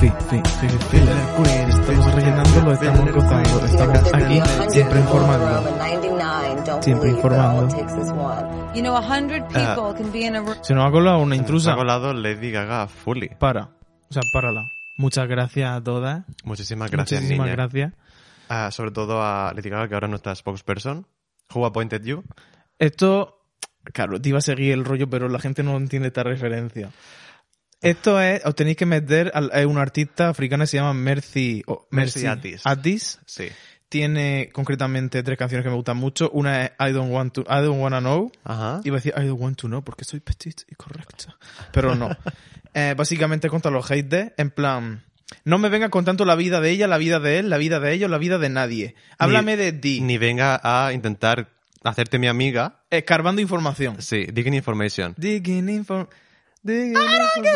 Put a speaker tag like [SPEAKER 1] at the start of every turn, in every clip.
[SPEAKER 1] Sí, sí, sí, sí, Estamos rellenándolo, estamos gozando, estamos aquí siempre informando. Siempre informando.
[SPEAKER 2] You know, a hundred people can be in a room.
[SPEAKER 1] Se nos ha colado una
[SPEAKER 3] Se
[SPEAKER 1] intrusa.
[SPEAKER 3] ha colado Lady Gaga fully.
[SPEAKER 1] Para. O sea, párala. Muchas gracias a todas.
[SPEAKER 3] Muchísimas gracias,
[SPEAKER 1] Muchísimas
[SPEAKER 3] niña.
[SPEAKER 1] gracias.
[SPEAKER 3] Ah, sobre todo a Lady Gaga, que ahora es nuestra spokesperson. Who appointed you?
[SPEAKER 1] Esto, claro, te iba a seguir el rollo, pero la gente no entiende esta referencia. Esto es, os tenéis que meter, al- es una artista africana que se llama Mercy, o
[SPEAKER 3] Mercy Atis.
[SPEAKER 1] Atis.
[SPEAKER 3] Sí.
[SPEAKER 1] Tiene concretamente tres canciones que me gustan mucho. Una es I Don't Want to, I Don't Wanna Know.
[SPEAKER 3] Ajá.
[SPEAKER 1] Iba a decir I Don't Want to Know porque soy petite y correcta. Pero no. Eh, básicamente contra los haters, en plan, no me venga con tanto la vida de ella, la vida de él, la vida de ellos, la vida de nadie. Háblame de ti.
[SPEAKER 3] Ni venga a intentar hacerte mi amiga.
[SPEAKER 1] Escarbando información.
[SPEAKER 3] Sí, digging information.
[SPEAKER 1] Digging info- digging information.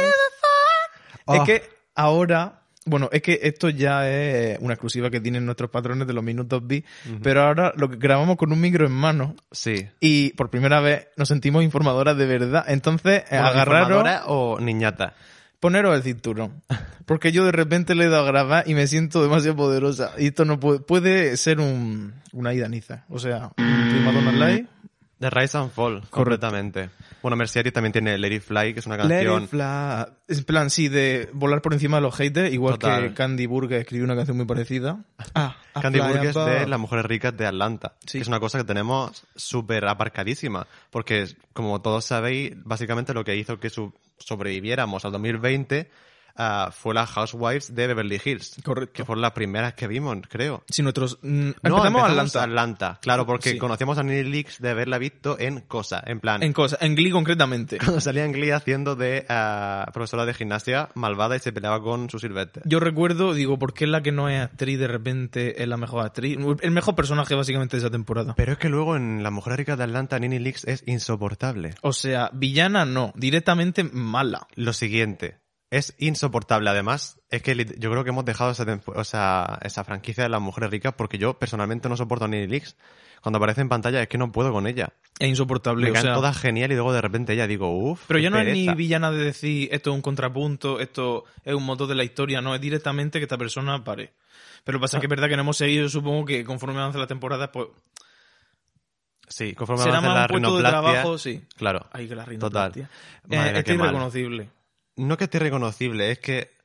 [SPEAKER 3] Oh.
[SPEAKER 1] Es que ahora, bueno, es que esto ya es una exclusiva que tienen nuestros patrones de los minutos B, pero ahora lo que grabamos con un micro en mano
[SPEAKER 3] Sí.
[SPEAKER 1] y por primera vez nos sentimos informadoras de verdad. Entonces, eh, agarraros,
[SPEAKER 3] ¿Informadora o niñata?
[SPEAKER 1] poneros el cinturón, porque yo de repente le he dado a grabar y me siento demasiado poderosa y esto no puede, puede ser un, una idaniza, o sea, un prima
[SPEAKER 3] Mm,
[SPEAKER 1] Donna Light.
[SPEAKER 3] The Rise and Fall, completamente. Bueno, Merciari también tiene Lady Fly, que es una
[SPEAKER 1] Let it
[SPEAKER 3] canción.
[SPEAKER 1] fly. En plan, sí, de volar por encima de los haters, igual
[SPEAKER 3] Total.
[SPEAKER 1] que Candy Burger escribió una canción muy parecida. Ah, a
[SPEAKER 3] Candy
[SPEAKER 1] fly
[SPEAKER 3] Burgers
[SPEAKER 1] above.
[SPEAKER 3] de las mujeres ricas de Atlanta.
[SPEAKER 1] Sí.
[SPEAKER 3] que es una cosa que tenemos súper aparcadísima. Porque, como todos sabéis, básicamente lo que hizo que su- sobreviviéramos al 2020 ah, fue las Housewives de Beverly Hills.
[SPEAKER 1] Correcto.
[SPEAKER 3] Que fueron las primeras que vimos, creo.
[SPEAKER 1] Sí, nuestros. mm,
[SPEAKER 3] No,
[SPEAKER 1] empezamos
[SPEAKER 3] empezamos
[SPEAKER 1] Atlanta.
[SPEAKER 3] Atlanta. Claro, porque
[SPEAKER 1] Sí.
[SPEAKER 3] conocíamos a Nelly Leaks de haberla visto en Cosa. En plan,
[SPEAKER 1] En cosas, en Glee concretamente.
[SPEAKER 3] cuando salía en Glee haciendo de ah, profesora de gimnasia malvada y se peleaba con su silvestre.
[SPEAKER 1] Yo recuerdo, digo, ¿por qué la que no es actriz de repente es la mejor actriz? El mejor personaje básicamente de esa temporada.
[SPEAKER 3] Pero es que luego en Las Mujeres Ricas de Atlanta, Nini Leaks es insoportable.
[SPEAKER 1] O sea, villana no, directamente mala.
[SPEAKER 3] Lo siguiente. Es insoportable, además. Es que lit- yo creo que hemos dejado esa, tempo- o sea, esa franquicia de las mujeres ricas porque yo personalmente no soporto a Nini Leaks. Cuando aparece en pantalla es que no puedo con ella.
[SPEAKER 1] Es e insoportable.
[SPEAKER 3] Me
[SPEAKER 1] o
[SPEAKER 3] caen
[SPEAKER 1] sea,
[SPEAKER 3] todas genial y luego de repente ella digo, uff.
[SPEAKER 1] Pero ya no es ni villana de decir esto es un contrapunto, esto es un motor de la historia, no, es directamente que esta persona pare. Pero pasa que es verdad que no hemos seguido, supongo que conforme avanza la temporada, pues
[SPEAKER 3] Sí, conforme
[SPEAKER 1] será
[SPEAKER 3] avanza
[SPEAKER 1] más
[SPEAKER 3] la
[SPEAKER 1] un puesto de
[SPEAKER 3] rinoplastia-
[SPEAKER 1] trabajo, sí.
[SPEAKER 3] Claro.
[SPEAKER 1] Ay, que la Eh, reina
[SPEAKER 3] Total.
[SPEAKER 1] Total.
[SPEAKER 3] Madre,
[SPEAKER 1] está
[SPEAKER 3] qué mal.
[SPEAKER 1] irreconocible.
[SPEAKER 3] No que esté reconocible, es que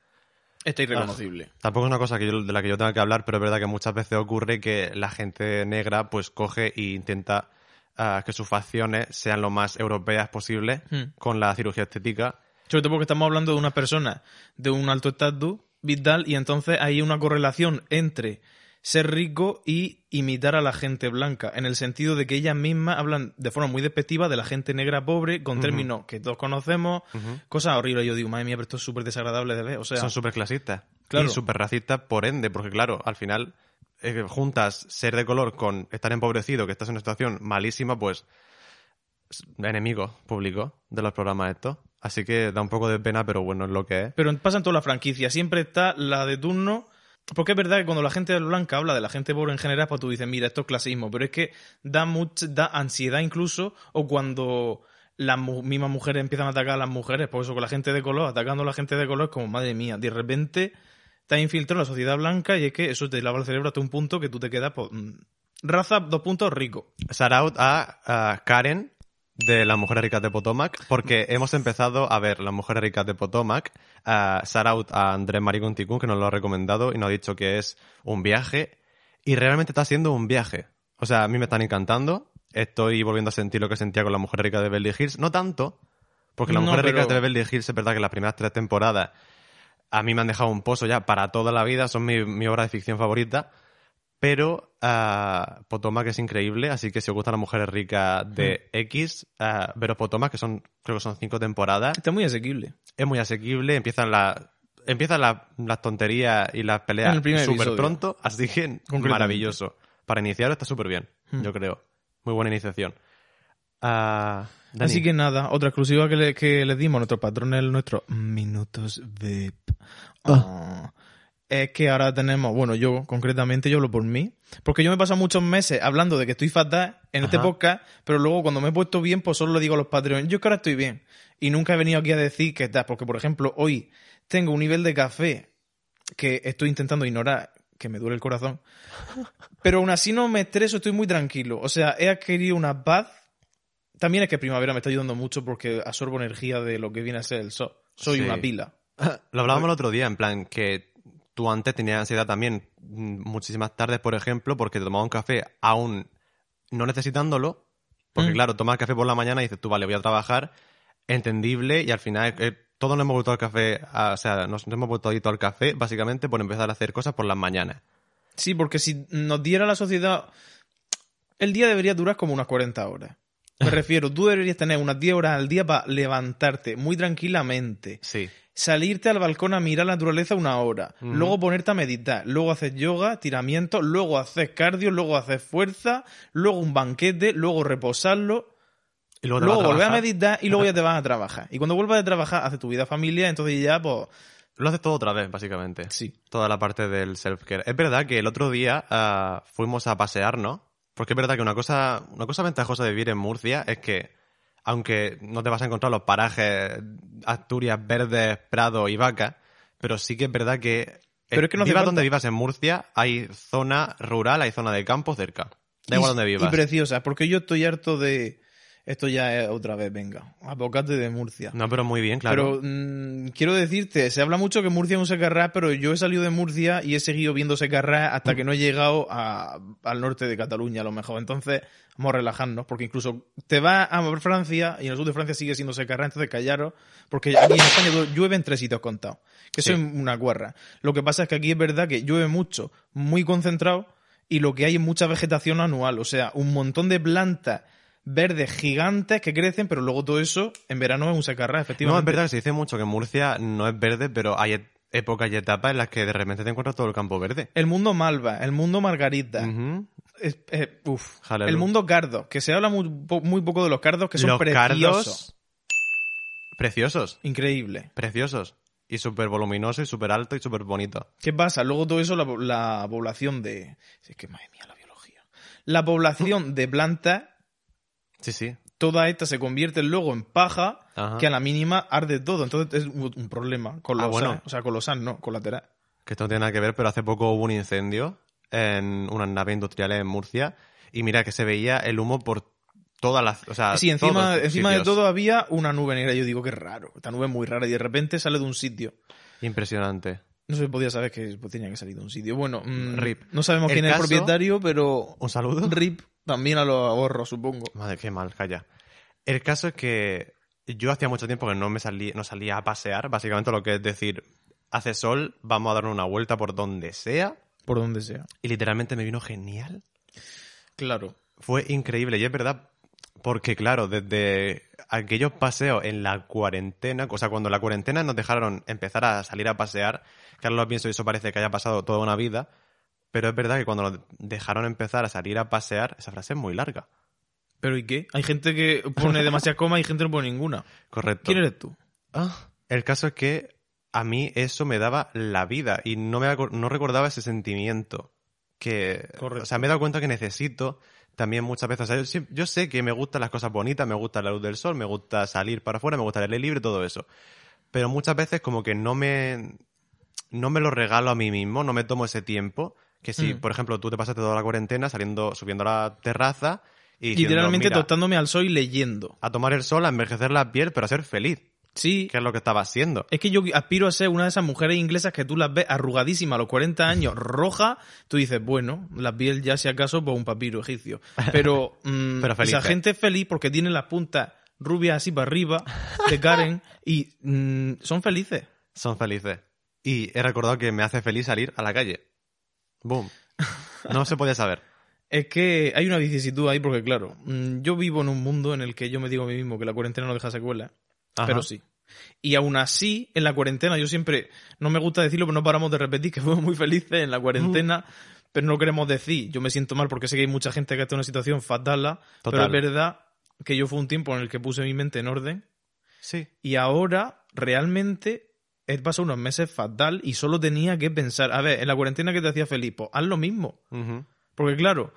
[SPEAKER 1] Está
[SPEAKER 3] Ah.
[SPEAKER 1] irreconocible.
[SPEAKER 3] Tampoco es una cosa que yo- de la que yo tenga que hablar, pero es verdad que muchas veces ocurre que la gente negra pues coge e intenta ah, que sus facciones sean lo más europeas posible
[SPEAKER 1] Hmm.
[SPEAKER 3] con la cirugía estética.
[SPEAKER 1] Sobre todo porque estamos hablando de una persona de un alto estatus vital y entonces hay una correlación entre ser rico y imitar a la gente blanca, en el sentido de que ellas mismas hablan de forma muy despectiva de la gente negra pobre con términos que todos conocemos, cosas horribles. Yo digo, madre mía, pero esto es súper desagradable de ver. O sea,
[SPEAKER 3] Son súper clasistas
[SPEAKER 1] Claro.
[SPEAKER 3] y súper racistas por ende, porque claro, al final eh, juntas ser de color con estar empobrecido, que estás en una situación malísima, pues s- enemigo público de los programas estos. Así que da un poco de pena, pero bueno, es lo que es.
[SPEAKER 1] Pero pasa en todas las franquicias. Siempre está la de turno. Porque es verdad que cuando la gente blanca habla de la gente pobre en general, pues tú dices, mira, esto es clasismo. Pero es que da, much- da ansiedad incluso. O cuando las mu- mismas mujeres empiezan a atacar a las mujeres. Por eso con la gente de color, atacando a la gente de color, es como, madre mía, de repente te has infiltrado en la sociedad blanca y es que eso te lava el cerebro hasta un punto que tú te quedas, pues, mm, raza, dos puntos, rico.
[SPEAKER 3] Shout out a, a Karen de Las Mujeres Ricas de Potomac, porque hemos empezado a ver Las Mujeres Ricas de Potomac. Uh, shout out a Andrés Maricón Ticún, que nos lo ha recomendado y nos ha dicho que es un viaje. Y realmente está siendo un viaje. O sea, a mí me están encantando. Estoy volviendo a sentir lo que sentía con Las Mujeres Ricas de Beverly Hills. No tanto, porque Las
[SPEAKER 1] No,
[SPEAKER 3] Mujeres Ricas
[SPEAKER 1] pero-
[SPEAKER 3] de Beverly Hills es verdad que las primeras tres temporadas a mí me han dejado un pozo ya para toda la vida. Son mi, mi obra de ficción favorita. Pero ah, Potomac es increíble, así que si os gustan las mujeres ricas de
[SPEAKER 1] Mm.
[SPEAKER 3] X, ah, veros Potomac, que son, creo que son cinco temporadas,
[SPEAKER 1] Está muy asequible.
[SPEAKER 3] es muy asequible, empiezan la- Empiezan la- las tonterías y las
[SPEAKER 1] En
[SPEAKER 3] peleas
[SPEAKER 1] el primer
[SPEAKER 3] súper
[SPEAKER 1] episodio.
[SPEAKER 3] pronto, así que
[SPEAKER 1] Concretamente.
[SPEAKER 3] maravilloso. Para iniciar está súper bien,
[SPEAKER 1] Hmm.
[SPEAKER 3] yo creo. Muy buena iniciación. Ah, Dani,
[SPEAKER 1] Así que nada, otra exclusiva que, le- que les dimos a nuestros patrones, nuestros minutos VIP. Ah. Es que ahora tenemos, bueno, yo concretamente, yo hablo por mí, porque yo me he pasado muchos meses hablando de que estoy fatal en este
[SPEAKER 3] Ajá.
[SPEAKER 1] podcast, pero luego cuando me he puesto bien, pues solo le digo a los Patreons, yo es que ahora estoy bien. Y nunca he venido aquí a decir que tal, porque por ejemplo, hoy tengo un nivel de café que estoy intentando ignorar, que me duele el corazón, pero aún así no me estreso, estoy muy tranquilo. O sea, he adquirido una paz. También es que primavera me está ayudando mucho porque absorbo energía de lo que viene a ser el sol. Soy
[SPEAKER 3] Sí.
[SPEAKER 1] una pila.
[SPEAKER 3] Lo hablábamos el otro día, en plan, que tú antes tenías ansiedad también mm, muchísimas tardes, por ejemplo, porque te tomabas un café aún no necesitándolo. Porque,
[SPEAKER 1] Mm.
[SPEAKER 3] claro, tomas café por la mañana y dices tú, vale, voy a trabajar. Entendible, y al final eh, todos nos hemos vuelto al café, a- o sea, nos, nos hemos vuelto adictos al café, básicamente por empezar a hacer cosas por las mañanas.
[SPEAKER 1] Sí, porque si nos diera la sociedad. El día debería durar como unas 40 horas. Me refiero, tú deberías tener unas 10 horas al día para levantarte muy tranquilamente,
[SPEAKER 3] Sí.
[SPEAKER 1] salirte al balcón a mirar la naturaleza una hora,
[SPEAKER 3] Ujú.
[SPEAKER 1] luego ponerte a meditar, luego haces yoga, tiramiento, luego haces cardio, luego haces fuerza, luego un banquete, luego reposarlo.
[SPEAKER 3] Y luego, te
[SPEAKER 1] Luego
[SPEAKER 3] vas
[SPEAKER 1] volver a
[SPEAKER 3] trabajar,
[SPEAKER 1] meditar y luego ya te vas a trabajar. Y cuando vuelvas de trabajar, haces tu vida familiar, entonces ya, pues,
[SPEAKER 3] Lo haces todo otra vez, básicamente.
[SPEAKER 1] sí.
[SPEAKER 3] toda la parte del self-care. Es verdad que el otro día ah, fuimos a pasearnos, porque es verdad que una cosa, una cosa ventajosa de vivir en Murcia es que, aunque no te vas a encontrar los parajes Asturias, verdes, prados y vacas, pero sí que es verdad que, eh,
[SPEAKER 1] Pero es que no hace
[SPEAKER 3] vivas
[SPEAKER 1] falta.
[SPEAKER 3] donde vivas en Murcia, hay zona rural, hay zona de campo cerca.
[SPEAKER 1] Y-
[SPEAKER 3] Da igual donde
[SPEAKER 1] Y
[SPEAKER 3] vivas.
[SPEAKER 1] preciosa, porque yo estoy harto de... Esto ya es otra vez, venga, abocate de Murcia.
[SPEAKER 3] No, pero muy bien,
[SPEAKER 1] Pero
[SPEAKER 3] claro.
[SPEAKER 1] mm, quiero decirte, se habla mucho que Murcia es un secarrá, pero yo he salido de Murcia y he seguido viendo secarrá hasta que no he llegado a- al norte de Cataluña, a lo mejor. Entonces, vamos a relajarnos, porque incluso te vas a Francia y en el sur de Francia sigue siendo secarrá, entonces callaros, porque aquí en España llu- llueve en tres sitios contados, que
[SPEAKER 3] Sí.
[SPEAKER 1] eso es una guarra. Lo que pasa es que aquí es verdad que llueve mucho, muy concentrado, y lo que hay es mucha vegetación anual, o sea, un montón de plantas verdes gigantes que crecen, pero luego todo eso en verano es un secarrá,
[SPEAKER 3] no, es
[SPEAKER 1] efectivamente.
[SPEAKER 3] verdad que se dice mucho que Murcia no es verde, pero hay et- épocas y etapas en las que de repente te encuentras todo el campo verde.
[SPEAKER 1] El mundo Malva, el mundo Margarita,
[SPEAKER 3] Ujú.
[SPEAKER 1] es- es- uf.
[SPEAKER 3] Jalelu.
[SPEAKER 1] el mundo Cardo, que se habla muy, po- muy poco de los Cardos, que son
[SPEAKER 3] los
[SPEAKER 1] preciosos.
[SPEAKER 3] cardos preciosos,
[SPEAKER 1] Increíble.
[SPEAKER 3] preciosos y súper voluminoso y súper alto y súper bonito.
[SPEAKER 1] ¿Qué pasa? Luego todo eso, la, po- la población de... Es que, madre mía, la biología. La población de plantas,
[SPEAKER 3] Sí, sí.
[SPEAKER 1] toda esta se convierte luego en paja,
[SPEAKER 3] Ajá.
[SPEAKER 1] que a la mínima arde todo. Entonces es un, un problema con
[SPEAKER 3] Ah,
[SPEAKER 1] los
[SPEAKER 3] bueno.
[SPEAKER 1] O sea, con los san, no, colateral.
[SPEAKER 3] Que esto no tiene nada que ver, pero hace poco hubo un incendio en unas naves industriales en Murcia y mira que se veía el humo por todas las, o sea,
[SPEAKER 1] Sí, encima,
[SPEAKER 3] todos los
[SPEAKER 1] encima de
[SPEAKER 3] sitios.
[SPEAKER 1] todo había una nube negra. Yo digo, qué raro. Esta nube es muy rara y de repente sale de un sitio.
[SPEAKER 3] impresionante.
[SPEAKER 1] No se podía saber que pues, tenía que salir de un sitio. Bueno, mm,
[SPEAKER 3] Rip.
[SPEAKER 1] No sabemos
[SPEAKER 3] El
[SPEAKER 1] quién es
[SPEAKER 3] caso-
[SPEAKER 1] el propietario, pero
[SPEAKER 3] Un saludo.
[SPEAKER 1] Rip también a los ahorros, supongo.
[SPEAKER 3] Madre, qué mal, calla. El caso es que yo hacía mucho tiempo que no me salí, no salía a pasear, básicamente lo que es decir, hace sol, vamos a darnos una vuelta por donde sea
[SPEAKER 1] Por donde sea.
[SPEAKER 3] y literalmente me vino genial.
[SPEAKER 1] Claro.
[SPEAKER 3] Fue increíble, y es verdad, porque claro, desde aquellos paseos en la cuarentena, o sea, cuando la cuarentena nos dejaron empezar a salir a pasear, claro, lo pienso y eso parece que haya pasado toda una vida, pero es verdad que cuando nos dejaron empezar a salir a pasear, esa frase es muy larga,
[SPEAKER 1] ¿Pero y qué? Hay gente que pone demasiadas comas y gente que no pone ninguna.
[SPEAKER 3] correcto.
[SPEAKER 1] ¿Quién eres tú?
[SPEAKER 3] Ah, el caso es que a mí eso me daba la vida y no, me acor- no recordaba ese sentimiento. Que,
[SPEAKER 1] Correcto.
[SPEAKER 3] O sea, me he dado cuenta que necesito también muchas veces. o sea, yo, siem- yo sé que me gustan las cosas bonitas, me gusta la luz del sol, me gusta salir para afuera, me gusta el aire libre, todo eso. Pero muchas veces como que no me, no me lo regalo a mí mismo, no me tomo ese tiempo. Que si,
[SPEAKER 1] Mm.
[SPEAKER 3] por ejemplo, tú te pasaste toda la cuarentena saliendo, subiendo a la terraza y diciendo,
[SPEAKER 1] Literalmente
[SPEAKER 3] "Mira,
[SPEAKER 1] tostándome al sol y leyendo.
[SPEAKER 3] a tomar el sol, a envejecer la piel, pero a ser feliz,
[SPEAKER 1] Sí.
[SPEAKER 3] que es lo que estaba haciendo.
[SPEAKER 1] Es que yo aspiro a ser una de esas mujeres inglesas que tú las ves arrugadísimas a los 40 años, roja. Tú dices, bueno, las piel ya si acaso por un papiro egipcio. Pero, mm,
[SPEAKER 3] Pero felices.
[SPEAKER 1] esa gente es feliz porque tiene las puntas rubias así para arriba de Karen y mm, son felices.
[SPEAKER 3] son felices. Y he recordado que me hace feliz salir a la calle. Boom. No se podía saber.
[SPEAKER 1] Es que hay una vicisitud ahí porque, claro, mm, yo vivo en un mundo en el que yo me digo a mí mismo que la cuarentena no deja secuelas,
[SPEAKER 3] Ajá.
[SPEAKER 1] pero sí. Y aún así, en la cuarentena, yo siempre, no me gusta decirlo, pero no paramos de repetir que fuimos muy felices en la cuarentena, pero no lo queremos decir. Yo me siento mal porque sé que hay mucha gente que está en una situación fatal, pero es
[SPEAKER 3] Total.
[SPEAKER 1] verdad que yo fue un tiempo en el que puse mi mente en orden
[SPEAKER 3] Sí.
[SPEAKER 1] y ahora realmente he pasado unos meses fatal y solo tenía que pensar, a ver, en la cuarentena que te hacía feliz, pues haz lo mismo.
[SPEAKER 3] Ujú.
[SPEAKER 1] Porque claro,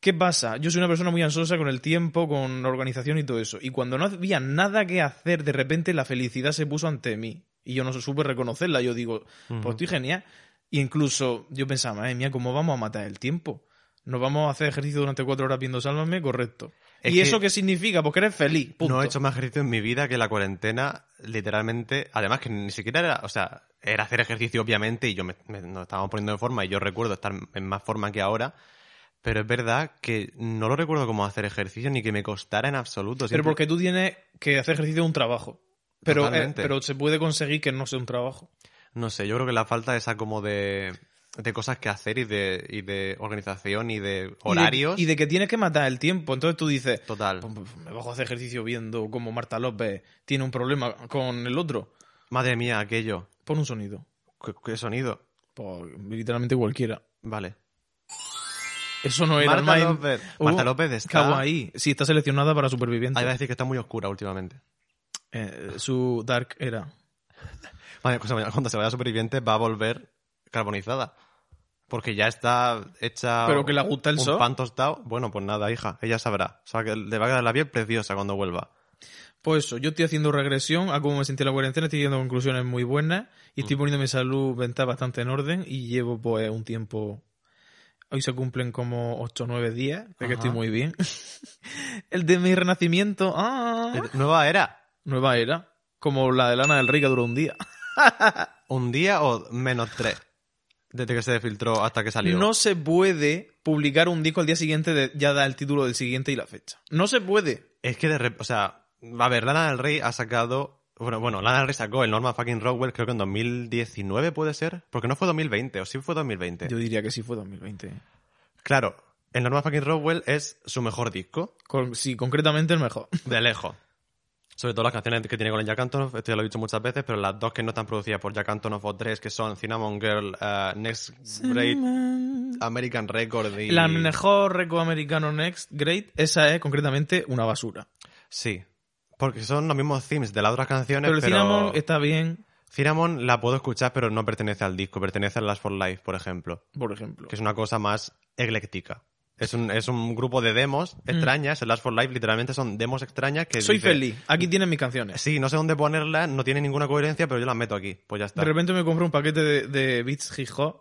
[SPEAKER 1] ¿qué pasa? Yo soy una persona muy ansiosa con el tiempo, con la organización y todo eso. Y cuando no había nada que hacer, de repente la felicidad se puso ante mí. Y yo no supe reconocerla. Yo digo, pues estoy genial. Y incluso yo pensaba, madre mía, ¿cómo vamos a matar el tiempo? ¿Nos vamos a hacer ejercicio durante cuatro horas viendo Sálvame? Correcto.
[SPEAKER 3] Es
[SPEAKER 1] ¿Y
[SPEAKER 3] que-
[SPEAKER 1] eso qué significa? Porque eres feliz. punto.
[SPEAKER 3] No he hecho más ejercicio en mi vida que la cuarentena, literalmente. Además, que ni siquiera era. O sea, era hacer ejercicio, obviamente, y yo me, me- nos estábamos poniendo en forma, y yo recuerdo estar en más forma que ahora. Pero es verdad que no lo recuerdo como hacer ejercicio ni que me costara en absoluto.
[SPEAKER 1] Pero
[SPEAKER 3] Siempre-
[SPEAKER 1] porque tú tienes que hacer ejercicio de un trabajo. Pero, eh,
[SPEAKER 3] Totalmente.
[SPEAKER 1] pero se puede conseguir que no sea un trabajo.
[SPEAKER 3] No sé, yo creo que la falta esa como de, de cosas que hacer y de, y de organización y de
[SPEAKER 1] Y de-
[SPEAKER 3] horarios.
[SPEAKER 1] Y de, que tienes que matar el tiempo. Entonces tú dices,
[SPEAKER 3] Total.
[SPEAKER 1] "Pues, pues, me bajo a hacer ejercicio viendo cómo Marta López tiene un problema con el otro.
[SPEAKER 3] Madre mía, aquello.
[SPEAKER 1] Pon un sonido.
[SPEAKER 3] ¿Qué, qué sonido?
[SPEAKER 1] Pues, literalmente cualquiera.
[SPEAKER 3] Vale.
[SPEAKER 1] Eso no era
[SPEAKER 3] Marta
[SPEAKER 1] Mind-
[SPEAKER 3] López. Marta
[SPEAKER 1] Uh,
[SPEAKER 3] López está-
[SPEAKER 1] Kawaii. Sí, está seleccionada para
[SPEAKER 3] Ahí va a
[SPEAKER 1] superviviente.
[SPEAKER 3] decir que está muy oscura últimamente.
[SPEAKER 1] Eh, su Dark era.
[SPEAKER 3] Vale, cosa, cuando se vaya superviviente va a volver carbonizada. Porque ya está hecha.
[SPEAKER 1] Pero que le gusta el
[SPEAKER 3] un
[SPEAKER 1] sol.
[SPEAKER 3] pan tostado. Bueno, pues nada, hija. Ella sabrá. O sea, que le va a quedar la piel preciosa cuando vuelva.
[SPEAKER 1] Pues eso, yo estoy haciendo regresión a cómo me sentí en la cuarentena, estoy llegando a conclusiones muy buenas y estoy poniendo mi salud mental bastante en orden y llevo pues un tiempo... Hoy se cumplen como 8 o 9 días, de que
[SPEAKER 3] Ajá.
[SPEAKER 1] estoy muy bien. El de mi renacimiento, ¡ah!
[SPEAKER 3] Eh, Nueva era.
[SPEAKER 1] nueva era, como la de Lana del Rey que duró un día.
[SPEAKER 3] ¿Un día o menos tres? Desde que se filtró hasta que salió.
[SPEAKER 1] No se puede publicar un disco al día siguiente, de- ya da el título del siguiente y la fecha. No se puede.
[SPEAKER 3] Es que de repente, o sea, a ver, Lana del Rey ha sacado, bueno, bueno, Lana del Rey sacó el Norman fucking Rockwell creo que en 2019 puede ser, porque no fue 2020, o sí fue 2020.
[SPEAKER 1] Yo diría que sí fue 2020.
[SPEAKER 3] Claro, el Norman fucking Rockwell es su mejor disco,
[SPEAKER 1] Con- sí, concretamente el mejor.
[SPEAKER 3] de lejos. Sobre todo las canciones que tiene con el Jack Antonoff, esto ya lo he dicho muchas veces, pero las dos que no están producidas por Jack Antonoff o tres, que son Cinnamon Girl, eh, Next Great American Record y...
[SPEAKER 1] La mejor reco americano Next Great, esa es concretamente una basura.
[SPEAKER 3] Sí, porque son los mismos themes de las otras canciones,
[SPEAKER 1] Pero
[SPEAKER 3] pero...
[SPEAKER 1] el Cinnamon está bien,
[SPEAKER 3] Cinnamon la puedo escuchar, pero no pertenece al disco, pertenece a Last for Life, por ejemplo,
[SPEAKER 1] por ejemplo.
[SPEAKER 3] que es una cosa más ecléctica. Es un, es un grupo de demos extrañas, el Last for Life literalmente son demos extrañas que...
[SPEAKER 1] Mm. Soy
[SPEAKER 3] dice,
[SPEAKER 1] feliz, aquí tienen mis canciones.
[SPEAKER 3] Sí, no sé dónde ponerlas, no tiene ninguna coherencia, pero yo las meto aquí, pues ya está.
[SPEAKER 1] De repente me compré un paquete de, de beats hip hop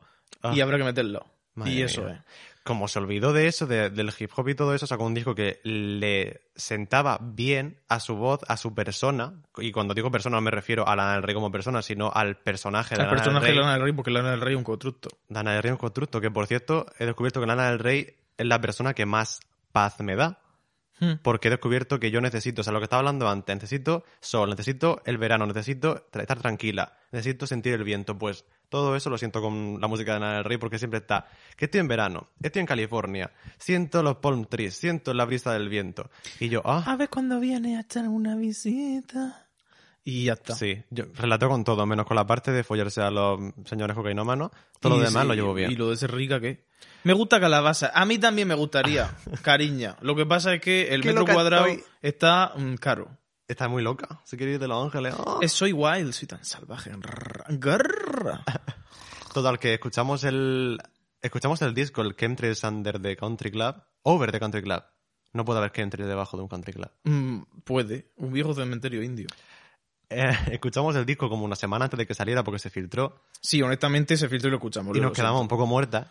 [SPEAKER 1] y
[SPEAKER 3] Ah.
[SPEAKER 1] habrá que meterlo.
[SPEAKER 3] Madre
[SPEAKER 1] y eso
[SPEAKER 3] mía. Como se olvidó de eso, de- del hip hop y todo eso, sacó un disco que le sentaba bien a su voz, a su persona, y cuando digo persona no me refiero a Lana del Rey como persona, sino al personaje
[SPEAKER 1] es.
[SPEAKER 3] de
[SPEAKER 1] El
[SPEAKER 3] Lana del
[SPEAKER 1] personaje de
[SPEAKER 3] Rey.
[SPEAKER 1] Lana del Rey, porque Lana del Rey es un constructo.
[SPEAKER 3] Lana del Rey un constructo, que por cierto, he descubierto que Lana del Rey es la persona que más paz me da,
[SPEAKER 1] Hmm.
[SPEAKER 3] porque he descubierto que yo necesito, o sea, lo que estaba hablando antes, necesito sol, necesito el verano, necesito tra- estar tranquila, necesito sentir el viento, pues todo eso lo siento con la música de Lana del Rey, porque siempre está, que estoy en verano, estoy en California, siento los palm trees, siento la brisa del viento, y yo, ah,
[SPEAKER 1] A ver cuando viene a echar una visita. Y ya está.
[SPEAKER 3] sí, yo relato con todo, menos con la parte de follarse a los señores cocainómanos, todo
[SPEAKER 1] Y
[SPEAKER 3] lo demás
[SPEAKER 1] sí,
[SPEAKER 3] lo llevo bien.
[SPEAKER 1] Y lo de ser rica, ¿qué? Me gusta calabaza. A mí también me gustaría, cariña. Lo que pasa es que el
[SPEAKER 3] Qué
[SPEAKER 1] metro
[SPEAKER 3] loca
[SPEAKER 1] cuadrado
[SPEAKER 3] estoy.
[SPEAKER 1] está mm, caro.
[SPEAKER 3] Está muy loca, si quieres ir de Los Ángeles. ah.
[SPEAKER 1] Eh, Soy wild, soy tan salvaje. Rrr, grrr.
[SPEAKER 3] Total, que escuchamos el. Escuchamos el disco, el Chemtrails Under the Country Club. Over the Country Club. No puede haber Chemtrails debajo de un Country Club.
[SPEAKER 1] Mm, puede. Un viejo cementerio indio.
[SPEAKER 3] Eh, escuchamos el disco como una semana antes de que saliera porque se filtró.
[SPEAKER 1] Sí, honestamente, ese filtro lo escuchamos.
[SPEAKER 3] Y
[SPEAKER 1] lo
[SPEAKER 3] nos quedamos un
[SPEAKER 1] siento.
[SPEAKER 3] poco muertas.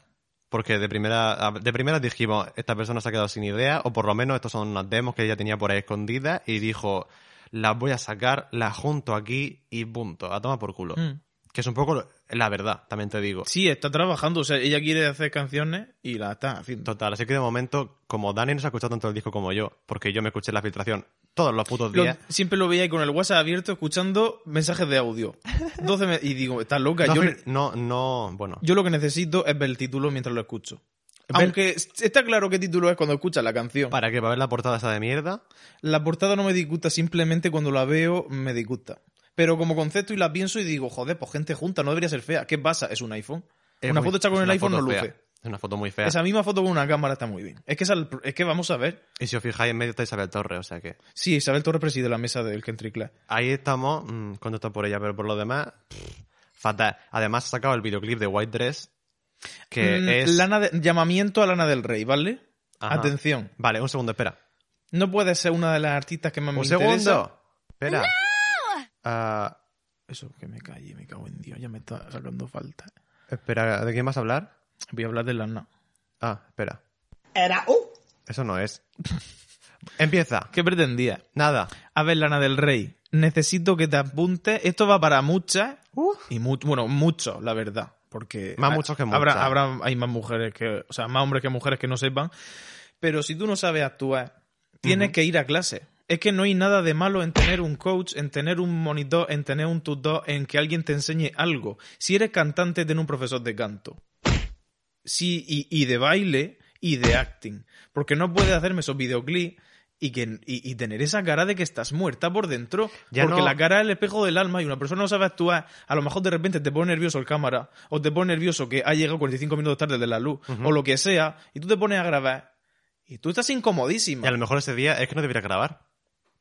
[SPEAKER 3] Porque de primera, de primera dijimos, esta persona se ha quedado sin idea, o por lo menos estos son unas demos que ella tenía por ahí escondidas, y dijo, las voy a sacar, las junto aquí y punto, a tomar por culo.
[SPEAKER 1] Mm.
[SPEAKER 3] Que es un poco la verdad, también te digo.
[SPEAKER 1] Sí, está trabajando, o sea, ella quiere hacer canciones y la está haciendo.
[SPEAKER 3] Total, así que de momento, como Dani no se ha escuchado tanto el disco como yo, porque yo me escuché la filtración todos los putos
[SPEAKER 1] Lo-
[SPEAKER 3] días.
[SPEAKER 1] siempre lo veía ahí con el WhatsApp abierto escuchando mensajes de audio. 12 me- y digo, estás loca.
[SPEAKER 3] no,
[SPEAKER 1] yo,
[SPEAKER 3] fil- no, no, bueno.
[SPEAKER 1] yo lo que necesito es ver el título mientras lo escucho.
[SPEAKER 3] Ver-
[SPEAKER 1] Aunque s- está claro qué título es cuando escuchas la canción.
[SPEAKER 3] ¿Para qué? ¿Para ver la portada esa de mierda?
[SPEAKER 1] La portada no me disgusta, simplemente cuando la veo me disgusta. Pero como concepto y la pienso y digo, joder, pues gente junta, no debería ser fea. ¿Qué pasa? Es un iPhone.
[SPEAKER 3] Es
[SPEAKER 1] una
[SPEAKER 3] muy-
[SPEAKER 1] foto hecha con
[SPEAKER 3] es
[SPEAKER 1] el
[SPEAKER 3] una
[SPEAKER 1] iPhone no
[SPEAKER 3] foto
[SPEAKER 1] luce.
[SPEAKER 3] fea. Es una foto muy fea.
[SPEAKER 1] Esa misma foto con una cámara está muy bien. Es que, esa- es que vamos a ver.
[SPEAKER 3] Y si os fijáis, en medio está Isabel Torre, o sea que...
[SPEAKER 1] Sí, Isabel Torres preside la mesa del Country Club.
[SPEAKER 3] Ahí estamos, mm, contento por ella, pero por lo demás, pff, fatal. Además, ha sacado el videoclip de White Dress, que
[SPEAKER 1] Mm,
[SPEAKER 3] es...
[SPEAKER 1] Lana de- llamamiento a Lana del Rey, ¿vale?
[SPEAKER 3] Ajá.
[SPEAKER 1] Atención.
[SPEAKER 3] Vale, un segundo, espera.
[SPEAKER 1] No puede ser una de las artistas que más
[SPEAKER 3] ¡Un
[SPEAKER 1] me
[SPEAKER 3] segundo!
[SPEAKER 1] interesa.
[SPEAKER 3] Espera. Ah,
[SPEAKER 1] Eso, que me calle, me cago en Dios, ya me está sacando falta.
[SPEAKER 3] espera, ¿de quién vas a hablar?
[SPEAKER 1] Voy a hablar de Lana.
[SPEAKER 3] Ah, espera.
[SPEAKER 4] Era U.
[SPEAKER 3] Eso no es. Empieza.
[SPEAKER 1] ¿Qué pretendía?
[SPEAKER 3] Nada.
[SPEAKER 1] A ver, Lana del Rey, necesito que te apuntes. Esto va para muchas. Y mu- bueno, muchos, la verdad. Porque
[SPEAKER 3] Más
[SPEAKER 1] ha-
[SPEAKER 3] muchos que muchas.
[SPEAKER 1] habrá, habrá hay más mujeres que. O sea, más hombres que mujeres que no sepan. Pero si tú no sabes actuar, tienes que ir a clase. Es que no hay nada de malo en tener un coach, en tener un monitor, en tener un tutor, en que alguien te enseñe algo. Si eres cantante, ten un profesor de canto. Sí, y, y de baile y de acting. Porque no puedes hacerme esos videoclips y, que, y, y tener esa cara de que estás muerta por dentro.
[SPEAKER 3] Ya
[SPEAKER 1] porque
[SPEAKER 3] no-
[SPEAKER 1] la cara es el espejo del alma y una persona no sabe actuar. A lo mejor de repente te pone nervioso el cámara o te pone nervioso que ha llegado 45 minutos tarde de la luz o lo que sea y tú te pones a grabar y tú estás incomodísima.
[SPEAKER 3] Y a lo mejor ese día es que no debería grabar.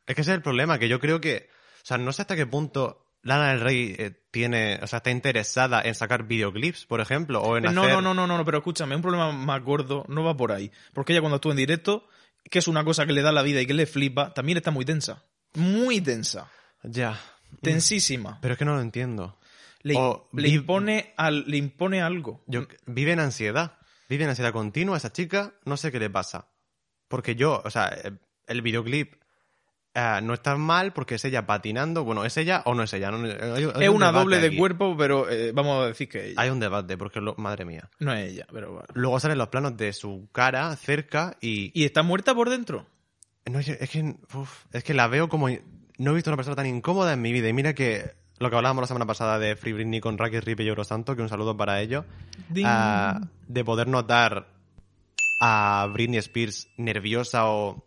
[SPEAKER 3] Es que ese es el problema, que yo creo que... O sea, no sé hasta qué punto Lana del Rey eh, tiene... O sea, está interesada en sacar videoclips, por ejemplo, o en
[SPEAKER 1] no,
[SPEAKER 3] hacer...
[SPEAKER 1] no, no, no, no, no, pero escúchame, un problema más gordo no va por ahí. Porque ella cuando actúa en directo, que es una cosa que le da la vida y que le flipa, también está muy tensa. Muy tensa.
[SPEAKER 3] Ya.
[SPEAKER 1] Tensísima.
[SPEAKER 3] Pero es que no lo entiendo.
[SPEAKER 1] Le,
[SPEAKER 3] Mm. O
[SPEAKER 1] le
[SPEAKER 3] vi-
[SPEAKER 1] impone al, le impone algo.
[SPEAKER 3] Yo, vive en ansiedad. Vive en ansiedad continua esa chica. No sé qué le pasa. Porque yo, o sea, eh, el videoclip eh, no está mal porque es ella patinando. Bueno, ¿es ella o no es ella? No, no, hay- hay
[SPEAKER 1] es
[SPEAKER 3] un
[SPEAKER 1] una
[SPEAKER 3] debate
[SPEAKER 1] doble de
[SPEAKER 3] aquí.
[SPEAKER 1] cuerpo, pero eh, vamos a decir que es ella.
[SPEAKER 3] Hay un debate, porque, lo- madre mía.
[SPEAKER 1] No es ella, pero vale.
[SPEAKER 3] Luego salen los planos de su cara cerca y...
[SPEAKER 1] ¿Y está muerta por dentro?
[SPEAKER 3] No, es es que, uf, es que la veo como... No he visto una persona tan incómoda en mi vida. Y mira que lo que hablábamos la semana pasada de Free Britney con Racky Rip y Eurosanto, que un saludo para ellos.
[SPEAKER 1] Ding.
[SPEAKER 3] ah, de poder notar a Britney Spears nerviosa o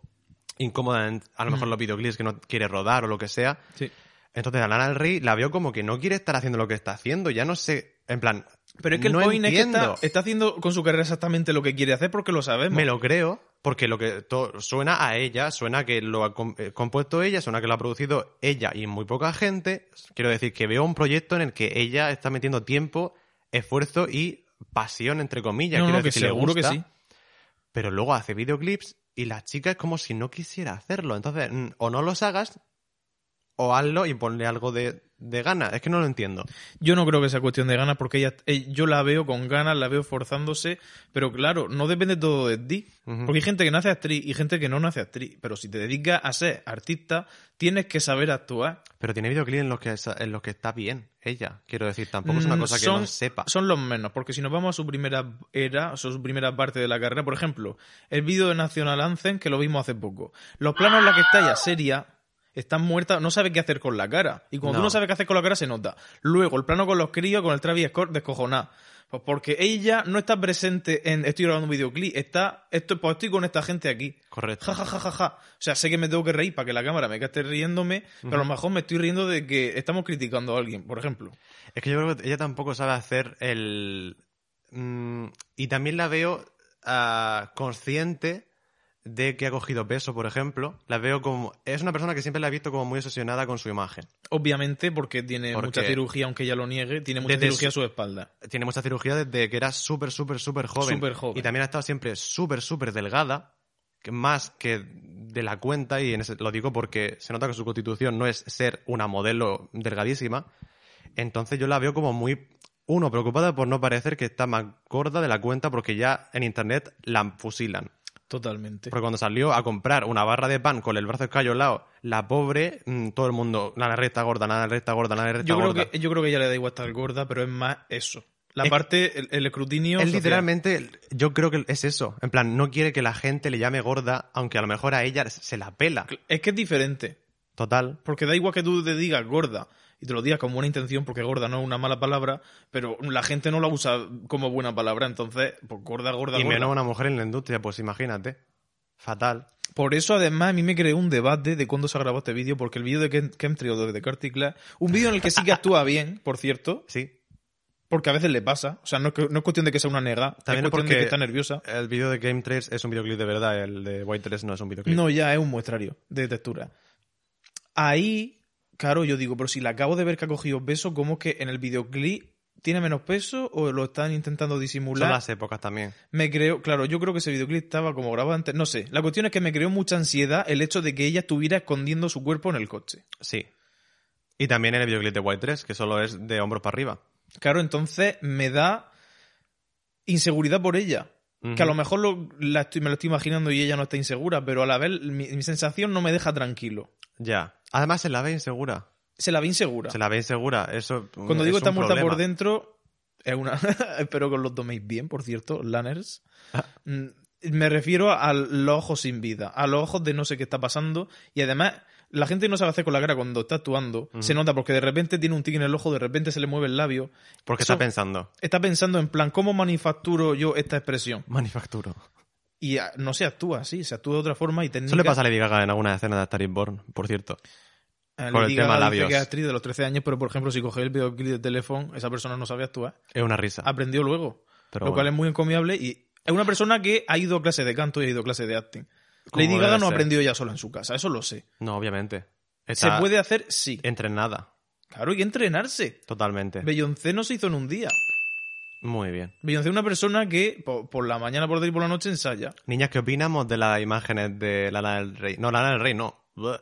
[SPEAKER 3] incómoda en a lo mejor los videoclips que no quiere rodar o lo que sea.
[SPEAKER 1] Sí.
[SPEAKER 3] Entonces a Lana del Rey la veo como que no quiere estar haciendo lo que está haciendo. Ya no sé, en plan...
[SPEAKER 1] Pero es que
[SPEAKER 3] no
[SPEAKER 1] el point es que
[SPEAKER 3] entiendo.
[SPEAKER 1] está, está haciendo con su carrera exactamente lo que quiere hacer porque lo sabemos.
[SPEAKER 3] Me lo creo, porque lo que to- suena a ella, suena que lo ha com- eh, compuesto ella, suena que lo ha producido ella y muy poca gente. Quiero decir que veo un proyecto en el que ella está metiendo tiempo, esfuerzo y pasión, entre comillas.
[SPEAKER 1] No, no,
[SPEAKER 3] Quiero
[SPEAKER 1] no, que
[SPEAKER 3] decir, le
[SPEAKER 1] seguro que
[SPEAKER 3] gusta,
[SPEAKER 1] sí.
[SPEAKER 3] Pero luego hace videoclips y la chica es como si no quisiera hacerlo. Entonces, mm, o no los hagas, o hazlo y ponle algo de, de gana. Es que no lo entiendo.
[SPEAKER 1] Yo no creo que sea cuestión de ganas, porque ella, eh, yo la veo con ganas, la veo forzándose, pero claro, no depende todo de ti.
[SPEAKER 3] Ujú.
[SPEAKER 1] Porque hay gente que nace actriz y gente que no nace actriz. Pero si te dedicas a ser artista, tienes que saber actuar.
[SPEAKER 3] Pero tiene videoclips en los que, sa- en los que está bien ella. Quiero decir, tampoco es una
[SPEAKER 1] Mm,
[SPEAKER 3] cosa que
[SPEAKER 1] son-
[SPEAKER 3] no sepa.
[SPEAKER 1] Son los menos, porque si nos vamos a su primera era, o sea, su primera parte de la carrera, por ejemplo, el vídeo de National Anthem, que lo vimos hace poco. Los planos en la que está ya seria, están muerta, no sabe qué hacer con la cara. Y cuando tú
[SPEAKER 3] No.
[SPEAKER 1] no sabes qué hacer con la cara, se nota. Luego, el plano con los críos, con el Travis Scott descojonado. Pues porque ella no está presente en estoy grabando un videoclip, está, esto, pues estoy con esta gente aquí.
[SPEAKER 3] Correcto.
[SPEAKER 1] Ja, ja, ja, ja, ja. O sea, sé que me tengo que reír para que la cámara me esté riéndome, pero a lo mejor me estoy riendo de que estamos criticando a alguien, por ejemplo.
[SPEAKER 3] Es que yo creo que ella tampoco sabe hacer el... mm, y también la veo ah, consciente de que ha cogido peso, por ejemplo. La veo como... Es una persona que siempre la he visto como muy obsesionada con su imagen.
[SPEAKER 1] Obviamente, porque tiene
[SPEAKER 3] Porque-
[SPEAKER 1] mucha cirugía, aunque ella lo niegue, tiene mucha
[SPEAKER 3] Desde
[SPEAKER 1] cirugía a
[SPEAKER 3] su-
[SPEAKER 1] su espalda.
[SPEAKER 3] Tiene mucha cirugía desde que era súper, súper, súper joven.
[SPEAKER 1] Súper joven.
[SPEAKER 3] Y también ha estado siempre súper, súper delgada. que Más que de la cuenta, y en ese- lo digo porque se nota que su constitución no es ser una modelo delgadísima. Entonces yo la veo como muy, uno, preocupada por no parecer que está más gorda de la cuenta porque ya en internet la fusilan.
[SPEAKER 1] Totalmente.
[SPEAKER 3] Porque cuando salió a comprar una barra de pan con el brazo escayolado, la pobre, mm, todo el mundo, la recta gorda, la recta gorda, la recta
[SPEAKER 1] Yo creo,
[SPEAKER 3] gorda.
[SPEAKER 1] que, yo creo que ya le da igual estar gorda, pero es más eso. La
[SPEAKER 3] Es-
[SPEAKER 1] parte, el, el escrutinio.
[SPEAKER 3] Él
[SPEAKER 1] social.
[SPEAKER 3] literalmente, yo creo que es eso. En plan, no quiere que la gente le llame gorda, aunque a lo mejor a ella se la pela.
[SPEAKER 1] Es que es diferente.
[SPEAKER 3] Total.
[SPEAKER 1] Porque da igual que tú te digas gorda y te lo digas con buena intención, porque gorda no es una mala palabra, pero la gente no la usa como buena palabra, entonces, pues gorda, gorda,
[SPEAKER 3] Y
[SPEAKER 1] gorda.
[SPEAKER 3] menos una mujer en la industria, pues imagínate. Fatal.
[SPEAKER 1] Por eso, además, a mí me creó un debate de cuándo se ha grabado este vídeo, porque el vídeo de Ken, Ken Trio de Curtis Glass, un vídeo en el que sí que actúa bien, por cierto,
[SPEAKER 3] Sí.
[SPEAKER 1] porque a veces le pasa, o sea, no es, que- no es cuestión de que sea una nega,
[SPEAKER 3] También
[SPEAKER 1] es cuestión
[SPEAKER 3] porque-
[SPEAKER 1] de que está nerviosa.
[SPEAKER 3] El vídeo de Game 3 es un videoclip de verdad, el de White 3 no es un videoclip.
[SPEAKER 1] No, ya es un muestrario de textura. Ahí, claro, yo digo, pero si la acabo de ver que ha cogido peso, ¿cómo es que en el videoclip tiene menos peso o lo están intentando
[SPEAKER 3] Son
[SPEAKER 1] disimular?
[SPEAKER 3] las épocas también.
[SPEAKER 1] Me creó, claro, yo creo que ese videoclip estaba como grabado antes, no sé. La cuestión es que me creó mucha ansiedad el hecho de que ella estuviera escondiendo su cuerpo en el coche.
[SPEAKER 3] Sí. Y también en el videoclip de White 3, que solo es de hombros para arriba.
[SPEAKER 1] Claro, entonces me da inseguridad por ella. Que a
[SPEAKER 3] Ujú.
[SPEAKER 1] lo mejor lo- la estoy- me lo estoy imaginando y ella no está insegura, pero a la vez mi, mi sensación no me deja tranquilo.
[SPEAKER 3] Ya. Además, se la ve insegura.
[SPEAKER 1] Se la ve insegura.
[SPEAKER 3] Se la ve insegura. Eso.
[SPEAKER 1] Cuando
[SPEAKER 3] es
[SPEAKER 1] digo está
[SPEAKER 3] un
[SPEAKER 1] muerta por
[SPEAKER 3] problema.
[SPEAKER 1] dentro, es una. Espero que os lo toméis bien, por cierto, Lanners.
[SPEAKER 3] Ah.
[SPEAKER 1] Mm, Me refiero a los ojos sin vida, a los ojos de no sé qué está pasando. Y además, la gente no sabe hacer con la cara cuando está actuando. Se nota porque de repente tiene un tic en el ojo, de repente se le mueve el labio.
[SPEAKER 3] Porque
[SPEAKER 1] Eso-
[SPEAKER 3] está pensando.
[SPEAKER 1] Está pensando en plan, ¿cómo manufacturo yo esta expresión?
[SPEAKER 3] Manufacturo.
[SPEAKER 1] Y ah, no se actúa así, se actúa de otra forma y técnica.
[SPEAKER 3] Eso le pasa a Lady Gaga en alguna escena de Star is Born, por cierto.
[SPEAKER 1] Eh,
[SPEAKER 3] con el
[SPEAKER 1] Lady
[SPEAKER 3] tema
[SPEAKER 1] Gaga dice
[SPEAKER 3] labios.
[SPEAKER 1] que es actriz de los 13 años, pero por ejemplo, si coge el videoclip de teléfono, esa persona no sabe actuar.
[SPEAKER 3] Es una risa.
[SPEAKER 1] Aprendió luego.
[SPEAKER 3] Ah.
[SPEAKER 1] Ah,
[SPEAKER 3] Pero
[SPEAKER 1] lo
[SPEAKER 3] bueno.
[SPEAKER 1] cual es muy encomiable y es una persona que ha ido a clase de canto y ha ido a clase de acting.
[SPEAKER 3] Como
[SPEAKER 1] Lady Gaga
[SPEAKER 3] debe
[SPEAKER 1] no
[SPEAKER 3] ser.
[SPEAKER 1] aprendió ya sola en su casa, eso lo sé.
[SPEAKER 3] No, obviamente.
[SPEAKER 1] ¿Se
[SPEAKER 3] Está
[SPEAKER 1] puede hacer? Sí.
[SPEAKER 3] entrenada.
[SPEAKER 1] Claro, y entrenarse.
[SPEAKER 3] Totalmente.
[SPEAKER 1] Beyoncé no se hizo en un día.
[SPEAKER 3] Muy bien.
[SPEAKER 1] Beyoncé es una persona que po- por, la mañana, por la tarde y por la noche ensaya.
[SPEAKER 3] Niñas, ¿qué opinamos de las imágenes de Lana del Rey? No, Lana del Rey, no. Bleh.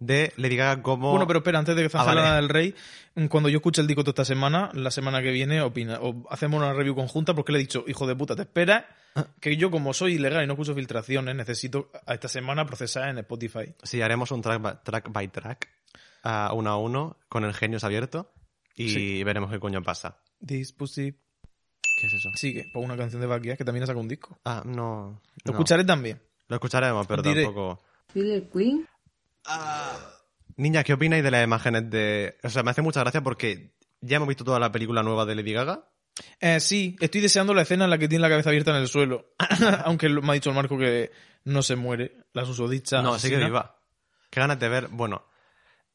[SPEAKER 3] De Lady Gaga como...
[SPEAKER 1] Bueno, pero espera, antes de que
[SPEAKER 3] Ah,
[SPEAKER 1] zanje
[SPEAKER 3] vale.
[SPEAKER 1] la del Rey, mm, cuando yo escuche el dicoto esta semana, la semana que viene, opina, o hacemos una review conjunta porque le he dicho, hijo de puta, te espera
[SPEAKER 3] Ah.
[SPEAKER 1] que yo como soy ilegal y no escucho filtraciones, necesito a esta semana procesar en Spotify.
[SPEAKER 3] Sí, haremos un track by track, by track, a uno a uno, con el genios abierto, y
[SPEAKER 1] Sí.
[SPEAKER 3] veremos qué coño pasa.
[SPEAKER 1] This pussy
[SPEAKER 3] ¿Qué es eso?
[SPEAKER 1] Sigue, por una canción de Baquia que también ha sacado un disco.
[SPEAKER 3] Ah, no...
[SPEAKER 1] Lo
[SPEAKER 3] no.
[SPEAKER 1] escucharé también.
[SPEAKER 3] Lo escucharemos, pero
[SPEAKER 1] Diré.
[SPEAKER 3] tampoco...
[SPEAKER 2] Killer Queen?
[SPEAKER 3] Niñas, ¿qué opináis de las imágenes de...? O sea, me hace mucha gracia porque ya hemos visto toda la película nueva de Lady Gaga,
[SPEAKER 1] Eh, sí, estoy deseando la escena en la que tiene la cabeza abierta en el suelo. Aunque lo- me ha dicho el Marco que no se muere, la susodicha.
[SPEAKER 3] No, sí que
[SPEAKER 1] asesina.
[SPEAKER 3] viva. Qué ganas de ver, bueno,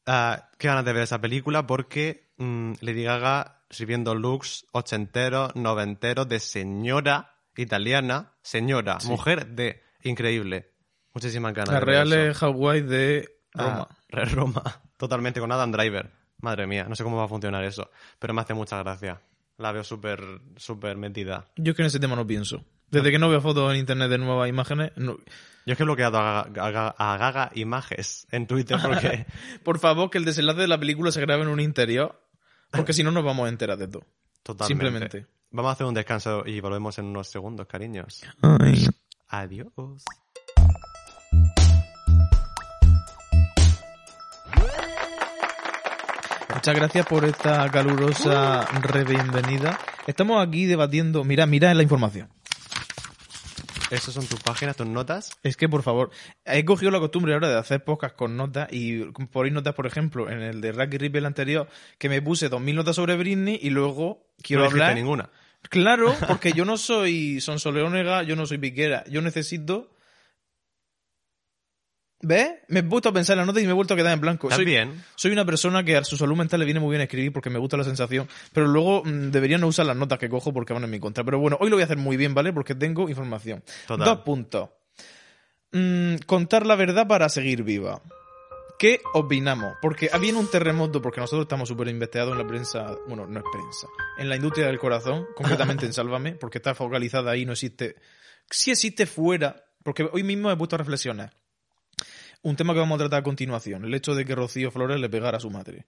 [SPEAKER 3] ah, qué ganas de ver esa película porque mm, Lady Gaga sirviendo looks ochenteros, noventeros de señora italiana, señora, mujer de increíble. Muchísimas ganas.
[SPEAKER 1] La
[SPEAKER 3] de ver
[SPEAKER 1] Real
[SPEAKER 3] eso.
[SPEAKER 1] es Hawái de
[SPEAKER 3] Ah,
[SPEAKER 1] Roma.
[SPEAKER 3] re- Roma, totalmente con Adam Driver. Madre mía, no sé cómo va a funcionar eso, pero me hace mucha gracia. La veo súper, súper metida.
[SPEAKER 1] Yo es que en ese tema no pienso. Desde que no veo fotos en internet de nuevas imágenes, no-
[SPEAKER 3] Yo es que he bloqueado a, Gaga- a Gaga Images en Twitter porque
[SPEAKER 1] por favor que el desenlace de la película se grabe en un interior, porque si no nos vamos a enterar de todo.
[SPEAKER 3] Totalmente.
[SPEAKER 1] Simplemente.
[SPEAKER 3] Vamos a hacer un descanso y volvemos en unos segundos, cariños. Adiós.
[SPEAKER 1] Muchas gracias por esta calurosa rebienvenida. Estamos aquí debatiendo. Mira, mira la información.
[SPEAKER 3] Esas son tus páginas, tus notas.
[SPEAKER 1] Es que, por favor, he cogido la costumbre ahora de hacer podcast con notas y por ir notas, por ejemplo, en el de Racky Rip el anterior, que me puse 2.000 notas sobre Britney y luego quiero
[SPEAKER 3] no dijiste
[SPEAKER 1] hablar...
[SPEAKER 3] ninguna.
[SPEAKER 1] Claro, porque yo no soy Sonsoleónega, yo no soy Piquera, yo necesito... ¿Ves? Me he puesto a pensar en las notas y me he vuelto a quedar en blanco.
[SPEAKER 3] Estás
[SPEAKER 1] Soy,
[SPEAKER 3] bien.
[SPEAKER 1] soy una persona que a su salud mental le viene muy bien escribir porque me gusta la sensación, pero luego mm, debería no usar las notas que cojo porque van en mi contra. Pero bueno, hoy lo voy a hacer muy bien, ¿vale? Porque tengo información.
[SPEAKER 3] Total.
[SPEAKER 1] Dos puntos. Mm, contar la verdad para seguir viva. ¿Qué opinamos? Porque ha habido un terremoto, porque nosotros estamos súper investigados en la prensa, bueno, no es prensa, en la industria del corazón, concretamente en Sálvame, porque está focalizada ahí, no existe. Si existe fuera, porque hoy mismo me he puesto a reflexionar. Un tema que vamos a tratar a continuación, el hecho de que Rocío Flores le pegara a su madre.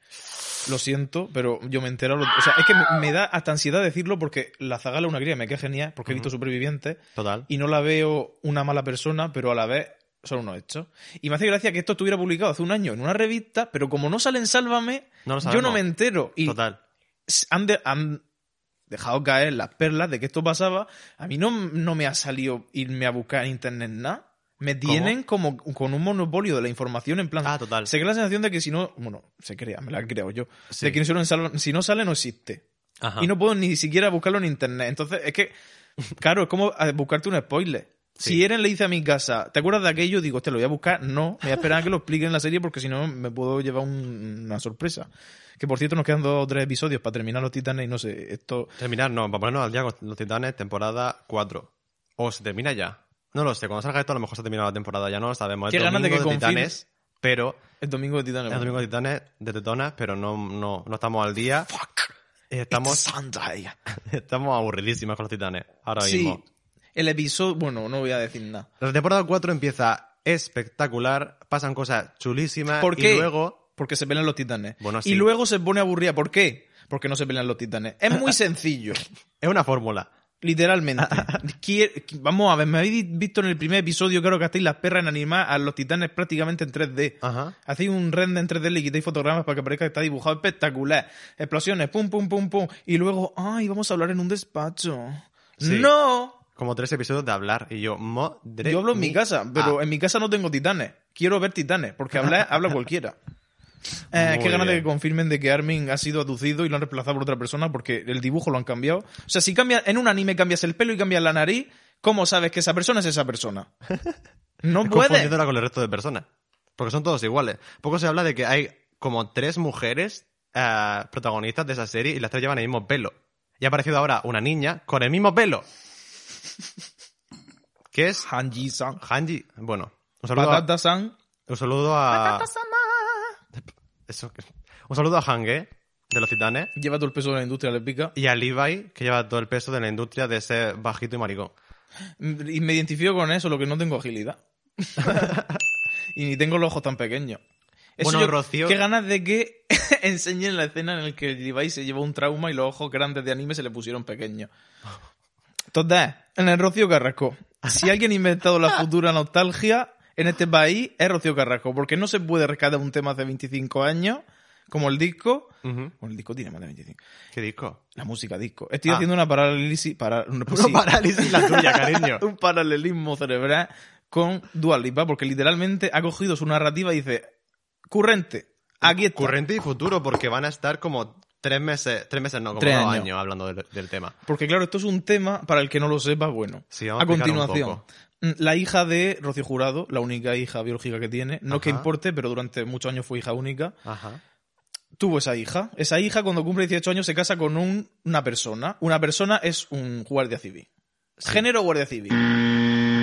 [SPEAKER 1] Lo siento, pero yo me entero. lo- o sea, es que me, me da hasta ansiedad decirlo porque la zagala es una cría, me queda genial porque he visto supervivientes
[SPEAKER 3] Total.
[SPEAKER 1] y no la veo una mala persona, pero a la vez son unos hechos. Y me hace gracia que esto estuviera publicado hace un año en una revista, pero como no sale en Sálvame,
[SPEAKER 3] No lo
[SPEAKER 1] yo no
[SPEAKER 3] sabemos.
[SPEAKER 1] me entero. Y
[SPEAKER 3] Total.
[SPEAKER 1] s- han, de- han dejado caer las perlas de que esto pasaba. A mí no, no me ha salido irme a buscar en internet nada. Me
[SPEAKER 3] ¿Cómo?
[SPEAKER 1] tienen como con un monopolio de la información en plan.
[SPEAKER 3] Ah, total.
[SPEAKER 1] Se crea la sensación de que si no. Bueno, se crea, me la creo yo.
[SPEAKER 3] Sí.
[SPEAKER 1] De que si no sale, si no, sale, no existe.
[SPEAKER 3] Ajá.
[SPEAKER 1] Y no puedo ni siquiera buscarlo en internet. Entonces, es que. Claro, es como eh, buscarte un spoiler.
[SPEAKER 3] Sí.
[SPEAKER 1] Si Eren le dice a mi casa, ¿te acuerdas de aquello? Digo, te lo voy a buscar. No, me voy a esperar a que lo expliquen en la serie porque si no me puedo llevar un- una sorpresa. Que por cierto, nos quedan dos o tres episodios para terminar los titanes y no sé, esto.
[SPEAKER 3] Terminar, no, para ponernos al día con los Titanes, temporada 4. O se termina ya. No lo sé, cuando salga esto a lo mejor se termina la temporada, ya no lo sabemos.
[SPEAKER 1] Qué
[SPEAKER 3] El
[SPEAKER 1] ganas de
[SPEAKER 3] domingo
[SPEAKER 1] que confirme.
[SPEAKER 3] Titanes, pero
[SPEAKER 1] El domingo de titanes.
[SPEAKER 3] el domingo de Titanes de Tetonas, pero no, no, no estamos al día.
[SPEAKER 1] Fuck.
[SPEAKER 3] Eh,
[SPEAKER 1] Estamos.
[SPEAKER 3] Estamos, estamos aburridísimos con los Titanes ahora
[SPEAKER 1] Sí.
[SPEAKER 3] mismo.
[SPEAKER 1] El episodio. Bueno, no voy a decir nada.
[SPEAKER 3] La temporada 4 empieza espectacular, pasan cosas chulísimas
[SPEAKER 1] ¿Por qué?
[SPEAKER 3] y luego
[SPEAKER 1] Porque se pelean los titanes.
[SPEAKER 3] Bueno,
[SPEAKER 1] Y
[SPEAKER 3] sí.
[SPEAKER 1] luego se pone aburrida. ¿Por qué? Porque no se pelean los titanes. Es muy sencillo.
[SPEAKER 3] es una fórmula.
[SPEAKER 1] Literalmente. Quier- Vamos a ver, me habéis visto en el primer episodio, creo que hacéis las perras en animar a los titanes prácticamente en 3D.
[SPEAKER 3] Ajá.
[SPEAKER 1] Hacéis un render en 3D, le quitáis fotogramas para que parezca que está dibujado espectacular. Explosiones, pum, pum, pum, pum. Y luego, ay, vamos a hablar en un despacho.
[SPEAKER 3] Sí.
[SPEAKER 1] ¡No!
[SPEAKER 3] Como tres episodios de hablar y yo, madre
[SPEAKER 1] Yo hablo en mi Ah.
[SPEAKER 3] mía.
[SPEAKER 1] casa, pero en mi casa no tengo titanes. Quiero ver titanes, porque habla, habla cualquiera. Eh,
[SPEAKER 3] Muy
[SPEAKER 1] qué ganas de que
[SPEAKER 3] bien.
[SPEAKER 1] confirmen de que Armin ha sido aducido y lo han reemplazado por otra persona porque el dibujo lo han cambiado. O sea, si cambia, en un anime cambias el pelo y cambias la nariz, ¿cómo sabes que esa persona es esa persona? No
[SPEAKER 3] Es
[SPEAKER 1] puede.
[SPEAKER 3] confundiéndola con el resto de personas. Porque son todos iguales. Poco se habla de que hay como tres mujeres eh, protagonistas de esa serie y las tres llevan el mismo pelo. Y ha aparecido ahora una niña con el mismo pelo. Que es
[SPEAKER 1] Han Ji-san.
[SPEAKER 3] Hanji. Bueno, un saludo, a,
[SPEAKER 1] Patata-san.
[SPEAKER 3] un saludo a. Eso que- un saludo a Hange de los titanes
[SPEAKER 1] Lleva todo el peso de la industria lésbica.
[SPEAKER 3] y a Levi, que lleva todo el peso de la industria de ser bajito y maricón.
[SPEAKER 1] Mm, Y me identifico con eso, lo que no tengo agilidad. y ni tengo los ojos tan pequeños.
[SPEAKER 3] Bueno, Rocío-
[SPEAKER 1] Qué ganas de que enseñen la escena en la que Levi se llevó un trauma y los ojos grandes de anime se le pusieron pequeños. Total, en el Rocío Carrasco. Si alguien ha inventado la futura nostalgia en este país es Rocío Carrasco, porque no se puede rescatar un tema hace 25 años como el disco.
[SPEAKER 3] Ujú.
[SPEAKER 1] Bueno, el disco tiene más de 25.
[SPEAKER 3] ¿Qué disco?
[SPEAKER 1] La música disco. Estoy
[SPEAKER 3] Ah.
[SPEAKER 1] haciendo una parálisis para
[SPEAKER 3] Una parálisis la tuya, cariño.
[SPEAKER 1] un paralelismo cerebral con Dua Lipa, porque literalmente ha cogido su narrativa y dice, currente, aquí está.
[SPEAKER 3] Currente y futuro, porque van a estar como tres meses, tres meses no, como
[SPEAKER 1] Tres
[SPEAKER 3] dos
[SPEAKER 1] años.
[SPEAKER 3] años, hablando del, del tema.
[SPEAKER 1] Porque claro, esto es un tema, para el que no lo sepa, bueno.
[SPEAKER 3] Sí, vamos
[SPEAKER 1] a
[SPEAKER 3] a explicar un
[SPEAKER 1] continuación,
[SPEAKER 3] poco.
[SPEAKER 1] mm, la hija de Rocío Jurado, la única hija biológica que tiene, no que
[SPEAKER 3] Ajá.
[SPEAKER 1] importe, pero durante muchos años fue hija única,
[SPEAKER 3] Ajá.
[SPEAKER 1] tuvo esa hija. Esa hija cuando cumple 18 años se casa con un- una persona. Una persona es un guardia civil. Género guardia civil.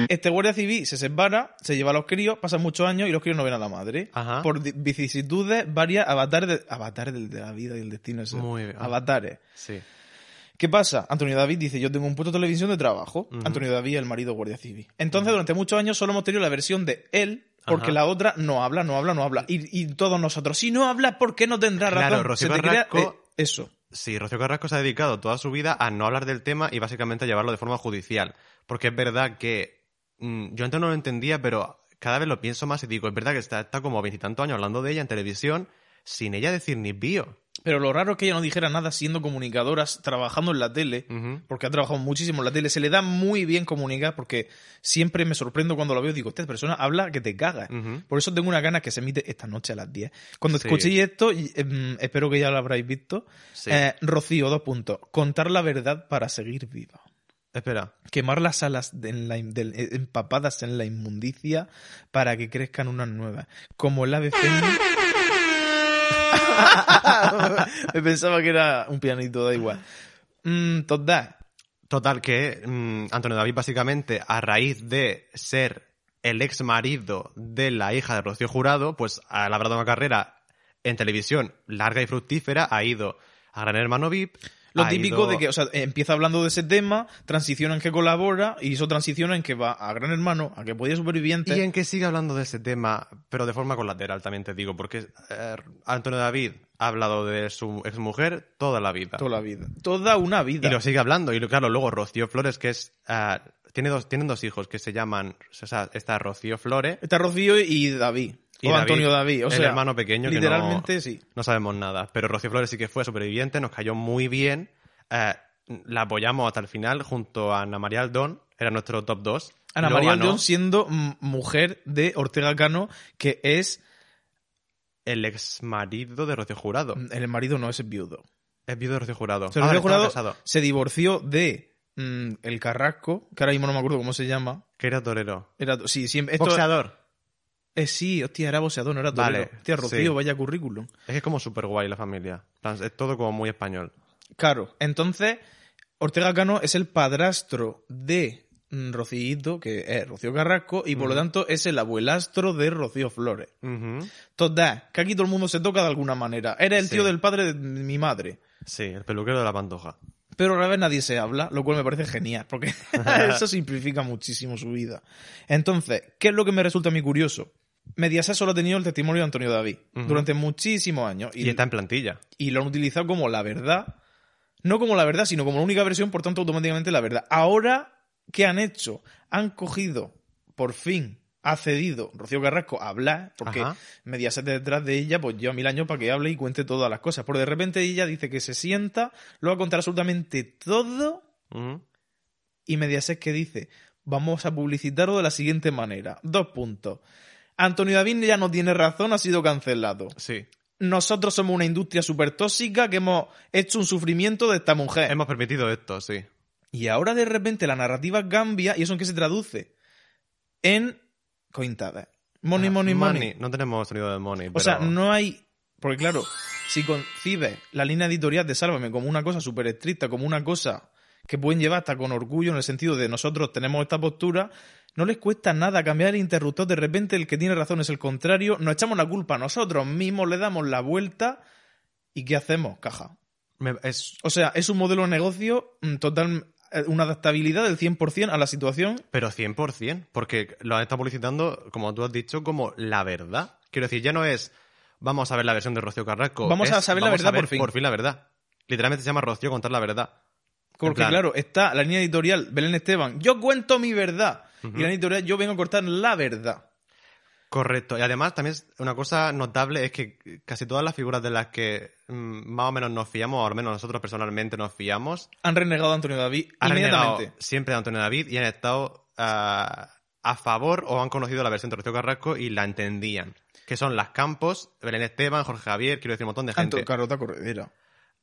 [SPEAKER 1] Este guardia civil se separa, se lleva a los críos, pasan muchos años y los críos no ven a la madre.
[SPEAKER 3] Ajá.
[SPEAKER 1] Por di- vicisitudes, varias avatares de, avatares del- de la vida y el destino. Ese.
[SPEAKER 3] Muy bien.
[SPEAKER 1] Avatares.
[SPEAKER 3] Sí.
[SPEAKER 1] ¿Qué pasa? Antonio David dice, yo tengo un puesto de televisión de trabajo.
[SPEAKER 3] Ujú.
[SPEAKER 1] Antonio David, el marido guardia civil. Entonces, durante muchos años solo hemos tenido la versión de él, porque
[SPEAKER 3] Ajá.
[SPEAKER 1] la otra no habla, no habla, no habla. Y, y todos nosotros, si no habla, ¿por qué no tendrá razón?
[SPEAKER 3] Claro, Rocío
[SPEAKER 1] te crea,
[SPEAKER 3] Carrasco-
[SPEAKER 1] eh, eso.
[SPEAKER 3] Sí, Rocío Carrasco se ha dedicado toda su vida a no hablar del tema y básicamente a llevarlo de forma judicial. Porque es verdad que mm, yo antes no lo entendía, pero cada vez lo pienso más y digo, es verdad que está, está como veintitantos años hablando de ella en televisión sin ella decir ni bio.
[SPEAKER 1] Pero lo raro es que ella no dijera nada siendo comunicadoras, trabajando en la tele,
[SPEAKER 3] Ujú.
[SPEAKER 1] porque ha trabajado muchísimo en la tele. Se le da muy bien comunicar, porque siempre me sorprendo cuando la veo y digo, esta persona habla que te caga.
[SPEAKER 3] Ujú.
[SPEAKER 1] Por eso tengo una gana que se emite esta noche a las 10. Cuando
[SPEAKER 3] Mm. Sí.
[SPEAKER 1] escuchéis esto, y, em, espero que ya lo habráis visto.
[SPEAKER 3] Sí.
[SPEAKER 1] Eh, Rocío, dos puntos. Contar la verdad para seguir viva.
[SPEAKER 3] Espera.
[SPEAKER 1] Quemar las alas de- en la in- del- eh, empapadas en la inmundicia para que crezcan unas nuevas. Como el ave fénix. Me pensaba que era un pianito, da igual. Mm, total.
[SPEAKER 3] Total, que mm, Antonio David básicamente, a raíz de ser el ex marido de la hija de Rocío Jurado, pues ha labrado una carrera en televisión larga y fructífera, ha ido a Gran Hermano VIP,
[SPEAKER 1] Lo
[SPEAKER 3] ha
[SPEAKER 1] típico
[SPEAKER 3] ido-
[SPEAKER 1] de que, o sea, empieza hablando de ese tema, transiciona en que colabora y eso transiciona en que va a Gran Hermano, a que podía Supervivientes.
[SPEAKER 3] Y en que sigue hablando de ese tema, pero de forma colateral, también te digo, porque eh, Antonio David ha hablado de su exmujer toda la vida.
[SPEAKER 1] Toda la vida. Toda una vida.
[SPEAKER 3] Y lo sigue hablando. Y lo- claro, luego Rocío Flores, que es. ah, tiene dos, tienen dos hijos que se llaman. O sea, está Rocío Flores.
[SPEAKER 1] Está Rocío y David.
[SPEAKER 3] Y
[SPEAKER 1] o
[SPEAKER 3] David,
[SPEAKER 1] Antonio David. O
[SPEAKER 3] el
[SPEAKER 1] sea,
[SPEAKER 3] hermano pequeño que no-
[SPEAKER 1] Literalmente sí.
[SPEAKER 3] No sabemos nada. Pero Rocío Flores sí que fue superviviente, nos cayó muy bien. eh, la apoyamos hasta el final junto a Ana María Aldón, era nuestro top 2.
[SPEAKER 1] Ana María Aldón siendo mm, mujer de Ortega Cano, que es.
[SPEAKER 3] El ex marido de Rocío Jurado.
[SPEAKER 1] mm, El marido no es viudo.
[SPEAKER 3] Es viudo de Rocío Jurado.
[SPEAKER 1] O sea,
[SPEAKER 3] Ah,
[SPEAKER 1] Rocío
[SPEAKER 3] vale, estaba
[SPEAKER 1] Jurado
[SPEAKER 3] casado.
[SPEAKER 1] se divorció de mm, el Carrasco, que ahora mismo no me acuerdo cómo se llama.
[SPEAKER 3] Que era torero.
[SPEAKER 1] Era, sí, sí, esto,
[SPEAKER 3] Boxeador.
[SPEAKER 1] eh, sí, hostia, era boxeador, no era torero.
[SPEAKER 3] Vale,
[SPEAKER 1] hostia, Rocío,
[SPEAKER 3] sí.
[SPEAKER 1] vaya currículum.
[SPEAKER 3] Es que es como súper guay la familia. En plan, Es todo como muy español.
[SPEAKER 1] Claro, entonces Ortega Cano es el padrastro de mm, Rocío, que es Rocío Carrasco, y
[SPEAKER 3] Mm.
[SPEAKER 1] por lo tanto es el abuelastro de Rocío Flores.
[SPEAKER 3] Ujú.
[SPEAKER 1] Total, que aquí todo el mundo se toca de alguna manera. Era el
[SPEAKER 3] Sí.
[SPEAKER 1] tío del padre de mi madre.
[SPEAKER 3] Sí, el peluquero de la pantoja.
[SPEAKER 1] Pero a la vez nadie se habla, lo cual me parece genial, porque eso simplifica muchísimo su vida. Entonces, ¿qué es lo que me resulta a mí curioso? Mediaset solo ha tenido el testimonio de Antonio David
[SPEAKER 3] Ujú.
[SPEAKER 1] durante muchísimos años y,
[SPEAKER 3] Y, está en plantilla.
[SPEAKER 1] y lo han utilizado como la verdad. No como la verdad, sino como la única versión, por tanto, automáticamente la verdad. Ahora, ¿qué han hecho? Han cogido, por fin, ha cedido Rocío Carrasco a hablar, porque
[SPEAKER 3] Ajá.
[SPEAKER 1] Mediaset detrás de ella, pues lleva mil años para que hable y cuente todas las cosas. Pero de repente ella dice que se sienta, lo va a contar absolutamente todo,
[SPEAKER 3] Ujú.
[SPEAKER 1] y Mediaset que dice, vamos a publicitarlo de la siguiente manera. Dos puntos. Antonio David ya no tiene razón, ha sido cancelado.
[SPEAKER 3] Sí.
[SPEAKER 1] Nosotros somos una industria súper tóxica que hemos hecho un sufrimiento de esta mujer.
[SPEAKER 3] Hemos permitido esto, sí.
[SPEAKER 1] Y ahora de repente la narrativa cambia y eso en qué se traduce? En cointada. Money,
[SPEAKER 3] Ah,
[SPEAKER 1] money, money.
[SPEAKER 3] No tenemos sonido de money.
[SPEAKER 1] O
[SPEAKER 3] pero-
[SPEAKER 1] sea, no hay. Porque claro, si concibes la línea editorial de Sálvame como una cosa súper estricta, como una cosa que pueden llevar hasta con orgullo en el sentido de nosotros tenemos esta postura, no les cuesta nada cambiar el interruptor, de repente el que tiene razón es el contrario, nos echamos la culpa a nosotros mismos, le damos la vuelta y ¿qué hacemos? Caja.
[SPEAKER 3] Me- es-
[SPEAKER 1] O sea, es un modelo de negocio mm, total, eh, una adaptabilidad del 100% a la situación
[SPEAKER 3] Pero 100%, porque lo han estado publicitando, como tú has dicho, como la verdad. Quiero decir, ya no es vamos a ver la versión de Rocío Carrasco.
[SPEAKER 1] Vamos a
[SPEAKER 3] es,
[SPEAKER 1] saber la
[SPEAKER 3] vamos
[SPEAKER 1] verdad
[SPEAKER 3] ver
[SPEAKER 1] por fin.
[SPEAKER 3] Por fin la verdad. Literalmente se llama Rocío contar la verdad. En
[SPEAKER 1] Porque
[SPEAKER 3] plan-
[SPEAKER 1] claro, está la línea editorial Belén Esteban, yo cuento mi verdad. Y la línea editorial, yo vengo a cortar la verdad.
[SPEAKER 3] Correcto. Y además, también es- una cosa notable es que casi todas las figuras de las que mm, más o menos nos fiamos, o al menos nosotros personalmente nos fiamos,
[SPEAKER 1] Han renegado a Antonio David
[SPEAKER 3] han renegado
[SPEAKER 1] inmediatamente.
[SPEAKER 3] siempre de Antonio David y han estado ah, a favor o han conocido la versión de Rocío Carrasco y la entendían. Que son las Campos, Belén Esteban, Jorge Javier, quiero decir un montón de gente.
[SPEAKER 1] Anto- Carlota Corredera.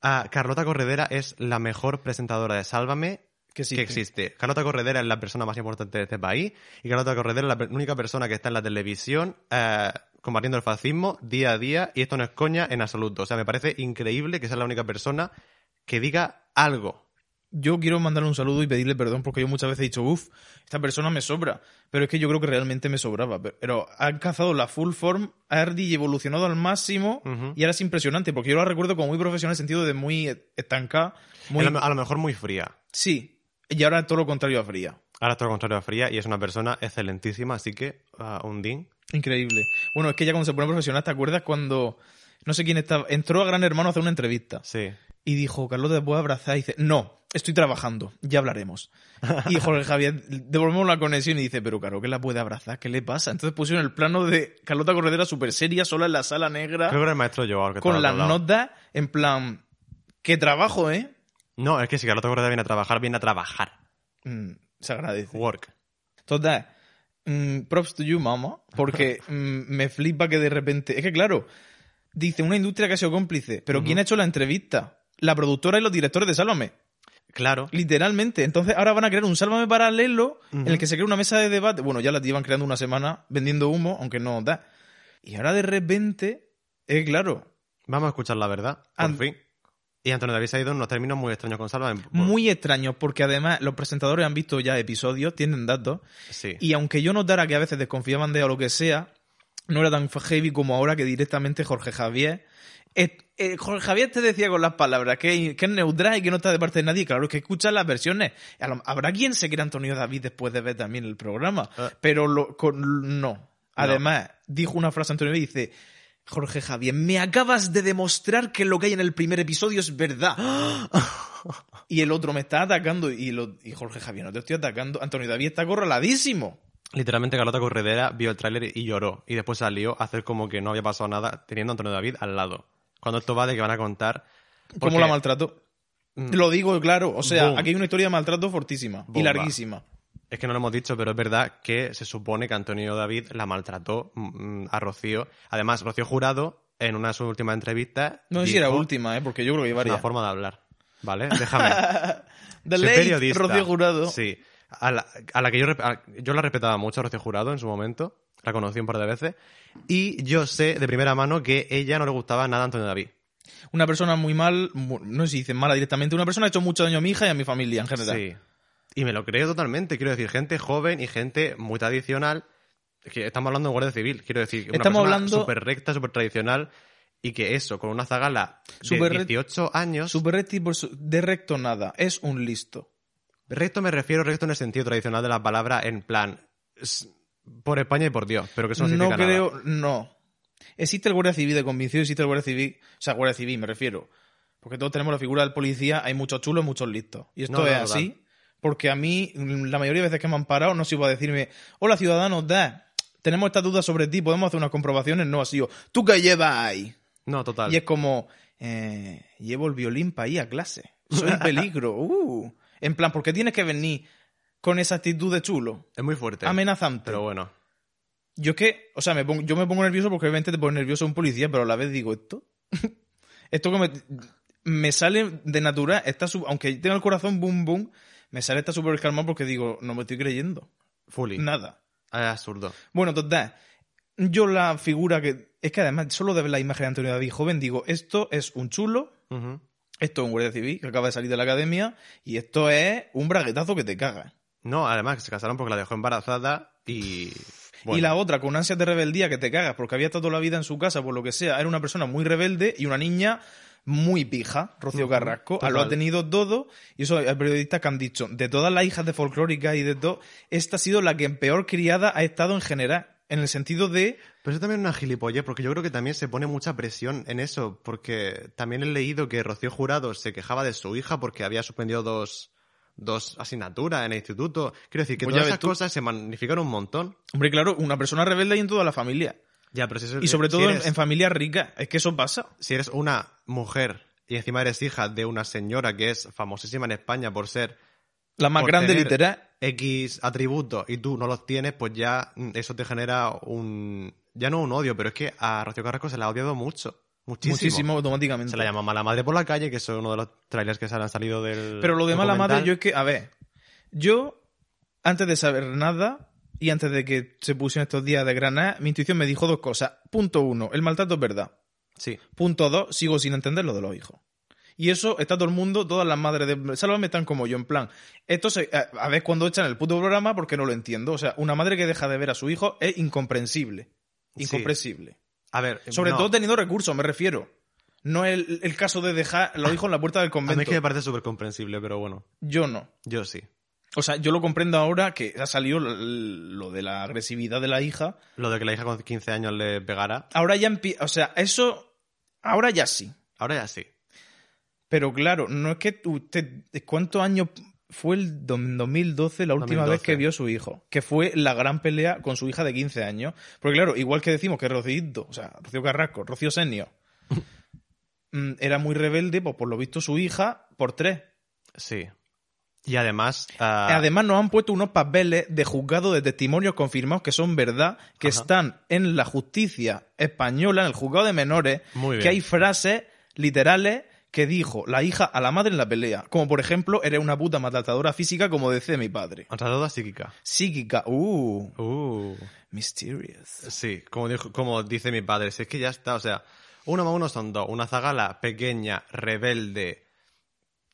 [SPEAKER 3] Ah, Carlota Corredera es la mejor presentadora de Sálvame
[SPEAKER 1] Que existe.
[SPEAKER 3] que existe. Carlota Corredera es la persona más importante de este país y Carlota Corredera es la per- única persona que está en la televisión eh, combatiendo el fascismo día a día y esto no es coña en absoluto. O sea, me parece increíble que sea la única persona que diga algo.
[SPEAKER 1] Yo quiero mandarle un saludo y pedirle perdón porque yo muchas veces he dicho, uff, esta persona me sobra. Pero es que yo creo que realmente me sobraba. Pero, pero ha alcanzado la full form, ha ardi y evolucionado al máximo.
[SPEAKER 3] Ujú.
[SPEAKER 1] Y ahora es impresionante porque yo la recuerdo como muy profesional en el sentido de muy estancada. Muy...
[SPEAKER 3] A lo- a lo mejor muy fría.
[SPEAKER 1] Sí. Y ahora todo lo contrario a fría.
[SPEAKER 3] Ahora es todo lo contrario a fría y es una persona excelentísima, así que ah, un din.
[SPEAKER 1] Increíble. Bueno, es que ya cuando se pone profesional, ¿te acuerdas cuando no sé quién estaba? Entró a Gran Hermano a hacer una entrevista
[SPEAKER 3] Sí.
[SPEAKER 1] y dijo, Carlos, ¿te puedo abrazar? Y dice, no, estoy trabajando, ya hablaremos. Y Jorge Javier, devolvemos la conexión y dice, pero claro, que la puede abrazar? ¿Qué le pasa? Entonces pusieron el plano de Carlota Corredera súper seria, sola en la sala negra,
[SPEAKER 3] Creo que era el maestro Joao. el que
[SPEAKER 1] con
[SPEAKER 3] estaba
[SPEAKER 1] las
[SPEAKER 3] al lado.
[SPEAKER 1] notas, en plan, qué trabajo, ¿eh?
[SPEAKER 3] No, es que si Carlota Corredera viene a trabajar, viene a trabajar.
[SPEAKER 1] Mm, se agradece.
[SPEAKER 3] Work.
[SPEAKER 1] Total. mm, props to you, mama. Porque mm, me flipa que de repente. Es que, claro, dice una industria que ha sido cómplice. Pero ¿quién ha hecho la entrevista? La productora y los directores de Sálvame.
[SPEAKER 3] Claro.
[SPEAKER 1] Literalmente. Entonces, ahora van a crear un Sálvame paralelo en el
[SPEAKER 3] Ujú.
[SPEAKER 1] que se crea una mesa de debate. Bueno, ya la llevan creando una semana vendiendo humo, aunque no da. Y ahora de repente. Es claro.
[SPEAKER 3] Vamos a escuchar la verdad, por
[SPEAKER 1] An-
[SPEAKER 3] fin. Y Antonio David se ha ido en unos términos muy extraños con Salva. Pues, en-
[SPEAKER 1] Muy extraño, porque además los presentadores han visto ya episodios, tienen datos,
[SPEAKER 3] Sí.
[SPEAKER 1] Y aunque yo notara que a veces desconfiaban de él o lo que sea, no era tan heavy como ahora que directamente Jorge Javier Eh, eh, Jorge Javier te decía con las palabras que, que es neutral y que no está de parte de nadie. Claro, es que escuchas las versiones. A lo- habrá quien se quiera Antonio David después de ver también el programa,
[SPEAKER 3] Ah.
[SPEAKER 1] pero lo, con- no. Además, dijo una frase Antonio David, dice, Jorge Javier, me acabas de demostrar que lo que hay en el primer episodio es verdad. y el otro me está atacando y, lo- y Jorge Javier, no te estoy atacando. Antonio David está corraladísimo.
[SPEAKER 3] Literalmente Carlota Corredera vio el tráiler y lloró. Y después salió a hacer como que no había pasado nada teniendo a Antonio David al lado. Cuando esto va de que van a contar...
[SPEAKER 1] ¿Cómo
[SPEAKER 3] porque-
[SPEAKER 1] la maltrató? Lo digo claro, o sea,
[SPEAKER 3] Mm. Boom.
[SPEAKER 1] aquí hay una historia de maltrato fortísima y
[SPEAKER 3] Bomba.
[SPEAKER 1] larguísima.
[SPEAKER 3] Es que no lo hemos dicho, pero es verdad que se supone que Antonio David la maltrató mm, mm, a Rocío. Además, Rocío Jurado, en una de sus últimas entrevistas...
[SPEAKER 1] No sé si
[SPEAKER 3] dijo-
[SPEAKER 1] era última, ¿eh? porque yo creo que hay
[SPEAKER 3] Es una
[SPEAKER 1] varias.
[SPEAKER 3] forma de hablar, ¿vale? Déjame.
[SPEAKER 1] The
[SPEAKER 3] Soy
[SPEAKER 1] late
[SPEAKER 3] periodista.
[SPEAKER 1] Rocío Jurado.
[SPEAKER 3] Sí. A la, a la que yo, rep- a- yo la respetaba mucho, a Rocío Jurado, en su momento. La conocí un par de veces. Y yo sé de primera mano que ella no le gustaba nada a Antonio David.
[SPEAKER 1] Una persona muy mal, mu- no sé si dicen mala directamente, una persona que ha hecho mucho daño a mi hija y a mi familia en general.
[SPEAKER 3] Sí. Y me lo creo totalmente. Quiero decir, gente joven y gente muy tradicional. Que estamos hablando de Guardia Civil. Quiero decir, una
[SPEAKER 1] Estamos
[SPEAKER 3] persona
[SPEAKER 1] hablando-
[SPEAKER 3] súper recta, súper tradicional. Y que eso, con una zagala de
[SPEAKER 1] Súper re-
[SPEAKER 3] 18 años.
[SPEAKER 1] Super recto y por su- de recto nada, es un listo.
[SPEAKER 3] Recto me refiero, recto en el sentido tradicional de la palabra, en plan, s- por España y por Dios, pero que eso no
[SPEAKER 1] no
[SPEAKER 3] significa
[SPEAKER 1] creo,
[SPEAKER 3] nada.
[SPEAKER 1] no. Existe el Guardia Civil de convicción, existe el Guardia Civil, o sea, Guardia Civil me refiero. Porque todos tenemos la figura del policía, hay muchos chulos, muchos listos. Y esto
[SPEAKER 3] No, no,
[SPEAKER 1] es
[SPEAKER 3] total.
[SPEAKER 1] así, porque a mí, mm, la mayoría de veces que me han parado, no se iba a decirme, hola ciudadanos, da, tenemos esta duda sobre ti, podemos hacer unas comprobaciones, no ha sido, ¿tú qué llevas ahí?
[SPEAKER 3] No, total.
[SPEAKER 1] Y es como, eh, llevo el violín para ir a clase. Soy un peligro. uh. En plan, ¿por qué tienes que venir con esa actitud de chulo?
[SPEAKER 3] Es muy fuerte.
[SPEAKER 1] Amenazante.
[SPEAKER 3] Pero bueno.
[SPEAKER 1] Yo es que, o sea, me pongo- yo me pongo nervioso porque obviamente te pone nervioso un policía, pero a la vez digo esto. esto que me, me sale de natural, está sub- aunque tenga el corazón boom boom, me sale está súper calmado porque digo, no me estoy creyendo.
[SPEAKER 3] Fully. Ah,
[SPEAKER 1] Nada.
[SPEAKER 3] Es absurdo.
[SPEAKER 1] Bueno, total. Yo la figura que. Es que además, solo de ver la imagen de Antonio David joven, digo, esto es un chulo,
[SPEAKER 3] Ujú.
[SPEAKER 1] esto es un guardia civil que acaba de salir de la academia, y esto es un braguetazo que te caga.
[SPEAKER 3] No, además que se casaron porque la dejó embarazada y. Bueno,
[SPEAKER 1] Y la otra, con ansias de rebeldía que te cagas, porque había estado toda la vida en su casa, por lo que sea, era una persona muy rebelde y una niña muy pija, Rocío
[SPEAKER 3] Ujú,
[SPEAKER 1] Carrasco. Ah, Lo ha
[SPEAKER 3] total.
[SPEAKER 1] tenido todo, y eso hay periodistas que han dicho, de todas las hijas de folclóricas y de todo, esta ha sido la que en peor criada ha estado en general, en el sentido de...
[SPEAKER 3] Pero eso también es una gilipollez, porque yo creo que también se pone mucha presión en eso, porque también he leído que Rocío Jurado se quejaba de su hija porque había suspendido dos, dos asignaturas en el instituto. Quiero decir que
[SPEAKER 1] Pues ya
[SPEAKER 3] todas
[SPEAKER 1] ves
[SPEAKER 3] esas
[SPEAKER 1] tú.
[SPEAKER 3] cosas se magnificaron un montón.
[SPEAKER 1] Hombre, claro, una persona rebelde hay en toda la familia.
[SPEAKER 3] Ya, pero si eso-
[SPEAKER 1] Y sobre
[SPEAKER 3] si
[SPEAKER 1] todo en-
[SPEAKER 3] eres-
[SPEAKER 1] en familias ricas. Es que eso pasa.
[SPEAKER 3] si eres una mujer y encima eres hija de una señora que es famosísima en España por ser
[SPEAKER 1] La más
[SPEAKER 3] Por
[SPEAKER 1] grande,
[SPEAKER 3] tener-
[SPEAKER 1] literal.
[SPEAKER 3] X atributos y tú no los tienes, pues ya mm, eso te genera un... Ya no un odio, pero es que a Rocío Carrasco se la ha odiado mucho. Muchísimo.
[SPEAKER 1] Muchísimo automáticamente.
[SPEAKER 3] Se la llama mala madre por la calle, que eso es uno de los trailers que se han salido del...
[SPEAKER 1] Pero lo de mala madre,
[SPEAKER 3] documental.
[SPEAKER 1] yo es que, a ver, yo, antes de saber nada y antes de que se pusieran estos días de Granada, mi intuición me dijo dos cosas. Punto uno, el maltrato es verdad.
[SPEAKER 3] Sí.
[SPEAKER 1] Punto dos, sigo sin entender lo de los hijos. Y eso está todo el mundo, todas las madres de Sálvame están como yo, en plan. Esto se- a, a ver cuando echan el puto programa porque no lo entiendo. O sea, una madre que deja de ver a su hijo es incomprensible.
[SPEAKER 3] Sí.
[SPEAKER 1] Incomprensible.
[SPEAKER 3] A ver...
[SPEAKER 1] Sobre
[SPEAKER 3] no.
[SPEAKER 1] todo teniendo recursos, me refiero. No el, el caso de dejar los hijos en la puerta del
[SPEAKER 3] Ah, A
[SPEAKER 1] convento.
[SPEAKER 3] mí es que me parece súper comprensible, pero bueno,
[SPEAKER 1] Yo no.
[SPEAKER 3] yo sí.
[SPEAKER 1] O sea, yo lo comprendo ahora que ha salido l- lo de la agresividad de la hija.
[SPEAKER 3] Lo de que la hija con 15 años le pegara,
[SPEAKER 1] Ahora ya empieza. O sea, eso. Ahora ya sí.
[SPEAKER 3] ahora ya sí.
[SPEAKER 1] Pero claro, no es que usted. ¿Cuántos años fue el do- 2012 la última
[SPEAKER 3] 2012?
[SPEAKER 1] vez que vio a su hijo? Que fue la gran pelea con su hija de 15 años. Porque claro, igual que decimos que Rocío, o sea, Rocío Carrasco, Rocío Senio, mm, era muy rebelde, pues por lo visto su hija, por tres.
[SPEAKER 3] Sí. Y además... ah,
[SPEAKER 1] Además, nos han puesto unos papeles de juzgado de testimonios confirmados que son verdad, que
[SPEAKER 3] Ajá.
[SPEAKER 1] están en la justicia española, en el juzgado de menores,
[SPEAKER 3] Muy bien.
[SPEAKER 1] que hay frases literales que dijo la hija a la madre en la pelea. Como por ejemplo, eres una puta maltratadora física, como decía mi padre.
[SPEAKER 3] Maltratadora psíquica.
[SPEAKER 1] Psíquica, uh,
[SPEAKER 3] Uh.
[SPEAKER 1] mysterious.
[SPEAKER 3] Sí, como, dijo, como dice mi padre, si es que ya está, o sea, uno más uno son dos, una zagala pequeña, rebelde,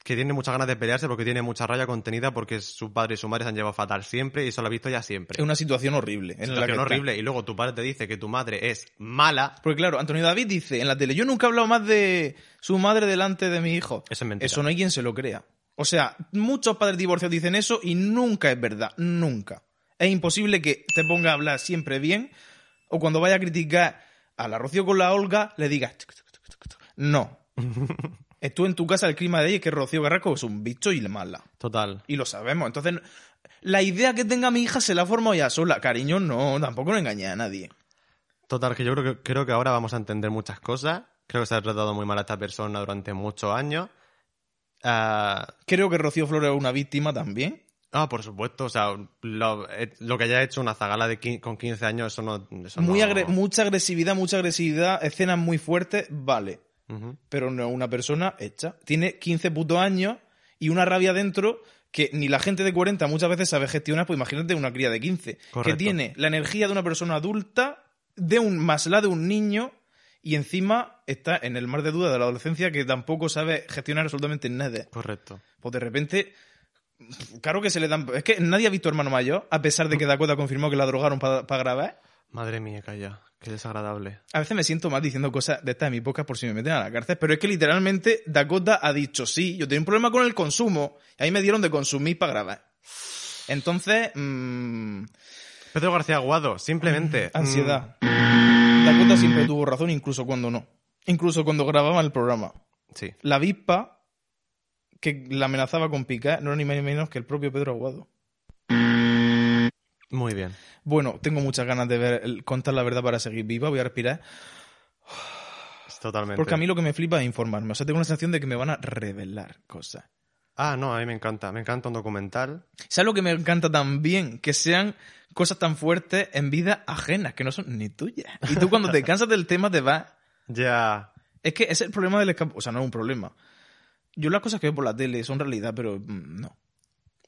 [SPEAKER 3] que tiene muchas ganas de pelearse porque tiene mucha raya contenida porque su padre y su madre se han llevado fatal siempre y eso lo ha visto ya siempre.
[SPEAKER 1] Es una situación horrible. en la
[SPEAKER 3] Situación
[SPEAKER 1] que está.
[SPEAKER 3] horrible. Y luego tu padre te dice que tu madre es mala.
[SPEAKER 1] Porque claro, Antonio David dice en la tele, yo nunca he hablado más de su madre delante de mi hijo.
[SPEAKER 3] Eso es mentira.
[SPEAKER 1] Eso no hay quien se lo crea. O sea, muchos padres divorciados dicen eso y nunca es verdad, nunca. Es imposible que te ponga a hablar siempre bien o cuando vaya a criticar a la Rocío con la Olga le digas... "Tuc, tuc, tuc, tuc, tuc". No. Tú en tu casa el clima de ahí es que Rocío Carrasco es un bicho y le mala.
[SPEAKER 3] Total.
[SPEAKER 1] Y lo sabemos. Entonces, la idea que tenga mi hija se la ha formado ya sola. Cariño, no, tampoco no engañé a nadie.
[SPEAKER 3] Total, que yo creo que, creo que ahora vamos a entender muchas cosas. Creo que se ha tratado muy mal a esta persona durante muchos años. Ah,
[SPEAKER 1] Creo que Rocío Flores es una víctima también.
[SPEAKER 3] ah, por supuesto. O sea, lo, eh, lo que haya hecho una zagala de quin- con 15 años, eso no. eso
[SPEAKER 1] Muy
[SPEAKER 3] no-
[SPEAKER 1] agre- mucha agresividad, mucha agresividad, escenas muy fuertes, vale.
[SPEAKER 3] Ujú.
[SPEAKER 1] Pero no es una persona hecha. Tiene 15 putos años y una rabia dentro que ni la gente de 40 muchas veces sabe gestionar, pues imagínate una cría de 15. Que
[SPEAKER 3] Correcto.
[SPEAKER 1] tiene la energía de una persona adulta, de un, más la de un niño, y encima está en el mar de duda de la adolescencia que tampoco sabe gestionar absolutamente nada.
[SPEAKER 3] Correcto.
[SPEAKER 1] Pues de repente, claro que se le dan. Es que nadie ha visto Hermano Mayor, a pesar de que Dakota confirmó que la drogaron para grabar.
[SPEAKER 3] Madre mía, calla. Qué desagradable.
[SPEAKER 1] A veces me siento mal diciendo cosas de estas en mi podcast por si me meten a la cárcel, pero es que literalmente Dakota ha dicho: Sí, yo tenía un problema con el consumo, y ahí me dieron de consumir para grabar. Entonces, mm,
[SPEAKER 3] Pedro García Guado, simplemente.
[SPEAKER 1] ansiedad. Dakota siempre tuvo razón, incluso cuando no. Incluso cuando grababan el programa.
[SPEAKER 3] Mm, sí.
[SPEAKER 1] La avispa que la amenazaba con picar no era ni más ni menos que el propio Pedro Aguado.
[SPEAKER 3] Muy bien.
[SPEAKER 1] Bueno, tengo muchas ganas de ver el- contar la verdad para seguir viva, voy a respirar.
[SPEAKER 3] Totalmente.
[SPEAKER 1] Porque a mí lo que me flipa es informarme. O sea, tengo una sensación de que me van a revelar cosas.
[SPEAKER 3] Ah, no, a mí me encanta. Me encanta un documental.
[SPEAKER 1] ¿Sabes lo que me encanta también? Que sean cosas tan fuertes en vidas ajenas, que no son ni tuyas. Y tú cuando te cansas del tema te vas.
[SPEAKER 3] Ya.
[SPEAKER 1] Es que es el problema del escape. O sea, no es un problema. Yo las cosas que veo por la tele son realidad, pero mm, no.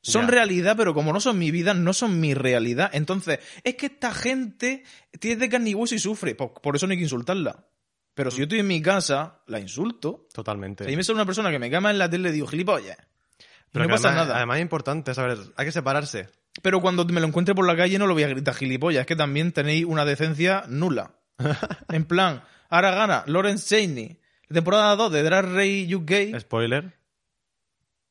[SPEAKER 1] Son
[SPEAKER 3] Ya.
[SPEAKER 1] realidad, pero como no son mi vida, no son mi realidad. Entonces, es que esta gente tiene de carne y hueso y sufre. Por, por eso no hay que insultarla. Pero si
[SPEAKER 3] Mm.
[SPEAKER 1] yo estoy en mi casa, la insulto.
[SPEAKER 3] Totalmente.
[SPEAKER 1] Si a mí me sale una persona que me cama en la tele, digo, gilipollas. Y
[SPEAKER 3] Pero
[SPEAKER 1] no
[SPEAKER 3] que
[SPEAKER 1] pasa
[SPEAKER 3] además,
[SPEAKER 1] nada.
[SPEAKER 3] Además es importante saber, hay que separarse.
[SPEAKER 1] Pero cuando me lo encuentre por la calle no lo voy a gritar gilipollas, es que también tenéis una decencia nula. en plan, ahora gana Lawrence Cheney, temporada 2 de Drag Race UK.
[SPEAKER 3] Spoiler.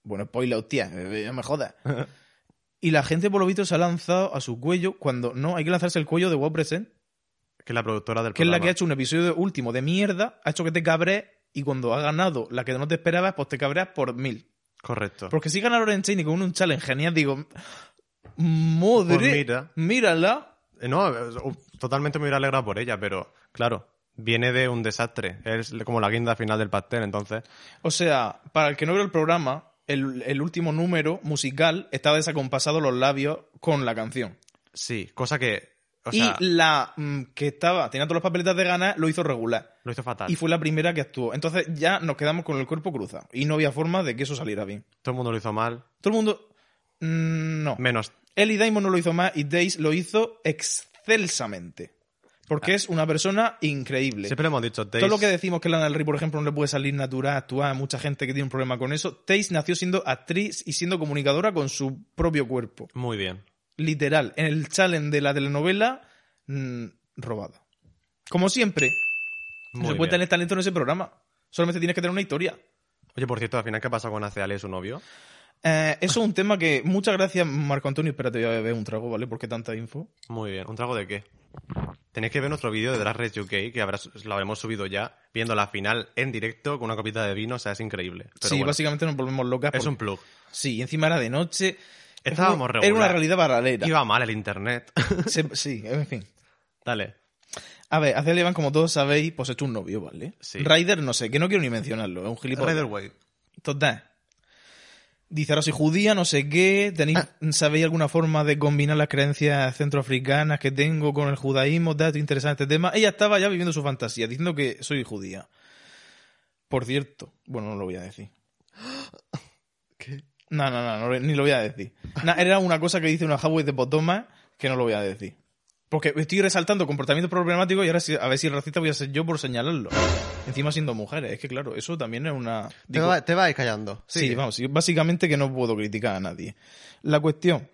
[SPEAKER 1] Bueno, spoiler, hostia, eh, no me jodas. y la gente por lo visto se ha lanzado a su cuello cuando no, hay que lanzarse el cuello de WordPress,
[SPEAKER 3] Que es la productora del
[SPEAKER 1] que es la
[SPEAKER 3] programa.
[SPEAKER 1] que ha hecho un episodio último de mierda, ha hecho que te cabrees y cuando ha ganado la que no te esperabas, pues te cabreas por mil.
[SPEAKER 3] Correcto.
[SPEAKER 1] Porque si gana Lorenz Cheney con un challenge genial, digo, madre,
[SPEAKER 3] Pues mira.
[SPEAKER 1] mírala.
[SPEAKER 3] Eh, No, eh, uf, totalmente me hubiera alegrado por ella, pero claro, viene de un desastre. Es como la guinda final del pastel, entonces.
[SPEAKER 1] O sea, para el que no vio el programa, el, el último número musical estaba desacompasado los labios con la canción.
[SPEAKER 3] Sí, cosa que, o sea,
[SPEAKER 1] y la mm, que estaba, tenía todas las papeletas de ganas, lo hizo regular.
[SPEAKER 3] lo hizo fatal.
[SPEAKER 1] Y fue la primera que actuó. Entonces ya nos quedamos con el cuerpo cruzado. Y no había forma de que eso saliera bien.
[SPEAKER 3] Todo el mundo lo hizo mal,
[SPEAKER 1] Todo el mundo. mm, No.
[SPEAKER 3] menos
[SPEAKER 1] Ellie Diamond no lo hizo más y Days lo hizo excelsamente.
[SPEAKER 3] Ah.
[SPEAKER 1] Porque es una persona increíble.
[SPEAKER 3] Siempre lo hemos dicho, Taze-
[SPEAKER 1] Todo lo que decimos que Lana del Rey, por ejemplo, no le puede salir natural actuar, mucha gente que tiene un problema con eso. Taze nació siendo actriz y siendo comunicadora con su propio cuerpo.
[SPEAKER 3] Muy bien.
[SPEAKER 1] Literal. En el challenge de la telenovela, mm, robada. Como siempre, no
[SPEAKER 3] Muy
[SPEAKER 1] se puede
[SPEAKER 3] bien.
[SPEAKER 1] tener talento en ese programa. Solamente tienes que tener una historia.
[SPEAKER 3] Oye, por cierto, al final, ¿qué pasó con Aceal y su novio?
[SPEAKER 1] Eh, eso es un tema que. Muchas gracias, Marco Antonio. Espérate, voy a beber un trago, ¿vale? Porque tanta info.
[SPEAKER 3] Muy bien. ¿Un trago de qué? Tenéis que ver nuestro vídeo de Drag Race UK, que habrá, su- lo habremos subido ya, viendo la final en directo con una copita de vino, o sea, es increíble. Pero
[SPEAKER 1] sí,
[SPEAKER 3] bueno,
[SPEAKER 1] básicamente nos volvemos locas.
[SPEAKER 3] es
[SPEAKER 1] porque-
[SPEAKER 3] un plug.
[SPEAKER 1] Sí, y encima era de noche.
[SPEAKER 3] Estábamos
[SPEAKER 1] Era una- Era una
[SPEAKER 3] regular.
[SPEAKER 1] realidad paralela.
[SPEAKER 3] Iba mal el internet.
[SPEAKER 1] Se- sí, en fin.
[SPEAKER 3] Dale.
[SPEAKER 1] A ver, hace Levan, como todos sabéis, pues hecho un novio, ¿vale?
[SPEAKER 3] Sí.
[SPEAKER 1] Ryder, no sé, que no quiero ni mencionarlo, es un gilipollas.
[SPEAKER 3] Rider Waite.
[SPEAKER 1] Total. Dice, ahora soy judía, no sé qué, tenéis, ¿sabéis alguna forma de combinar las creencias centroafricanas que tengo con el judaísmo? Dato interesante este tema. Ella estaba ya viviendo su fantasía, diciendo que soy judía. Por cierto, bueno, no lo voy a decir.
[SPEAKER 3] ¿Qué?
[SPEAKER 1] No, no, no, no, ni lo voy a decir. Na- era una cosa que dice una Huawei de Potoma que no lo voy a decir. Porque estoy resaltando comportamiento problemático y ahora si- a ver si el racista voy a ser yo por señalarlo. Encima siendo mujeres. Es que claro, eso también es una...
[SPEAKER 3] Te,
[SPEAKER 1] digo,
[SPEAKER 3] va- te vais callando.
[SPEAKER 1] sí,
[SPEAKER 3] Sigue.
[SPEAKER 1] vamos, yo básicamente que no puedo criticar a nadie. La cuestión,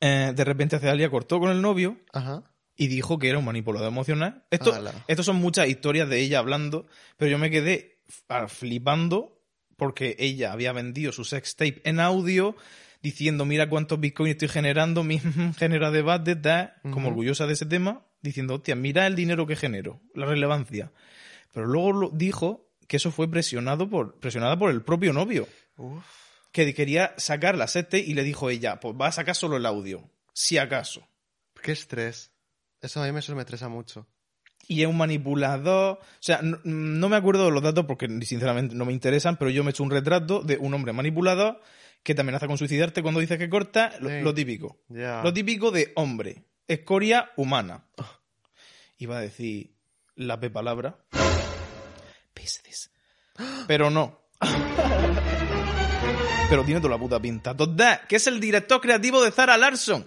[SPEAKER 1] eh, de repente Celia cortó con el novio
[SPEAKER 3] Ajá.
[SPEAKER 1] y dijo que era un manipulador emocional. Esto,
[SPEAKER 3] Ala.
[SPEAKER 1] estos son muchas historias de ella hablando, pero yo me quedé f- ah, flipando porque ella había vendido su sex tape en audio diciendo, mira cuántos bitcoins estoy generando, mi genera debate, da, como
[SPEAKER 3] Ujú.
[SPEAKER 1] orgullosa de ese tema, diciendo, hostia, mira el dinero que genero, la relevancia. Pero luego lo- dijo que eso fue presionado por, presionada por el propio novio que quería sacar la sete y le dijo ella, pues va a sacar solo el audio, si acaso.
[SPEAKER 3] Qué estrés. Eso a mí me, eso me estresa mucho.
[SPEAKER 1] Y es un manipulador. O sea, no, no me acuerdo de los datos porque sinceramente no me interesan, pero yo me he hecho un retrato de un hombre manipulador que te amenaza con suicidarte cuando dices que corta, lo,
[SPEAKER 3] Sí. Ah.
[SPEAKER 1] lo típico.
[SPEAKER 3] Ya.
[SPEAKER 1] Lo típico de hombre, escoria humana. Iba a decir la P palabra. Pestes. Pero no. Pero tiene toda la puta pinta. Total, que es el director creativo de Zara Larson.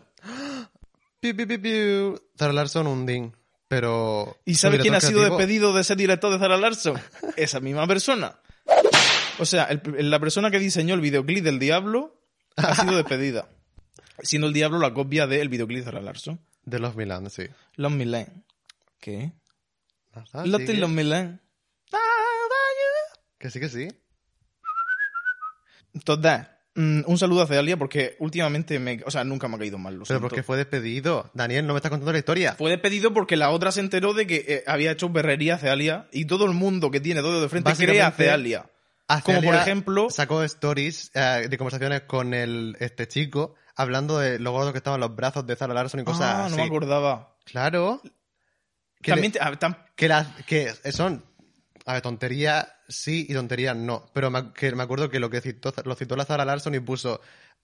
[SPEAKER 3] Piu, piu, piu, piu. Zara Larsson, un ding. Pero.
[SPEAKER 1] ¿Y
[SPEAKER 3] su
[SPEAKER 1] sabes quién ha
[SPEAKER 3] director
[SPEAKER 1] sido
[SPEAKER 3] creativo-
[SPEAKER 1] despedido de ser director de Zara Larson? Esa misma persona. O sea, el- la persona que diseñó el videoclip del Diablo ha sido despedida. Siendo el Diablo la copia del videoclip de Zara Larson.
[SPEAKER 3] De los Milan, sí.
[SPEAKER 1] Los Milan. ¿Qué?
[SPEAKER 3] Nada,
[SPEAKER 1] Los
[SPEAKER 3] sigue.
[SPEAKER 1] Los Milan.
[SPEAKER 3] Que sí, que sí.
[SPEAKER 1] Total. mm, un saludo a Celia porque últimamente me. O sea, nunca me ha caído mal. Lo
[SPEAKER 3] Pero
[SPEAKER 1] siento.
[SPEAKER 3] porque fue despedido. Daniel, no me estás contando la historia.
[SPEAKER 1] Fue despedido porque la otra se enteró de que eh, había hecho berrería Celia y todo el mundo que tiene todo de frente cree a
[SPEAKER 3] Básicamente,
[SPEAKER 1] Celia.
[SPEAKER 3] Hace
[SPEAKER 1] Como por
[SPEAKER 3] Celia
[SPEAKER 1] ejemplo.
[SPEAKER 3] Sacó stories eh, de conversaciones con el, este chico hablando de lo gordo que estaban los brazos de Zara Larson y cosas
[SPEAKER 1] Ah,
[SPEAKER 3] así.
[SPEAKER 1] no me acordaba.
[SPEAKER 3] Claro. Que,
[SPEAKER 1] También,
[SPEAKER 3] le-
[SPEAKER 1] te- ah, tam-
[SPEAKER 3] que, las- que son. A ver, tontería sí y tontería no. Pero me, ac- que me acuerdo que lo que citó, lo citó la Zara Larson y puso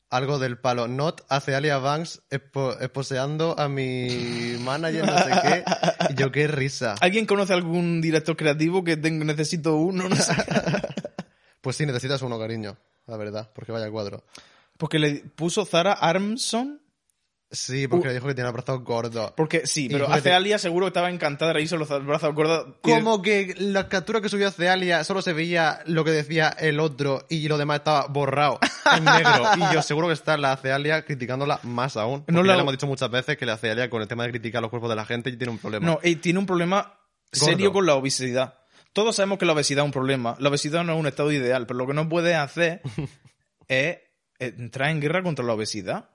[SPEAKER 3] algo del palo. Not hace Alia Banks espo- esposeando a mi manager, no sé qué. Y yo qué risa.
[SPEAKER 1] ¿Alguien conoce algún director creativo que tengo, necesito uno? No sé.
[SPEAKER 3] Pues sí, necesitas uno, cariño. La verdad, porque vaya cuadro.
[SPEAKER 1] Porque le puso Zara Armson.
[SPEAKER 3] Sí,
[SPEAKER 1] Uh.
[SPEAKER 3] porque le dijo que tiene un brazo gordo.
[SPEAKER 1] Porque sí, pero
[SPEAKER 3] Híjole.
[SPEAKER 1] hace Alia seguro estaba encantada de reírse los brazos gordos. y-
[SPEAKER 3] Como que la captura que subió hace Alia solo se veía lo que decía el otro y lo demás estaba borrado en negro. Y yo seguro que está la Cealia criticándola más aún. Porque
[SPEAKER 1] No
[SPEAKER 3] no
[SPEAKER 1] la-
[SPEAKER 3] ya le hemos dicho muchas veces que la Cealia con el tema de criticar los cuerpos de la gente tiene un problema.
[SPEAKER 1] No, eh, tiene un problema serio con la obesidad. Todos sabemos que la obesidad es un problema. La obesidad no es un estado ideal, pero lo que no puedes hacer es entrar en guerra contra la obesidad.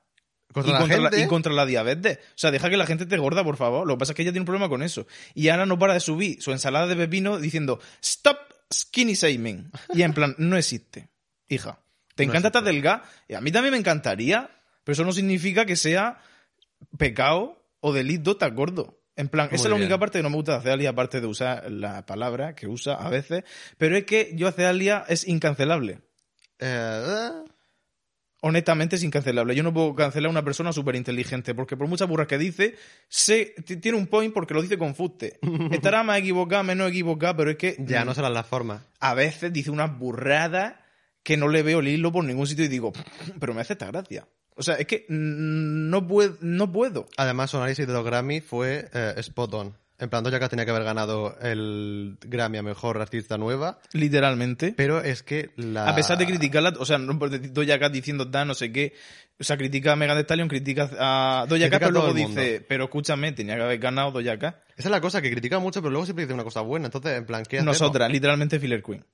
[SPEAKER 3] Contra
[SPEAKER 1] y,
[SPEAKER 3] la
[SPEAKER 1] contra la-
[SPEAKER 3] gente,
[SPEAKER 1] y contra la diabetes. O sea, deja que la gente te gorda, por favor. Lo que pasa es que ella tiene un problema con eso. Y ahora no para de subir su ensalada de pepino diciendo Stop skinny shaming. Y en plan, no existe, hija. Te
[SPEAKER 3] No
[SPEAKER 1] encanta
[SPEAKER 3] existe.
[SPEAKER 1] estar delgada. Y a mí también me encantaría, pero eso no significa que sea pecado o delito estar gordo. En plan,
[SPEAKER 3] Muy
[SPEAKER 1] esa es la
[SPEAKER 3] bien.
[SPEAKER 1] única parte que no me gusta de Celia, aparte de usar la palabra que usa a veces. Pero es que yo a Celia es incancelable.
[SPEAKER 3] eh, eh,
[SPEAKER 1] Honestamente es incancelable. Yo no puedo cancelar a una persona súper inteligente, porque por muchas burras que dice, se, t- tiene un point porque lo dice con fuste. Estará más equivocada, menos equivocada, pero es que
[SPEAKER 3] ya
[SPEAKER 1] mm,
[SPEAKER 3] no serán las formas.
[SPEAKER 1] a veces dice unas burradas que no le veo el hilo por ningún sitio y digo, pero me hace esta gracia. O sea, es que mm, no, puedo no puedo.
[SPEAKER 3] Además, su análisis de los Grammy fue eh, spot on. En plan, Doja Cat tenía que haber ganado el Grammy a Mejor Artista Nueva,
[SPEAKER 1] Literalmente.
[SPEAKER 3] pero es que la...
[SPEAKER 1] A pesar de criticarla, o sea, no, porque Doja Cat diciendo da no sé qué, o sea, critica a Megan Thee Stallion, critica a Doja
[SPEAKER 3] Critica
[SPEAKER 1] Cat,
[SPEAKER 3] a
[SPEAKER 1] pero
[SPEAKER 3] todo
[SPEAKER 1] luego
[SPEAKER 3] el mundo.
[SPEAKER 1] dice, pero escúchame, tenía que haber ganado Doja Cat.
[SPEAKER 3] Esa es la cosa, que critica mucho, pero luego siempre dice una cosa buena. Entonces, en plan, ¿qué hacemos?
[SPEAKER 1] Nosotras, literalmente Filler Queen.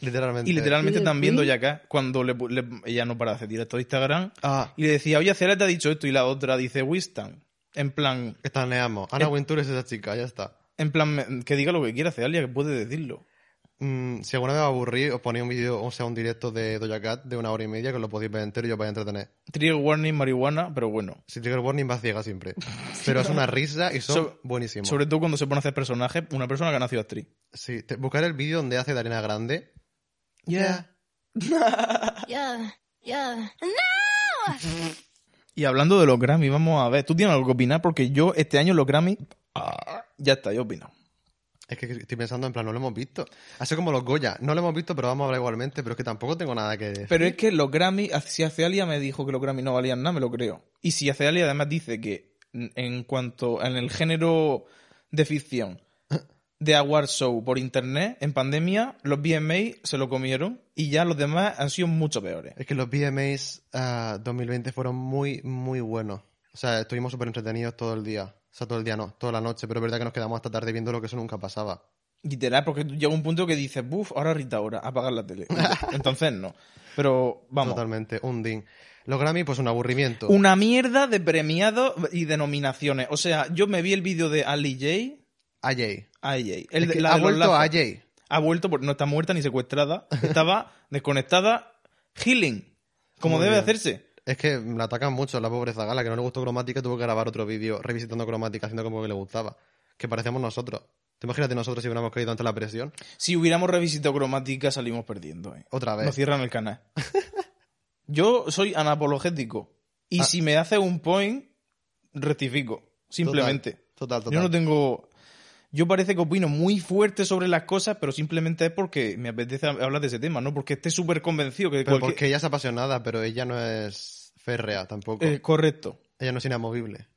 [SPEAKER 3] Literalmente.
[SPEAKER 1] Y literalmente
[SPEAKER 2] Filler
[SPEAKER 1] también
[SPEAKER 2] Queen.
[SPEAKER 1] Doja Cat, cuando le, pu- le- ella no para de hacer directo de Instagram,
[SPEAKER 3] Ah,
[SPEAKER 1] y le decía, oye, Cela te ha dicho esto, y la otra dice, Winston. En plan,
[SPEAKER 3] estaneamos.
[SPEAKER 1] Eh.
[SPEAKER 3] Ana Wintour es esa chica, ya está.
[SPEAKER 1] en plan, me- que diga lo que quiera, Celia, que puede decirlo.
[SPEAKER 3] Mm, si alguna vez os aburrí, os ponía un vídeo, o sea, un directo de Doja Cat de una hora y media que lo podéis ver entero y os vais a entretener.
[SPEAKER 1] Trigger warning, marihuana, pero bueno.
[SPEAKER 3] Si Trigger Warning va ciega siempre. Pero es una risa y son
[SPEAKER 1] Sobre-
[SPEAKER 3] buenísimos.
[SPEAKER 1] Sobre todo cuando se pone a hacer personajes, una persona que ha nacido actriz.
[SPEAKER 3] Sí, te- buscar el vídeo donde hace de Arena Grande.
[SPEAKER 1] Yeah.
[SPEAKER 4] Yeah, yeah.
[SPEAKER 1] Y hablando de los Grammy, vamos a ver, tú tienes algo que opinar, porque yo este año los Grammy, ah, ya está, yo opino.
[SPEAKER 3] Es que estoy pensando, en plan, no lo hemos visto. Así como los Goya, no lo hemos visto, pero vamos a hablar igualmente. Pero es que tampoco tengo nada que decir.
[SPEAKER 1] Pero es ah, que los Grammy, si Acealia me dijo que los Grammy no valían nada, me lo creo. Y si Acealia además dice que en cuanto en el género de ficción de Award Show por internet en pandemia, los BMA se lo comieron y ya los demás han sido mucho peores.
[SPEAKER 3] Es que los VMAs ah, 2020 fueron muy, muy buenos. O sea, estuvimos súper entretenidos todo el día. O sea, todo el día no, toda la noche, pero es verdad que nos quedamos hasta tarde viendo lo que eso nunca pasaba.
[SPEAKER 1] Literal, porque llega un punto que dices, buf, ahora Rita, ahora apagar la tele. Entonces no. Pero vamos,
[SPEAKER 3] Totalmente, un din. Los Grammy, pues un aburrimiento.
[SPEAKER 1] Una mierda de premiados y de nominaciones. O sea, yo me vi el vídeo de Ali J.
[SPEAKER 3] AJ.
[SPEAKER 1] AJ.
[SPEAKER 3] Es
[SPEAKER 1] El,
[SPEAKER 3] que
[SPEAKER 1] de- la
[SPEAKER 3] ha
[SPEAKER 1] de los
[SPEAKER 3] vuelto
[SPEAKER 1] lazos.
[SPEAKER 3] AJ.
[SPEAKER 1] Ha vuelto, porque no está muerta ni secuestrada. Estaba desconectada, healing, como
[SPEAKER 3] Muy
[SPEAKER 1] debe
[SPEAKER 3] bien.
[SPEAKER 1] hacerse.
[SPEAKER 3] Es que la atacan mucho la pobre Zagala, que no le gustó cromática, tuvo que grabar otro vídeo revisitando cromática, haciendo como que le gustaba. Que parecemos nosotros. Te imagínate nosotros si hubiéramos caído ante la presión.
[SPEAKER 1] Si hubiéramos revisitado cromática, salimos perdiendo. eh.
[SPEAKER 3] Otra vez.
[SPEAKER 1] Nos cierran el canal. Yo soy anapologético. Y
[SPEAKER 3] Ah.
[SPEAKER 1] si me hace un point, rectifico. Simplemente.
[SPEAKER 3] Total, total.
[SPEAKER 1] Yo no tengo. Yo parece que opino muy fuerte sobre las cosas, pero simplemente es porque me apetece hablar de ese tema, no porque esté súper convencido que
[SPEAKER 3] Pero
[SPEAKER 1] cualquier-
[SPEAKER 3] porque ella es apasionada, pero ella no es férrea tampoco.
[SPEAKER 1] Eh, correcto.
[SPEAKER 3] Ella no es inamovible.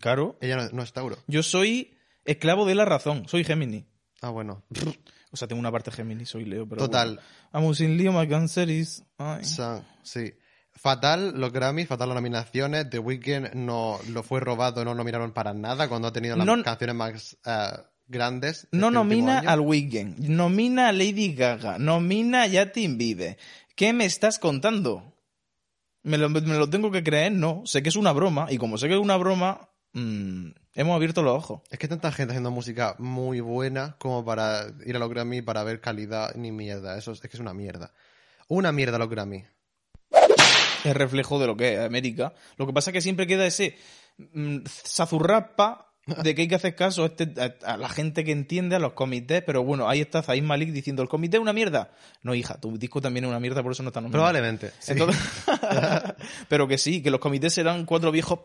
[SPEAKER 1] Claro.
[SPEAKER 3] Ella no, no es Tauro.
[SPEAKER 1] Yo soy esclavo de la razón, soy Géminis.
[SPEAKER 3] Ah, bueno.
[SPEAKER 1] O sea, tengo una parte Géminis, soy Leo, pero.
[SPEAKER 3] Total.
[SPEAKER 1] Amo sin lío, my cancer is- Ay.
[SPEAKER 3] San- sí. Fatal los Grammys, fatal las nominaciones. The Weeknd no lo fue robado, no lo nominaron para nada cuando ha tenido las
[SPEAKER 1] No-
[SPEAKER 3] canciones más eh, grandes. de
[SPEAKER 1] No
[SPEAKER 3] este último
[SPEAKER 1] nomina
[SPEAKER 3] año.
[SPEAKER 1] al Weekend, nomina a Lady Gaga, nomina a Yatin Vive. ¿Qué me estás contando? ¿Me lo, me lo tengo que creer? No, sé que es una broma, y como sé que es una broma, mm, hemos abierto los ojos.
[SPEAKER 3] Es que hay tanta gente haciendo música muy buena como para ir a los Grammy para ver calidad ni mierda. Eso es, es que es una mierda. Una mierda los Grammy.
[SPEAKER 1] Es reflejo de lo que es América. Lo que pasa es que siempre queda ese mm, sazurrapa de que hay que hacer caso a, este- a- a la gente que entiende, a los comités, pero bueno, ahí está Zayn Malik diciendo, el comité es una mierda. No, hija, tu disco también es una mierda, por eso no está nominado.
[SPEAKER 3] Probablemente. sí.
[SPEAKER 1] Mm. Entonces- pero que sí, que los comités serán cuatro viejos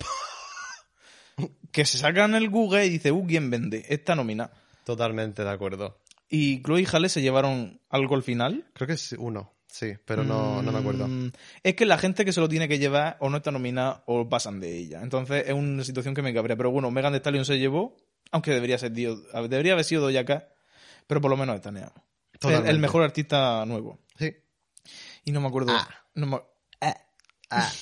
[SPEAKER 1] que se sacan el Google y dice, uh, ¿quién vende? Esta nómina.
[SPEAKER 3] Totalmente de acuerdo.
[SPEAKER 1] Y Chloe y Halle se llevaron algo al final.
[SPEAKER 3] Creo que es uno, sí, pero no, no me acuerdo.
[SPEAKER 1] Mm, Es que la gente que se lo tiene que llevar o no está nominada o pasan de ella. Entonces es una situación que me cabrea. Pero bueno, Megan Thee Stallion se llevó, aunque debería ser Dio- debería haber sido Doja Cat, pero por lo menos estaneado. El,
[SPEAKER 3] Totalmente.
[SPEAKER 1] el mejor artista nuevo.
[SPEAKER 3] Sí.
[SPEAKER 1] Y no me acuerdo.
[SPEAKER 3] Ah.
[SPEAKER 1] no me-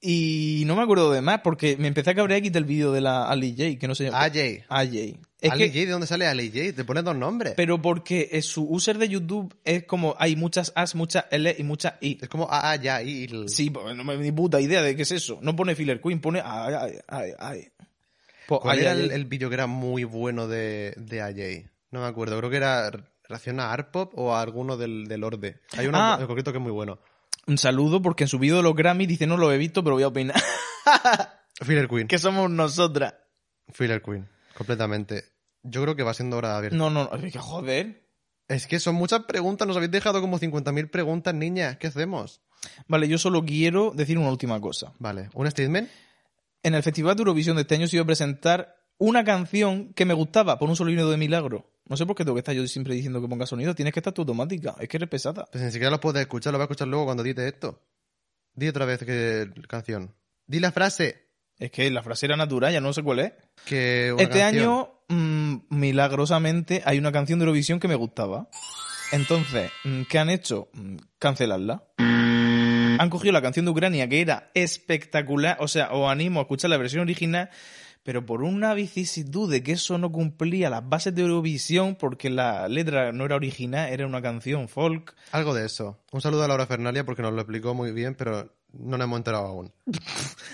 [SPEAKER 1] Y no me acuerdo de más, porque me empecé a cabrear aquí del vídeo de la Ali J, que no sé.
[SPEAKER 3] AJ.
[SPEAKER 1] AJ. Es
[SPEAKER 3] Ah, Ali
[SPEAKER 1] que-
[SPEAKER 3] J, ¿de dónde sale Ali J? Te pones dos nombres.
[SPEAKER 1] pero porque eh, su user de YouTube es como hay muchas As, muchas L y muchas I.
[SPEAKER 3] Es como AA, ya, y...
[SPEAKER 1] Sí, pues no me ni puta idea de qué es eso. No pone Filler Queen, pone ay, ay, ay, ay. Pues,
[SPEAKER 3] ¿Cuál
[SPEAKER 1] ay,
[SPEAKER 3] era
[SPEAKER 1] ay,
[SPEAKER 3] el,
[SPEAKER 1] ay.
[SPEAKER 3] el vídeo que era muy bueno de, de AJ? No me acuerdo, creo que era relación a Arpop o a alguno del, del Orde. Hay uno
[SPEAKER 1] Ah.
[SPEAKER 3] en concreto que es muy bueno.
[SPEAKER 1] Un saludo porque en su vídeo de los Grammy dice no lo he visto, pero voy a opinar.
[SPEAKER 3] Filler Queen.
[SPEAKER 1] que somos nosotras.
[SPEAKER 3] Filler Queen, completamente. Yo creo que va siendo hora de abrir.
[SPEAKER 1] No, no, no. es que Joder.
[SPEAKER 3] Es que son muchas preguntas, nos habéis dejado como 50.000 preguntas, niñas. ¿Qué hacemos?
[SPEAKER 1] Vale, yo solo quiero decir una última cosa.
[SPEAKER 3] Vale, un statement.
[SPEAKER 1] En el Festival de Eurovisión de este año se iba a presentar una canción que me gustaba por un sonido de milagro. No sé por qué tengo que estar yo siempre diciendo que ponga sonido. Tienes que estar tú automática. Es que eres pesada.
[SPEAKER 3] Pues ni siquiera lo puedes escuchar, lo vas a escuchar luego cuando dite esto. Di otra vez que canción. Di la frase
[SPEAKER 1] Es que la frase era natural, ya no sé cuál es.
[SPEAKER 3] que una
[SPEAKER 1] este
[SPEAKER 3] canción.
[SPEAKER 1] año, mm, milagrosamente, hay una canción de Eurovisión que me gustaba. Entonces, mm, ¿qué han hecho? Mm, Cancelarla. Han cogido la canción de Ucrania, que era espectacular. O sea, os animo a escuchar la versión original. Pero por una vicisitud de que eso no cumplía las bases de Eurovisión, porque la letra no era original, era una canción folk.
[SPEAKER 3] Algo de eso. Un saludo a Laura Fernalia porque nos lo explicó muy bien, pero no nos hemos enterado aún.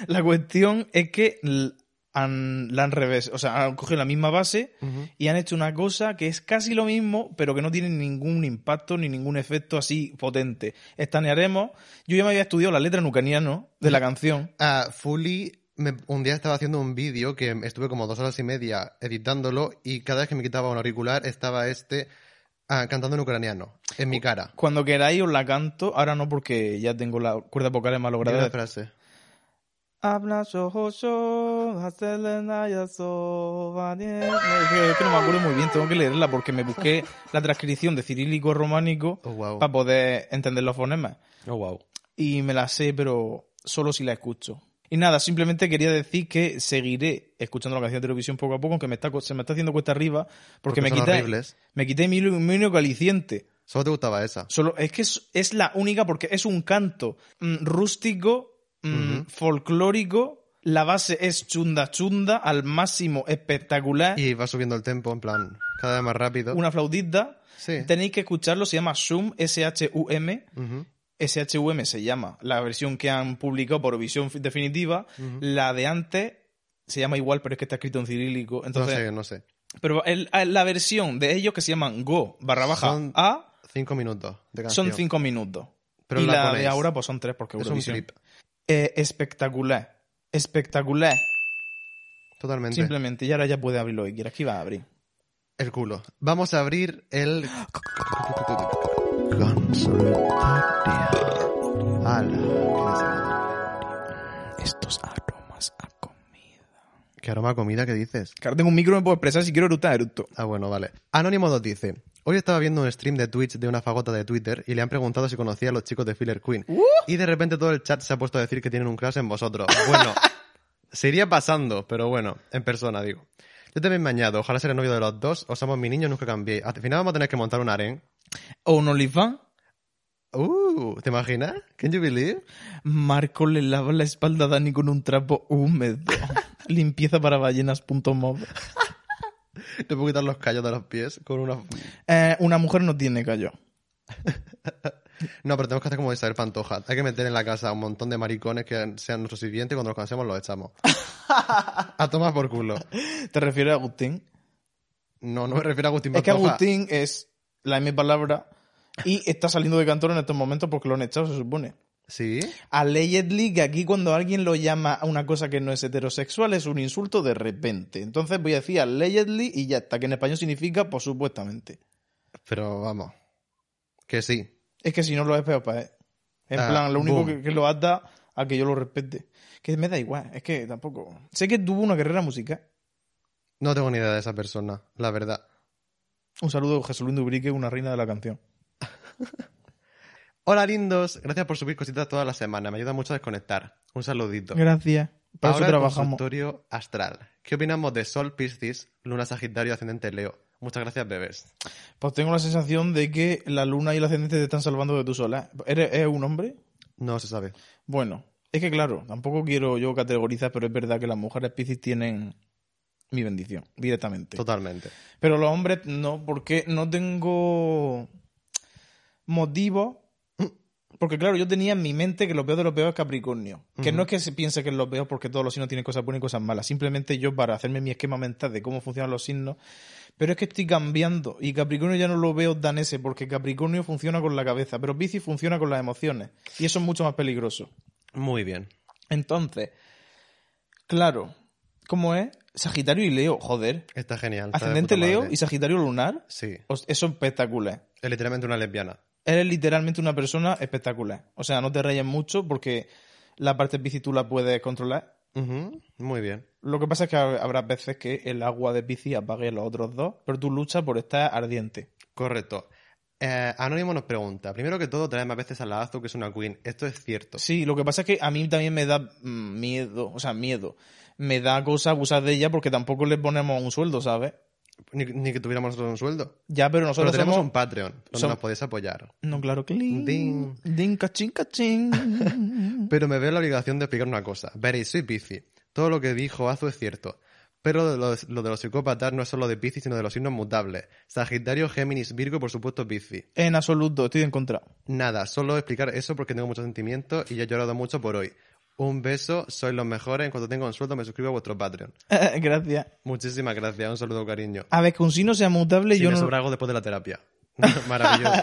[SPEAKER 1] La cuestión es que l- han, la han revés. O sea, han cogido la misma base. y han hecho una cosa que es casi lo mismo, pero que no tiene ningún impacto ni ningún efecto así potente. Estanearemos. Yo ya me había estudiado la letra en ucraniano de la canción.
[SPEAKER 3] Ah, Fully, me- un día estaba haciendo un vídeo que estuve como dos horas y media editándolo y cada vez que me quitaba un auricular estaba este ah, cantando en ucraniano, en
[SPEAKER 1] Oh,
[SPEAKER 3] mi cara.
[SPEAKER 1] Cuando queráis os la canto, ahora no porque ya tengo la cuerda vocal más
[SPEAKER 3] Di la
[SPEAKER 1] lograda.
[SPEAKER 3] frase.
[SPEAKER 1] Habla sojoso, hacerle naya soba, nie- Es que no me acuerdo muy bien, tengo que leerla porque me busqué la transcripción de cirílico románico
[SPEAKER 3] Oh, wow.
[SPEAKER 1] para poder entender los fonemas.
[SPEAKER 3] Oh, wow.
[SPEAKER 1] y me la sé, pero solo si la escucho. Y nada, simplemente quería decir que seguiré escuchando la canción de televisión poco a poco, aunque me está, co- se me está haciendo cuesta arriba, porque,
[SPEAKER 3] Porque
[SPEAKER 1] me
[SPEAKER 3] son
[SPEAKER 1] quité,
[SPEAKER 3] horribles.
[SPEAKER 1] me quité Emilio, Emilio Caliciente.
[SPEAKER 3] Solo te gustaba esa.
[SPEAKER 1] Solo, es que es, es la única porque es un canto mm, rústico, mm,
[SPEAKER 3] Ujú.
[SPEAKER 1] folclórico, la base es chunda chunda, al máximo espectacular,
[SPEAKER 3] Y va subiendo el tempo, en plan, cada vez más rápido.
[SPEAKER 1] una flautita.
[SPEAKER 3] Sí.
[SPEAKER 1] Tenéis que escucharlo, se llama Zoom, S-H-U-M.
[SPEAKER 3] Ujú.
[SPEAKER 1] SHVM se llama la versión que han publicado por visión definitiva. La de antes se llama igual, pero es que está escrito en cirílico.
[SPEAKER 3] No
[SPEAKER 1] Entonces,
[SPEAKER 3] sé, no sé.
[SPEAKER 1] pero el- la versión de ellos que se llaman Go barra baja
[SPEAKER 3] Son
[SPEAKER 1] A
[SPEAKER 3] Cinco minutos de canción.
[SPEAKER 1] son cinco minutos.
[SPEAKER 3] Pero
[SPEAKER 1] y
[SPEAKER 3] la
[SPEAKER 1] la, de
[SPEAKER 3] ponéis.
[SPEAKER 1] ahora pues son tres porque
[SPEAKER 3] Es un
[SPEAKER 1] Eurovisión.
[SPEAKER 3] clip.
[SPEAKER 1] Eh, espectacular. Espectacular.
[SPEAKER 3] Totalmente.
[SPEAKER 1] Simplemente. Y ahora ya puede abrirlo que quieras. que iba a abrir?
[SPEAKER 3] El culo. Vamos a abrir el... Consultorio. Ala, qué desagradable.
[SPEAKER 1] Estos aromas a comida.
[SPEAKER 3] Qué aroma a comida que dices.
[SPEAKER 1] Claro, tengo un micro, me puedo expresar. Si quiero eructar, eructo.
[SPEAKER 3] Ah, bueno, vale. Anónimo 2 dice: Hoy estaba viendo un stream de Twitch de una fagota de Twitter y le han preguntado si conocía a los chicos de Filler Queen. Y de repente todo el chat se ha puesto a decir que tienen un crush en vosotros. Bueno, se iría pasando, pero bueno, en persona, digo. Yo también me añado: Ojalá ser el novio de los dos, os amo, mi niño, nunca cambiéis. Al final vamos a tener que montar un harén.
[SPEAKER 1] O un olifán.
[SPEAKER 3] Uh, ¿te imaginas? Can you believe?
[SPEAKER 1] Marco le lava la espalda a Dani con un trapo húmedo. Limpieza para ballenas.mob.
[SPEAKER 3] Te puedo quitar los callos de los pies con una.
[SPEAKER 1] Eh, una mujer no tiene callo.
[SPEAKER 3] No, pero tenemos que hacer como Isabel Pantoja. Hay que meter en la casa un montón de maricones que sean nuestros sirvientes y cuando los cansemos los echamos. A tomar por culo.
[SPEAKER 1] ¿Te refieres a Agustín?
[SPEAKER 3] No, no me refiero a Agustín
[SPEAKER 1] Es que
[SPEAKER 3] Pantoja.
[SPEAKER 1] Agustín es la M palabra y está saliendo de cantor en estos momentos porque lo han echado, se supone.
[SPEAKER 3] Sí.
[SPEAKER 1] Allegedly, que aquí cuando alguien lo llama a una cosa que no es heterosexual es un insulto de repente. Entonces voy a decir allegedly y ya está, que en español significa por supuestamente.
[SPEAKER 3] Pero vamos. Que sí.
[SPEAKER 1] Es que si no lo es peor para él. En
[SPEAKER 3] Ah,
[SPEAKER 1] plan, lo único
[SPEAKER 3] boom.
[SPEAKER 1] que, que lo ata a que yo lo respete. Que me da igual, es que tampoco. Sé que tuvo una carrera musical.
[SPEAKER 3] No tengo ni idea de esa persona, la verdad.
[SPEAKER 1] Un saludo a Jesús Luis Dubrique, una reina de la canción.
[SPEAKER 3] Hola, lindos. Gracias por subir cositas todas las semanas. Me ayuda mucho a desconectar. Un saludito.
[SPEAKER 1] Gracias. Para eso
[SPEAKER 3] Ahora el
[SPEAKER 1] trabajamos.
[SPEAKER 3] consultorio astral. ¿Qué opinamos de Sol Piscis, Luna Sagitario, Ascendente Leo? Muchas gracias, bebés.
[SPEAKER 1] Pues tengo la sensación de que la luna y el ascendente te están salvando de tu sola. ¿Eres, eres un hombre?
[SPEAKER 3] No se sabe.
[SPEAKER 1] Bueno, es que claro, tampoco quiero yo categorizar, pero es verdad que las mujeres piscis tienen mi bendición directamente.
[SPEAKER 3] Totalmente.
[SPEAKER 1] Pero los hombres no, porque no tengo motivo. Porque claro, yo tenía en mi mente que lo peor de lo peor es Capricornio. Que no es que se piense que es lo peor porque todos los signos tienen cosas buenas y cosas malas. Simplemente yo para hacerme mi esquema mental de cómo funcionan los signos. Pero es que estoy cambiando y Capricornio ya no lo veo tan ese porque Capricornio funciona con la cabeza, pero Piscis funciona con las emociones. Y eso es mucho más peligroso.
[SPEAKER 3] Muy bien.
[SPEAKER 1] Entonces, claro, ¿cómo es? Sagitario y Leo, joder.
[SPEAKER 3] Está genial. está de
[SPEAKER 1] Ascendente
[SPEAKER 3] puta
[SPEAKER 1] Leo
[SPEAKER 3] madre.
[SPEAKER 1] y Sagitario lunar.
[SPEAKER 3] Sí.
[SPEAKER 1] Os- Eso es espectacular.
[SPEAKER 3] Es literalmente una lesbiana.
[SPEAKER 1] Eres literalmente una persona espectacular. O sea, no te rayes mucho porque la parte bici tú la puedes controlar.
[SPEAKER 3] Ujú, Muy bien.
[SPEAKER 1] Lo que pasa es que ha- habrá veces que el agua de bici apague a los otros dos, pero tú luchas por estar ardiente.
[SPEAKER 3] Correcto. Eh, Anónimo nos pregunta, primero que todo, trae más veces a la Azu que es una queen. Esto es cierto.
[SPEAKER 1] Sí, lo que pasa es que a mí también me da mm, miedo, o sea, miedo. Me da cosa abusar de ella porque tampoco le ponemos un sueldo, ¿sabes?
[SPEAKER 3] Ni, ni que tuviéramos nosotros un sueldo.
[SPEAKER 1] Ya, pero
[SPEAKER 3] Pero
[SPEAKER 1] nosotros
[SPEAKER 3] tenemos
[SPEAKER 1] somos...
[SPEAKER 3] un Patreon donde
[SPEAKER 1] som-
[SPEAKER 3] nos podéis apoyar.
[SPEAKER 1] No, claro que... Ding.
[SPEAKER 3] Ding.
[SPEAKER 1] Ding, cachín, cachín.
[SPEAKER 3] Pero me veo la obligación de explicar una cosa. Veréis, soy Piscis. Todo lo que dijo Azu es cierto. Pero lo de, los, lo de los psicópatas no es solo de Piscis, sino de los signos mutables. Sagitario, Géminis, Virgo, por supuesto, Piscis.
[SPEAKER 1] en absoluto, estoy en contra.
[SPEAKER 3] Nada, solo explicar eso porque tengo muchos sentimientos y ya he llorado mucho por hoy. Un beso, sois los mejores. En cuanto tenga un sueldo, me suscribo a vuestro Patreon.
[SPEAKER 1] Gracias.
[SPEAKER 3] Muchísimas gracias, un saludo, cariño.
[SPEAKER 1] A ver, que un signo sea mutable,
[SPEAKER 3] Si
[SPEAKER 1] yo
[SPEAKER 3] me
[SPEAKER 1] no.
[SPEAKER 3] sobra algo después de la terapia. Maravilloso.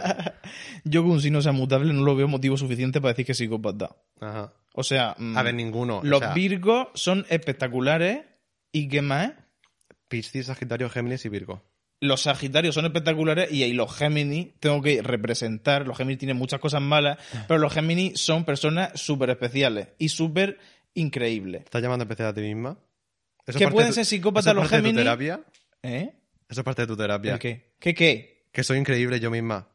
[SPEAKER 1] Yo que un signo sea mutable no lo veo motivo suficiente para decir que es psicópata.
[SPEAKER 3] Ajá.
[SPEAKER 1] O sea, mm,
[SPEAKER 3] A ver, ninguno.
[SPEAKER 1] los
[SPEAKER 3] o sea,
[SPEAKER 1] virgos son espectaculares. ¿Y qué más?
[SPEAKER 3] Piscis, Sagitario, Géminis y Virgo.
[SPEAKER 1] Los sagitarios son espectaculares y ahí los Géminis tengo que representar. Los Géminis tienen muchas cosas malas,
[SPEAKER 3] Ah.
[SPEAKER 1] pero los Géminis son personas súper especiales y súper increíbles.
[SPEAKER 3] ¿Estás llamando a empezar a ti misma? ¿Eso
[SPEAKER 1] Que
[SPEAKER 3] es parte de
[SPEAKER 1] pueden
[SPEAKER 3] tu-
[SPEAKER 1] ser
[SPEAKER 3] eso
[SPEAKER 1] psicópatas
[SPEAKER 3] es
[SPEAKER 1] los
[SPEAKER 3] parte de tu
[SPEAKER 1] Géminis.
[SPEAKER 3] terapia?
[SPEAKER 1] ¿Eh?
[SPEAKER 3] Eso es parte de tu terapia.
[SPEAKER 1] ¿El qué? ¿Qué qué?
[SPEAKER 3] Que soy increíble yo misma.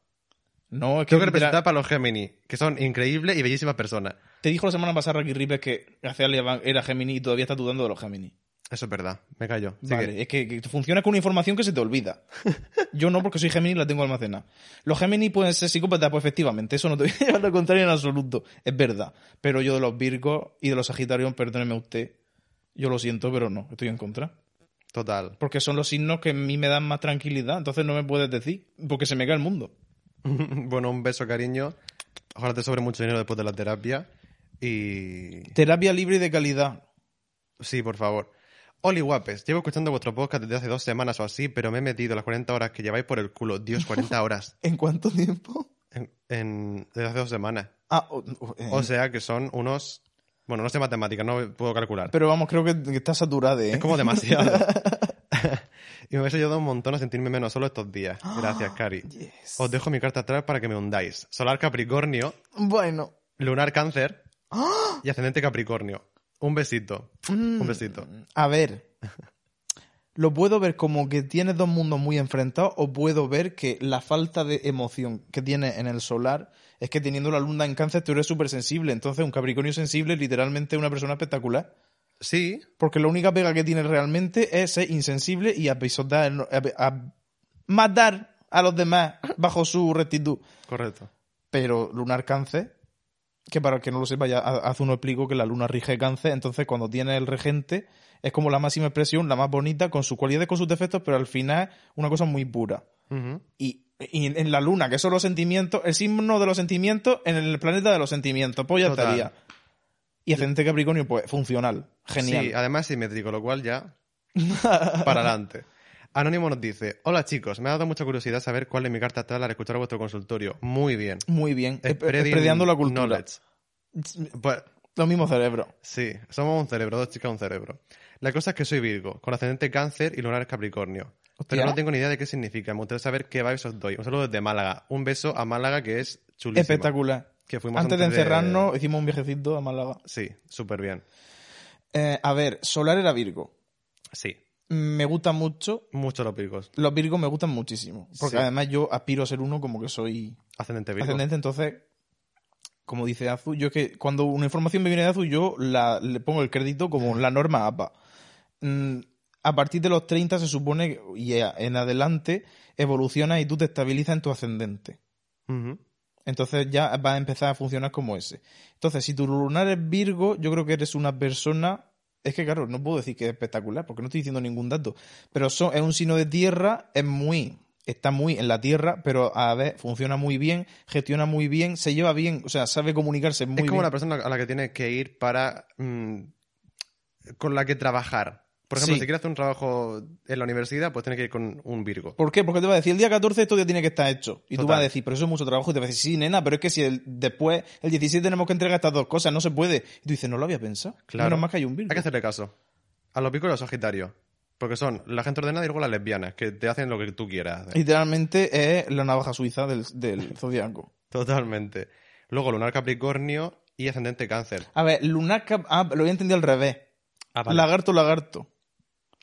[SPEAKER 1] No, es que,
[SPEAKER 3] Tengo
[SPEAKER 1] literal-
[SPEAKER 3] que representar para los Gemini, que son increíbles y bellísimas personas. Eso
[SPEAKER 1] te dijo la semana pasada Ricky Ripley que Azalea Banks era Gemini y todavía está dudando de los Gemini.
[SPEAKER 3] es verdad, me callo. Sigue.
[SPEAKER 1] Vale, es que, que funciona con una información que se te olvida. Yo no, porque soy Gemini y la tengo almacenada. Los Gemini pueden ser psicópatas, pues efectivamente, eso no te voy a llevar lo contrario en absoluto. Es verdad. Pero yo de los Virgos y de los Sagitarios, perdóneme usted, yo lo siento, pero no, estoy en contra.
[SPEAKER 3] Total.
[SPEAKER 1] Porque son los signos que a mí me dan más tranquilidad, entonces no me puedes decir, porque se me cae el mundo.
[SPEAKER 3] bueno, un beso, cariño. Ojalá te sobre mucho dinero después de la terapia. Y.
[SPEAKER 1] Terapia libre y de calidad.
[SPEAKER 3] Sí, por favor. Oli guapes, llevo escuchando vuestro podcast desde hace dos semanas o así, pero me he metido las 40 horas que lleváis por el culo. Dios, 40 horas.
[SPEAKER 1] ¿En cuánto tiempo?
[SPEAKER 3] En, en- desde hace dos semanas.
[SPEAKER 1] Ah, o- o- eh,
[SPEAKER 3] O sea que son unos. Bueno, no sé matemáticas, no puedo calcular.
[SPEAKER 1] pero vamos, creo que, que está saturada, ¿eh?
[SPEAKER 3] Es como demasiado. y me habéis ayudado un montón a sentirme menos solo estos días. Gracias, Cari.
[SPEAKER 1] yes.
[SPEAKER 3] Os dejo mi carta atrás para que me hundáis. Solar Capricornio,
[SPEAKER 1] Bueno.
[SPEAKER 3] Lunar Cáncer y Ascendente Capricornio. Un besito. Un besito.
[SPEAKER 1] A ver. Lo puedo ver como que tienes dos mundos muy enfrentados o puedo ver que la falta de emoción que tiene en el solar es que teniendo la luna en cáncer tú eres súper sensible. Entonces un Capricornio sensible es literalmente una persona espectacular.
[SPEAKER 3] Sí,
[SPEAKER 1] Porque la única pega que tiene realmente es ser insensible y apisodar, a, a- matar a los demás bajo su rectitud.
[SPEAKER 3] correcto.
[SPEAKER 1] Pero lunar cáncer, que para el que no lo sepa, ya ha- hace uno explico que la luna rige cáncer, entonces cuando tiene el regente es como la máxima expresión, la más bonita, con sus cualidades, con sus defectos, pero al final una cosa muy pura.
[SPEAKER 3] Ujú.
[SPEAKER 1] Y, y en la luna, que son los sentimientos, el signo de los sentimientos en el planeta de los sentimientos, pues ya
[SPEAKER 3] Total.
[SPEAKER 1] estaría. Y ascendente Capricornio, pues funcional, genial.
[SPEAKER 3] Sí, además simétrico, lo cual ya. para adelante. Anónimo nos dice: Hola chicos, me ha dado mucha curiosidad saber cuál es mi carta astral al escuchar vuestro consultorio. Muy bien.
[SPEAKER 1] Muy bien,
[SPEAKER 3] Spreading
[SPEAKER 1] prediando la cultura.
[SPEAKER 3] knowledge. Pues,
[SPEAKER 1] Lo mismo cerebro.
[SPEAKER 3] sí, somos un cerebro, dos chicas, un cerebro. La cosa es que soy Virgo, con ascendente Cáncer y lunar Capricornio. Pero
[SPEAKER 1] Hostia.
[SPEAKER 3] no tengo ni idea de qué significa. Me gustaría saber qué vibes os doy. Un saludo desde Málaga. Un beso a Málaga, que es chulísimo.
[SPEAKER 1] Espectacular.
[SPEAKER 3] Que fuimos
[SPEAKER 1] Antes de encerrarnos, hicimos un viajecito a Málaga.
[SPEAKER 3] Sí, súper bien.
[SPEAKER 1] Eh, a ver, Solar era Virgo.
[SPEAKER 3] Sí,
[SPEAKER 1] Me gusta mucho.
[SPEAKER 3] muchos los virgos.
[SPEAKER 1] Los Virgos me gustan muchísimo. Porque
[SPEAKER 3] Sí.
[SPEAKER 1] además yo aspiro a ser uno como que soy
[SPEAKER 3] Ascendente Virgo.
[SPEAKER 1] ascendente. Entonces, como dice Azu, yo es que cuando una información me viene de Azu, yo la- le pongo el crédito como la norma APA. Mm, a partir de los 30 se supone, y en adelante, evolucionas y tú te estabilizas en tu ascendente.
[SPEAKER 3] Ujú.
[SPEAKER 1] Entonces ya va a empezar a funcionar como ese. Entonces, si tu lunar es Virgo, yo creo que eres una persona. Es que, claro, no puedo decir que es espectacular, porque no estoy diciendo ningún dato. Pero son- es un signo de tierra, es muy. Está muy en la tierra, pero a ver, funciona muy bien, gestiona muy bien, se lleva bien, o sea, sabe comunicarse muy
[SPEAKER 3] es como
[SPEAKER 1] bien.
[SPEAKER 3] la persona a la que tienes que ir para. mm, con la que trabajar. Por ejemplo,
[SPEAKER 1] Sí.
[SPEAKER 3] si quieres hacer un trabajo en la universidad, pues tienes que ir con un Virgo.
[SPEAKER 1] ¿Por qué? Porque te va a decir, el día 14 esto ya tiene que estar hecho. Y tú
[SPEAKER 3] Total.
[SPEAKER 1] vas a decir, pero eso es mucho trabajo. Y te vas a decir, sí, nena, pero es que si el- después, el 17 tenemos que entregar estas dos cosas, no se puede. Y tú dices, no lo había pensado.
[SPEAKER 3] Claro.
[SPEAKER 1] Menos más que hay un Virgo.
[SPEAKER 3] Hay que hacerle caso. A los Virgo y a los Sagitarios. Porque son la gente ordenada y luego las lesbianas, que te hacen lo que tú quieras. hacer.
[SPEAKER 1] Literalmente es la navaja suiza del, del zodiaco.
[SPEAKER 3] Totalmente. Luego Lunar Capricornio y Ascendente Cáncer.
[SPEAKER 1] A ver, lunar cap. Ah, lo voy a entender al revés. Ah,
[SPEAKER 3] Ah,
[SPEAKER 1] Lagarto, lagarto.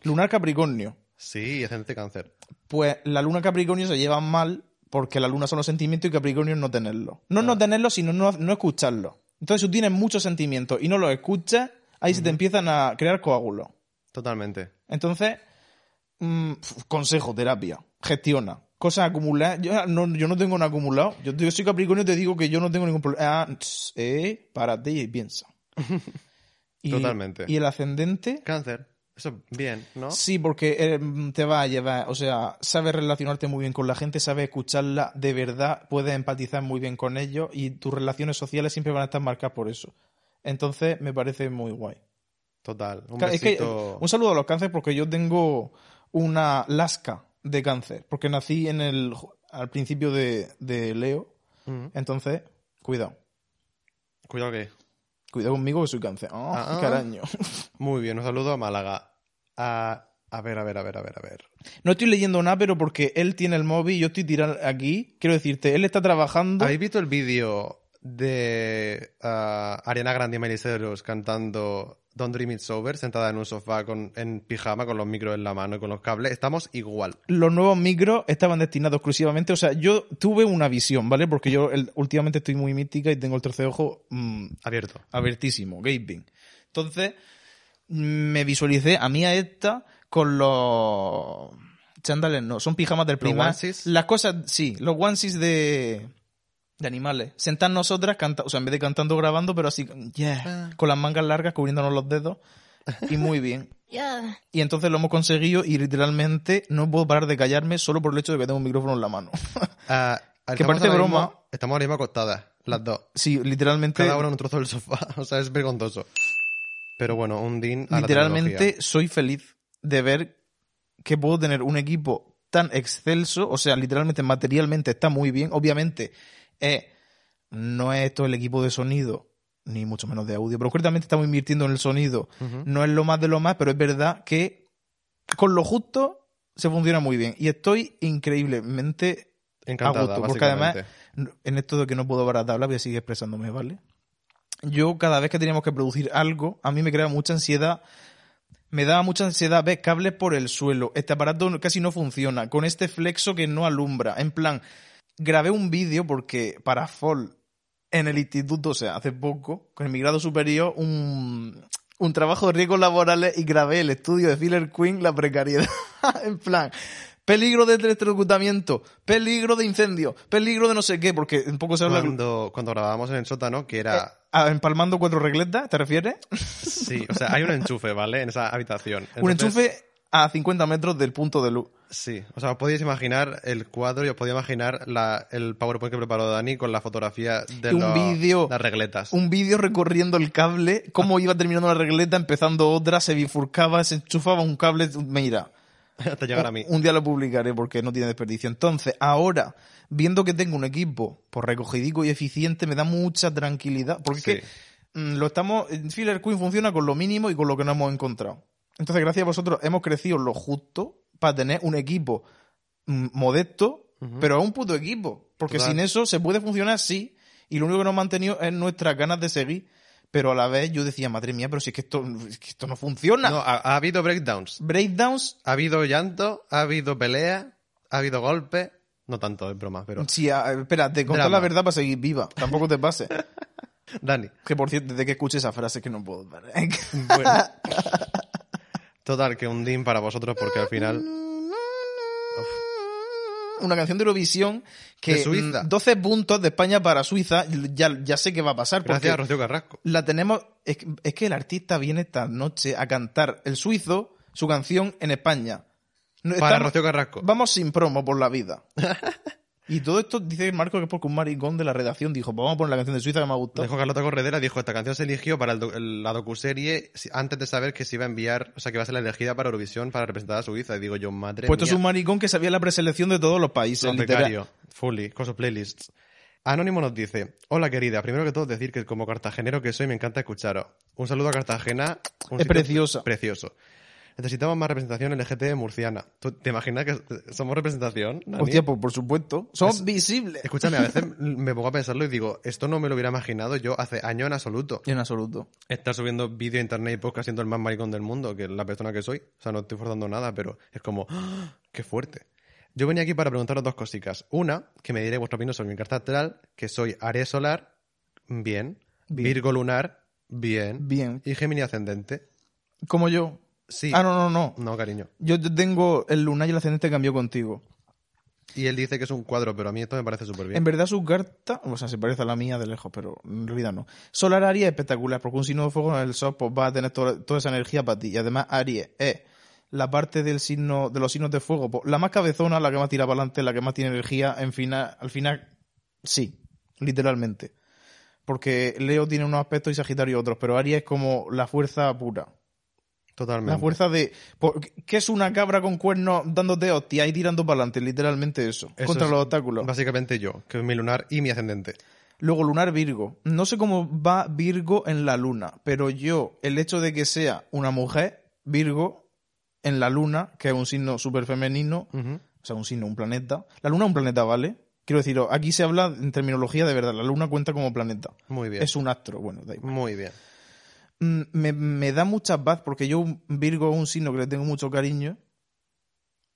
[SPEAKER 1] Lunar Capricornio.
[SPEAKER 3] Sí, Ascendente Cáncer.
[SPEAKER 1] Pues la luna Capricornio se lleva mal porque la luna son los sentimientos y Capricornio es no tenerlo. No no tenerlo, sino no, no escucharlo. Entonces, si tienes muchos sentimientos y no los escuchas, ahí se te empiezan a crear coágulos.
[SPEAKER 3] Totalmente.
[SPEAKER 1] Entonces, mm, f- consejo, terapia, gestiona. Cosas acumuladas. Yo ah, no, yo no tengo nada acumulado. Yo, yo soy Capricornio y te digo que yo no tengo ningún problema. Ah, tss, eh, párate y piensa. Y-
[SPEAKER 3] Totalmente.
[SPEAKER 1] ¿Y el ascendente?
[SPEAKER 3] Cáncer. Eso bien, ¿no?
[SPEAKER 1] Sí, porque eh, mm, te va a llevar, o sea, sabes relacionarte muy bien con la gente, sabes escucharla de verdad, puedes empatizar muy bien con ellos y tus relaciones sociales siempre van a estar marcadas por eso. Entonces, me parece muy guay.
[SPEAKER 3] Total. Un
[SPEAKER 1] Claro, es que, eh,
[SPEAKER 3] besito.
[SPEAKER 1] un saludo a los cánceres porque yo tengo una lasca de cáncer, porque nací en el ju- al principio de, de Leo,
[SPEAKER 3] Ujú.
[SPEAKER 1] entonces, cuidado,
[SPEAKER 3] Cuidado que.
[SPEAKER 1] cuidado conmigo que soy cáncer. Oh,
[SPEAKER 3] Ah, ah.
[SPEAKER 1] caraño.
[SPEAKER 3] Muy bien, un saludo a Málaga. A... a ver, a ver, a ver, a ver, a ver.
[SPEAKER 1] No estoy leyendo nada, pero porque él tiene el móvil y yo estoy tirando aquí, quiero decirte, él está trabajando.
[SPEAKER 3] ¿Habéis visto el vídeo de ah, Ariana Grande y Miley Cyrus cantando Don't Dream It's Over, sentada en un sofá con, en pijama con los micros en la mano y con los cables, estamos igual.
[SPEAKER 1] Los nuevos micros estaban destinados exclusivamente, o sea, yo tuve una visión, ¿vale? Porque yo el- últimamente estoy muy mítica y tengo el tercer ojo mm,
[SPEAKER 3] Abierto.
[SPEAKER 1] abiertísimo, gaping. Entonces, me visualicé a mí a esta con los chándales, no, son pijamas del prima.
[SPEAKER 3] onesies?
[SPEAKER 1] Las cosas, sí, los onesies de, de animales. Sentar nosotras, canta, o sea, en vez de cantando, grabando, pero así,
[SPEAKER 3] Ah.
[SPEAKER 1] yeah, con las mangas largas, cubriéndonos los dedos. Y muy bien.
[SPEAKER 4] Yeah.
[SPEAKER 1] Y entonces lo hemos conseguido y literalmente no puedo parar de callarme solo por el hecho de que tengo un micrófono en la mano.
[SPEAKER 3] Ah,
[SPEAKER 1] Que
[SPEAKER 3] estamos
[SPEAKER 1] parece
[SPEAKER 3] ahora
[SPEAKER 1] broma.
[SPEAKER 3] mismo- estamos ahora mismo acostadas, las dos.
[SPEAKER 1] Sí, literalmente.
[SPEAKER 3] Cada uno en un trozo del sofá. O sea, es vergonzoso. Pero bueno, un din a la
[SPEAKER 1] literalmente
[SPEAKER 3] tecnología.
[SPEAKER 1] soy feliz de ver que puedo tener un equipo tan excelso, o sea, literalmente materialmente está muy bien. Obviamente, eh, no es esto el equipo de sonido, ni mucho menos de audio, pero concretamente estamos invirtiendo en el sonido. No es lo más de lo más, pero es verdad que con lo justo se funciona muy bien. Y estoy increíblemente
[SPEAKER 3] Encantada,
[SPEAKER 1] a gusto, porque además,
[SPEAKER 3] básicamente.
[SPEAKER 1] en esto de que no puedo parar de hablar, voy a seguir expresándome, ¿vale? Yo cada vez que teníamos que producir algo, a mí me creaba mucha ansiedad. Me daba mucha ansiedad ver cables por el suelo. Este aparato no- casi no funciona. Con este flexo que no alumbra. En plan, grabé un vídeo porque para Fall en el instituto, o sea, hace poco, con mi grado superior, un, un trabajo de riesgos laborales y grabé el estudio de Filler Queen, la precariedad. en plan, peligro de electrocutamiento, peligro de incendio, peligro de no sé qué, porque un poco se habla...
[SPEAKER 3] Cuando, cuando grabábamos en el sótano, que era...
[SPEAKER 1] Ah, empalmando cuatro regletas, ¿te refieres?
[SPEAKER 3] Sí, o sea, hay un enchufe, ¿vale? En esa habitación.
[SPEAKER 1] un
[SPEAKER 3] Entonces,
[SPEAKER 1] enchufe a 50 metros del punto de luz.
[SPEAKER 3] Sí, o sea, os podéis imaginar el cuadro y os podéis imaginar la- el PowerPoint que preparó Dani con la fotografía de
[SPEAKER 1] Y un
[SPEAKER 3] los-
[SPEAKER 1] vídeo.
[SPEAKER 3] las regletas.
[SPEAKER 1] Un vídeo recorriendo el cable, cómo iba terminando una regleta, empezando otra, se bifurcaba, se enchufaba un cable. Mira,
[SPEAKER 3] Hasta llegar a mí.
[SPEAKER 1] Un día lo publicaré porque no tiene desperdicio. Entonces, ahora, viendo que tengo un equipo por recogidico y eficiente, me da mucha tranquilidad. Porque es que,
[SPEAKER 3] Sí.
[SPEAKER 1] mm, lo estamos. Filler Queen funciona con lo mínimo y con lo que no hemos encontrado. Entonces, gracias a vosotros, hemos crecido lo justo para tener un equipo mm, modesto, pero es un puto equipo. Porque
[SPEAKER 3] Total.
[SPEAKER 1] sin eso se puede funcionar, sí. Y lo único que nos ha mantenido es nuestras ganas de seguir. Pero a la vez yo decía, madre mía, pero si es que esto, es que esto no funciona.
[SPEAKER 3] No, ha, ha habido breakdowns.
[SPEAKER 1] Breakdowns
[SPEAKER 3] Ha habido llanto, ha habido pelea, ha habido golpe. No tanto, es broma, pero...
[SPEAKER 1] Sí, a- espera, te contar
[SPEAKER 3] Drama.
[SPEAKER 1] la verdad para seguir viva. Tampoco te pase.
[SPEAKER 3] Dani,
[SPEAKER 1] Que por cierto, desde que escuché esa frase que no puedo dar.
[SPEAKER 3] Bueno. Total, que un din para vosotros porque al final...
[SPEAKER 1] Una canción de Eurovisión que
[SPEAKER 3] De Suiza.
[SPEAKER 1] mm, 12 puntos de España para Suiza, ya, ya sé que va a pasar.
[SPEAKER 3] Gracias a
[SPEAKER 1] porque
[SPEAKER 3] Rocío Carrasco.
[SPEAKER 1] la tenemos. Es, que- es que el artista viene esta noche a cantar el suizo, su canción en España. No,
[SPEAKER 3] Para
[SPEAKER 1] estamos-
[SPEAKER 3] Rocío Carrasco.
[SPEAKER 1] Vamos sin promo por la vida. Y todo esto dice Marco que es porque un maricón de la redacción dijo: pues Vamos a poner la canción de Suiza que me ha gustado.
[SPEAKER 3] Dijo Carlota Corredera, dijo, esta canción se eligió para el do- el- la docuserie si- antes de saber que se iba a enviar, o sea, que iba a ser la elegida para Eurovisión para representar a Suiza. Y digo yo, madre
[SPEAKER 1] Puesto Pues es
[SPEAKER 3] mía.
[SPEAKER 1] un maricón que sabía la preselección de todos los países.
[SPEAKER 3] Son
[SPEAKER 1] literal.
[SPEAKER 3] becario, fully, con sus playlists. Anónimo nos dice, hola querida, primero que todo decir que como cartagenero que soy me encanta escucharos. Un saludo a Cartagena. un
[SPEAKER 1] Es
[SPEAKER 3] sitio
[SPEAKER 1] preciosa.
[SPEAKER 3] Precioso. Necesitamos más representación LGT murciana. ¿Tú te imaginas que s- somos representación? Dani?
[SPEAKER 1] Hostia, pues por supuesto. Son visibles.
[SPEAKER 3] Escúchame, a veces me pongo a pensarlo y digo, esto no me lo hubiera imaginado yo hace años en absoluto.
[SPEAKER 1] En absoluto.
[SPEAKER 3] Estar subiendo vídeo a internet y podcast siendo el más maricón del mundo, que es la persona que soy. O sea, no estoy forzando nada, pero es como, ¡ah! ¡qué fuerte! Yo venía aquí para preguntaros dos cositas. Una, que me diré vuestra opinión sobre mi carta astral, que soy Aries Solar, bien.
[SPEAKER 1] Bien.
[SPEAKER 3] Virgo Lunar, bien.
[SPEAKER 1] Bien.
[SPEAKER 3] Y Gemini Ascendente,
[SPEAKER 1] Como yo.
[SPEAKER 3] sí.
[SPEAKER 1] Ah, no, no, no.
[SPEAKER 3] No, cariño.
[SPEAKER 1] Yo te- tengo el lunar y el ascendente cambió contigo.
[SPEAKER 3] Y él dice que es un cuadro, pero a mí esto me parece súper
[SPEAKER 1] En
[SPEAKER 3] bien.
[SPEAKER 1] verdad su carta, o sea, se parece a la mía de lejos, pero en realidad no. Solar Aries es espectacular, porque un signo de fuego en el sol pues, va a tener toda, toda esa energía para ti. Y además Aries es la parte del signo, de los signos de fuego, pues, la más cabezona, la que más tira para adelante, la que más tiene energía, en final, al final, sí, literalmente. Porque Leo tiene unos aspectos y Sagitario otros, pero Aries es como la fuerza pura.
[SPEAKER 3] Totalmente.
[SPEAKER 1] La fuerza de... por- ¿Qué es una cabra con cuernos dándote hostias y tirando para adelante? Literalmente eso.
[SPEAKER 3] Eso
[SPEAKER 1] contra
[SPEAKER 3] es
[SPEAKER 1] los obstáculos.
[SPEAKER 3] Básicamente yo, que es mi lunar y mi ascendente.
[SPEAKER 1] Luego lunar Virgo. No sé cómo va Virgo en la luna, pero yo, el hecho de que sea una mujer, Virgo, en la luna, que es un signo súper femenino,
[SPEAKER 3] Ujú.
[SPEAKER 1] o sea, un signo, un planeta. La luna es un planeta, ¿vale? Quiero decir, aquí se habla en terminología de verdad, la luna cuenta como planeta.
[SPEAKER 3] Muy bien.
[SPEAKER 1] Es un astro, bueno, da igual.
[SPEAKER 3] Muy bien.
[SPEAKER 1] mm, me, me da mucha paz porque yo Virgo es un signo que le tengo mucho cariño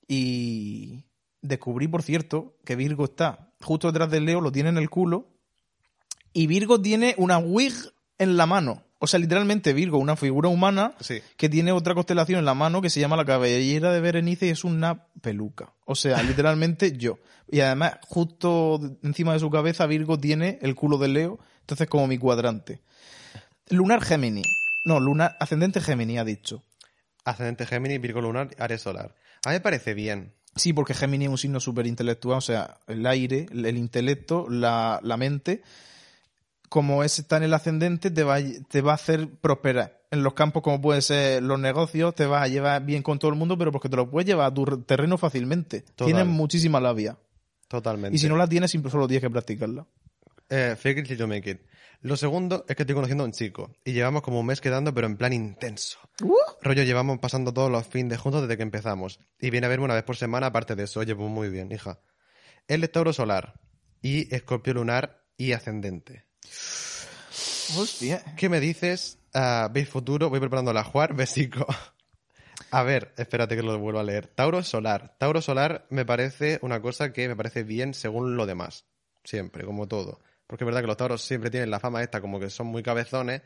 [SPEAKER 1] y descubrí, por cierto, que Virgo está justo detrás del Leo, lo tiene en el culo y Virgo tiene una wig en la mano. O sea, literalmente Virgo, una figura humana
[SPEAKER 3] Sí.
[SPEAKER 1] que tiene otra constelación en la mano que se llama la cabellera de Berenice y es una peluca. O sea, literalmente yo. Y además, justo encima de su cabeza, Virgo tiene el culo de Leo, entonces como mi cuadrante. Lunar Gemini. No, lunar, ascendente Gemini, ha dicho.
[SPEAKER 3] Ascendente Géminis, Virgo Lunar, Aries Solar. A mí me parece bien.
[SPEAKER 1] Sí, porque Gemini es un signo súper intelectual, o sea, el aire, el el intelecto, la, la mente, como es, está en el ascendente, te va, a lle- te va a hacer prosperar. En los campos como pueden ser los negocios, te vas a llevar bien con todo el mundo, pero porque te lo puedes llevar a tu re- terreno fácilmente.
[SPEAKER 3] Total.
[SPEAKER 1] Tienes muchísima labia.
[SPEAKER 3] Totalmente.
[SPEAKER 1] Y si no la tienes, siempre solo tienes que practicarla.
[SPEAKER 3] Eh, fake it till you make it. Lo segundo es que estoy conociendo a un chico y llevamos como un mes quedando, pero en plan intenso. Rollo, llevamos pasando todos los fines juntos desde que empezamos. Y viene a verme una vez por semana, aparte de eso. Oye, pues muy bien, hija. Él es Tauro Solar y Escorpio Lunar y Ascendente.
[SPEAKER 1] Hostia.
[SPEAKER 3] ¿Qué me dices? Ah, ¿Veis futuro? Voy preparando la Juar, besico. A ver, espérate que lo vuelvo a leer. Tauro Solar. Tauro Solar me parece una cosa que me parece bien según lo demás. Siempre, como todo. Porque es verdad que los tauros siempre tienen la fama esta, como que son muy cabezones.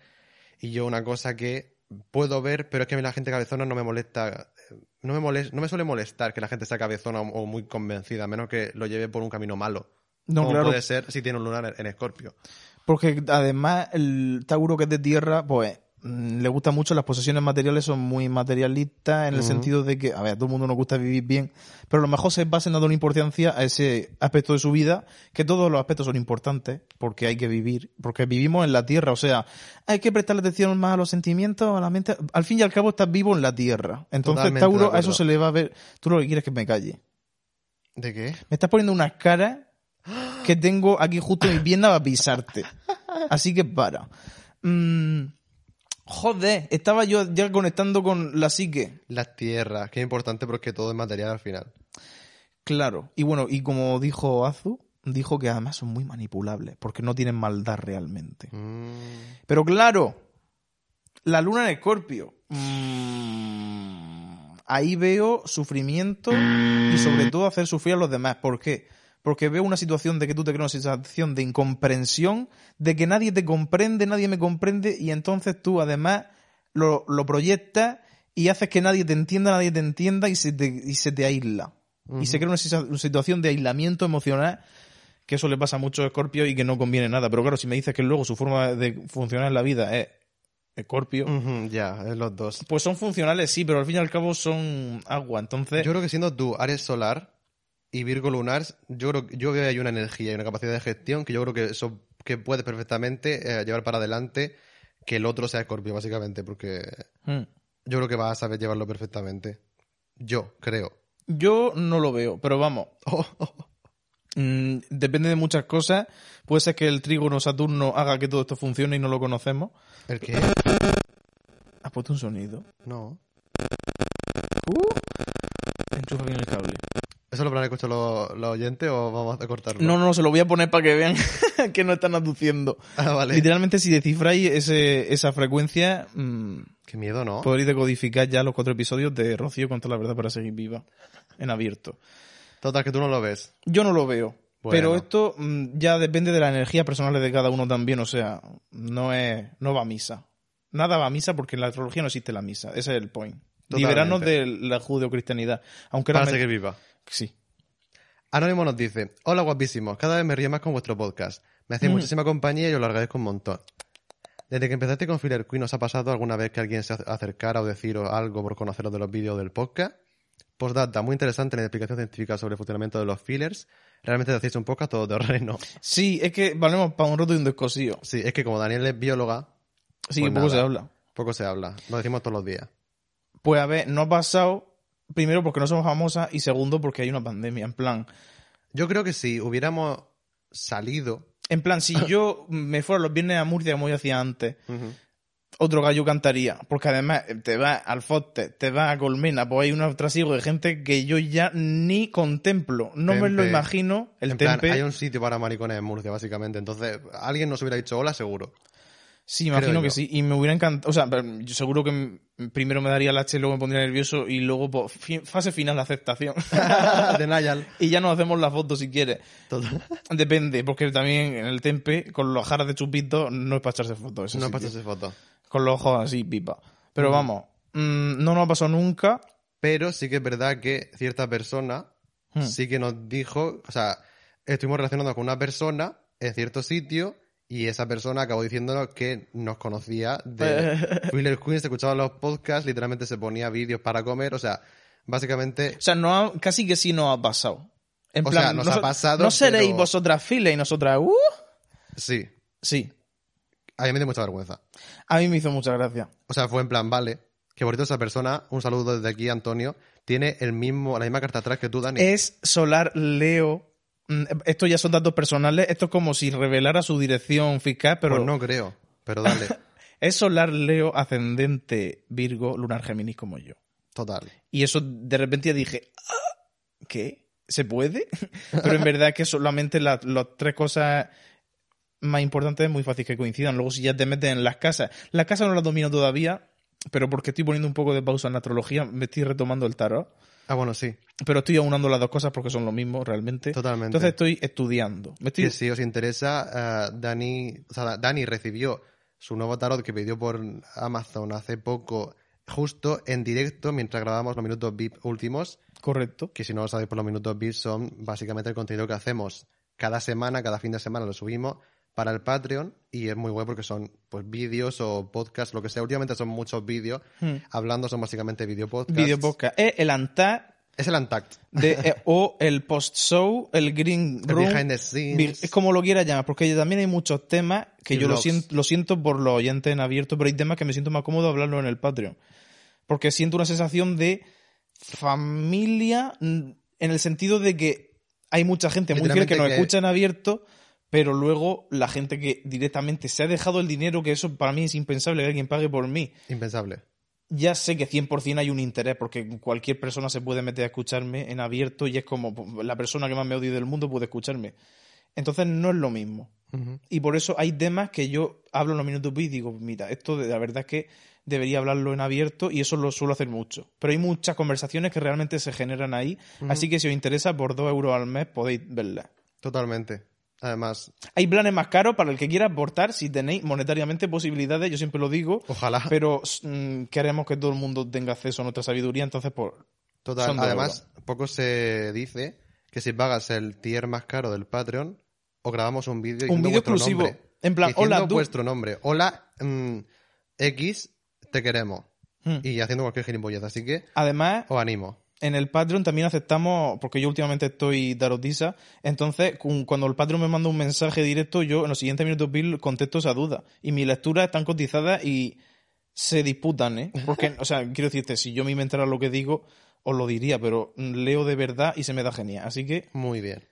[SPEAKER 3] Y yo una cosa que puedo ver, pero es que a mí la gente cabezona no me molesta. No me, molest- no me suele molestar que la gente sea cabezona o- o muy convencida, a menos que lo lleve por un camino malo.
[SPEAKER 1] No,
[SPEAKER 3] como
[SPEAKER 1] claro.
[SPEAKER 3] puede ser si tiene un lunar en escorpio.
[SPEAKER 1] Porque además el Tauro que es de tierra, pues mm, le gusta mucho, las posesiones materiales son muy materialistas en el
[SPEAKER 3] Ujú.
[SPEAKER 1] sentido de que, a ver, a todo el mundo nos gusta vivir bien, pero a lo mejor se basen dando una importancia a ese aspecto de su vida, que todos los aspectos son importantes, porque hay que vivir, porque vivimos en la tierra, o sea, hay que prestarle atención más a los sentimientos, a la mente, al fin y al cabo estás vivo en la tierra, entonces
[SPEAKER 3] Totalmente de
[SPEAKER 1] Tauro a
[SPEAKER 3] acuerdo.
[SPEAKER 1] eso se le va a ver, tú lo que quieres es que me calle,
[SPEAKER 3] ¿De qué?
[SPEAKER 1] me estás poniendo unas caras que tengo aquí justo en mi pierna para pisarte. Así que para. Mm, joder, estaba yo ya conectando con la psique.
[SPEAKER 3] Las tierras, que es importante porque todo es material al final.
[SPEAKER 1] Claro. Y bueno, y como dijo Azu, dijo que además son muy manipulables, porque no tienen maldad realmente.
[SPEAKER 3] Mm.
[SPEAKER 1] Pero claro, la luna en escorpio. Mm, ahí veo sufrimiento y sobre todo hacer sufrir a los demás. ¿Por qué? Porque veo una situación de que tú te creas una situación de incomprensión, de que nadie te comprende, nadie me comprende, y entonces tú además lo, lo proyectas y haces que nadie te entienda, nadie te entienda y se te, y se te aísla. Y se crea una, sisa- una situación de aislamiento emocional que eso le pasa mucho a Scorpio y que no conviene nada. Pero claro, si me dices que luego su forma de funcionar en la vida es Scorpio,
[SPEAKER 3] Ujú, ya, es los dos.
[SPEAKER 1] pues son funcionales, sí, pero al fin y al cabo son agua. Entonces,
[SPEAKER 3] Yo creo que siendo tú Ares Solar y Virgo Lunar, yo creo yo veo que hay una energía y una capacidad de gestión que yo creo que eso que puedes perfectamente eh, llevar para adelante que el otro sea Escorpio, básicamente, porque
[SPEAKER 1] mm,
[SPEAKER 3] yo creo que vas a saber llevarlo perfectamente. Yo creo.
[SPEAKER 1] yo no lo veo, pero vamos, mm, depende de muchas cosas. Puede ser que el trígono Saturno haga que todo esto funcione y no lo conocemos.
[SPEAKER 3] ¿El qué?
[SPEAKER 1] ¿Has puesto un sonido?
[SPEAKER 3] No.
[SPEAKER 1] Uh. Enchufa bien el cable.
[SPEAKER 3] ¿Eso lo habrán escuchado los, los oyentes o vamos a cortarlo?
[SPEAKER 1] No, no, se lo voy a poner para que vean que no están aduciendo.
[SPEAKER 3] Ah, vale.
[SPEAKER 1] Literalmente, si descifráis ese, esa frecuencia, mm,
[SPEAKER 3] Qué miedo, ¿no?
[SPEAKER 1] podréis decodificar ya los cuatro episodios de Rocío contra la verdad para seguir viva en abierto.
[SPEAKER 3] Total, que tú no lo ves.
[SPEAKER 1] Yo no lo veo.
[SPEAKER 3] Bueno.
[SPEAKER 1] Pero esto mm, ya depende de las energías personales de cada uno también, o sea, no es no va a misa. Nada va a misa porque en la astrología no existe la misa, ese es el point.
[SPEAKER 3] Totalmente.
[SPEAKER 1] Liberarnos de la judeocristianidad, aunque
[SPEAKER 3] Para
[SPEAKER 1] realmente-
[SPEAKER 3] seguir viva.
[SPEAKER 1] sí.
[SPEAKER 3] Anónimo nos dice, hola guapísimos, cada vez me río más con vuestro podcast. Me hacéis muchísima compañía y os lo agradezco un montón. Desde que empezaste con Filler Queen, ¿os ha pasado alguna vez que alguien se ac- acercara o deciros algo por conoceros de los vídeos del podcast? Postdata, muy interesante la explicación científica sobre el funcionamiento de los fillers. Realmente hacéis un podcast todo terreno.
[SPEAKER 1] Sí, es que valemos para un roto y un descosío.
[SPEAKER 3] Sí, es que como Daniel es bióloga,
[SPEAKER 1] Sí,
[SPEAKER 3] Pues
[SPEAKER 1] que poco
[SPEAKER 3] nada.
[SPEAKER 1] se habla.
[SPEAKER 3] poco se habla. Lo decimos todos los días.
[SPEAKER 1] Pues a ver, no ha pasado primero porque no somos famosas y segundo porque hay una pandemia, en plan,
[SPEAKER 3] Yo creo que si hubiéramos salido...
[SPEAKER 1] en plan si yo me fuera los viernes a Murcia como yo hacía antes otro gallo cantaría. Porque además eh, te vas al Foster, te vas a Colmena, pues hay un trasiego de gente que yo ya ni contemplo. No me lo
[SPEAKER 3] Tempe.
[SPEAKER 1] imagino. El
[SPEAKER 3] en plan,
[SPEAKER 1] tempe.
[SPEAKER 3] hay un sitio para maricones en Murcia, básicamente. Entonces, alguien nos hubiera dicho hola, seguro.
[SPEAKER 1] Sí, imagino
[SPEAKER 5] creo
[SPEAKER 1] que
[SPEAKER 5] yo.
[SPEAKER 1] sí. Y me hubiera encantado. O sea, pero yo seguro que m- primero me daría el H, luego me pondría nervioso y luego po, fi- fase final de aceptación.
[SPEAKER 5] de Nayal.
[SPEAKER 1] y ya nos hacemos la foto si quieres.
[SPEAKER 5] Todo-
[SPEAKER 1] Depende, porque también en el tempe, con los jaras de chupitos, no es para echarse fotos. eso
[SPEAKER 3] No
[SPEAKER 1] sí,
[SPEAKER 3] he puesto
[SPEAKER 1] tío.
[SPEAKER 3] esa foto.
[SPEAKER 1] Con los ojos así, pipa. Pero vamos, mm, no nos ha pasado nunca.
[SPEAKER 3] Pero sí que es verdad que cierta persona
[SPEAKER 1] Hmm.
[SPEAKER 3] sí que nos dijo, o sea, estuvimos relacionados con una persona en cierto sitio y esa persona acabó diciéndonos que nos conocía de Wheeler Queens, escuchaba los podcasts, literalmente se ponía vídeos para comer, o sea, básicamente
[SPEAKER 1] O sea, no ha- casi que sí nos ha pasado. En
[SPEAKER 3] O
[SPEAKER 1] plan,
[SPEAKER 3] sea, nos ha
[SPEAKER 1] noso-
[SPEAKER 3] pasado,
[SPEAKER 1] No seréis
[SPEAKER 3] pero-
[SPEAKER 1] vosotras filas y nosotras. ¡Uh!
[SPEAKER 3] sí,
[SPEAKER 1] Sí.
[SPEAKER 3] a mí me dio mucha vergüenza.
[SPEAKER 1] A mí me hizo mucha gracia.
[SPEAKER 3] O sea, fue en plan, vale, qué bonito esa persona, un saludo desde aquí, Antonio, tiene el mismo, la misma carta atrás que tú, Dani.
[SPEAKER 1] Es Solar Leo. Mm, Esto ya son datos personales. Esto es como si revelara su dirección fiscal, pero
[SPEAKER 3] Pues no creo, pero dale,
[SPEAKER 1] es Solar Leo, ascendente Virgo, lunar Géminis como yo.
[SPEAKER 3] total.
[SPEAKER 1] Y eso de repente dije, "Ah, ¿qué? ¿Se puede? Pero en verdad que solamente la- las tres cosas más importantes es muy fácil que coincidan. Luego si ya te metes en las casas. Las casas no las domino todavía, pero porque estoy poniendo un poco de pausa en la astrología, me estoy retomando el tarot.
[SPEAKER 3] Ah, bueno, sí,
[SPEAKER 1] Pero estoy aunando las dos cosas porque son lo mismo realmente.
[SPEAKER 3] totalmente.
[SPEAKER 1] Entonces estoy estudiando. Me estoy...
[SPEAKER 3] Que si os interesa, eh, Dani, o sea, Dani recibió su nuevo tarot que pidió por Amazon hace poco, justo en directo, mientras grabábamos los minutos VIP últimos,
[SPEAKER 1] Correcto.
[SPEAKER 3] que si no lo sabéis por los minutos VIP son básicamente el contenido que hacemos cada semana, cada fin de semana lo subimos para el Patreon y es muy bueno porque son pues vídeos o podcasts, lo que sea. Últimamente son muchos vídeos,
[SPEAKER 1] Hmm.
[SPEAKER 3] hablando son básicamente video podcasts.
[SPEAKER 1] Videopodcast. Es el antar
[SPEAKER 3] Es el Untact,
[SPEAKER 1] de, eh, o el post-show, el green
[SPEAKER 3] el
[SPEAKER 1] room.
[SPEAKER 3] behind the
[SPEAKER 1] Vir-
[SPEAKER 3] scenes.
[SPEAKER 1] Es como lo quiera llamar, porque también hay muchos temas que
[SPEAKER 3] Y
[SPEAKER 1] yo lo
[SPEAKER 3] blogs.
[SPEAKER 1] siento, lo siento por los oyentes en abierto, pero hay temas que me siento más cómodo hablarlo en el Patreon. Porque siento una sensación de familia mm, en el sentido de que hay mucha gente muy fiel que
[SPEAKER 3] Literalmente
[SPEAKER 1] nos
[SPEAKER 3] que-
[SPEAKER 1] escucha en abierto, pero luego la gente que directamente se ha dejado el dinero, que eso para mí es impensable que alguien pague por mí.
[SPEAKER 3] Impensable.
[SPEAKER 1] Ya sé que 100% hay un interés, porque cualquier persona se puede meter a escucharme en abierto y es como pues, la persona que más me odia del mundo puede escucharme. Entonces no es lo mismo.
[SPEAKER 3] Ujú.
[SPEAKER 1] Y por eso hay temas que yo hablo en los minutos VIP y digo, mira, esto de, la verdad es que debería hablarlo en abierto y eso lo suelo hacer mucho. Pero hay muchas conversaciones que realmente se generan ahí, así que si os interesa, por dos euros al mes podéis verlas.
[SPEAKER 3] Totalmente. Además,
[SPEAKER 1] Hay planes más caros para el que quiera aportar si tenéis monetariamente posibilidades, yo siempre lo digo,
[SPEAKER 3] ojalá.
[SPEAKER 1] pero mm, queremos que todo el mundo tenga acceso a nuestra sabiduría, entonces pues,
[SPEAKER 3] Total,
[SPEAKER 1] Son dos
[SPEAKER 3] además, poco se dice que si pagas el tier más caro del Patreon, os grabamos un vídeo
[SPEAKER 1] un
[SPEAKER 3] diciendo
[SPEAKER 1] vídeo
[SPEAKER 3] vuestro
[SPEAKER 1] exclusivo.
[SPEAKER 3] nombre.
[SPEAKER 1] En plan,
[SPEAKER 3] Diciendo
[SPEAKER 1] hola, tú.
[SPEAKER 3] vuestro nombre. Hola, mm, X, te queremos.
[SPEAKER 1] Hmm.
[SPEAKER 3] Y haciendo cualquier gilipollez. Así que
[SPEAKER 1] Además,
[SPEAKER 3] os animo.
[SPEAKER 1] en el Patreon también aceptamos, porque yo últimamente estoy darotisa, entonces cu- cuando el Patreon me manda un mensaje directo, yo en los siguientes minutos Bill contesto esa duda. Y mis lecturas están cotizadas y se disputan, ¿eh? Porque, o sea, quiero decirte, si yo me inventara lo que digo, os lo diría, pero mm, leo de verdad y se me da genial. Así que,
[SPEAKER 3] Muy bien.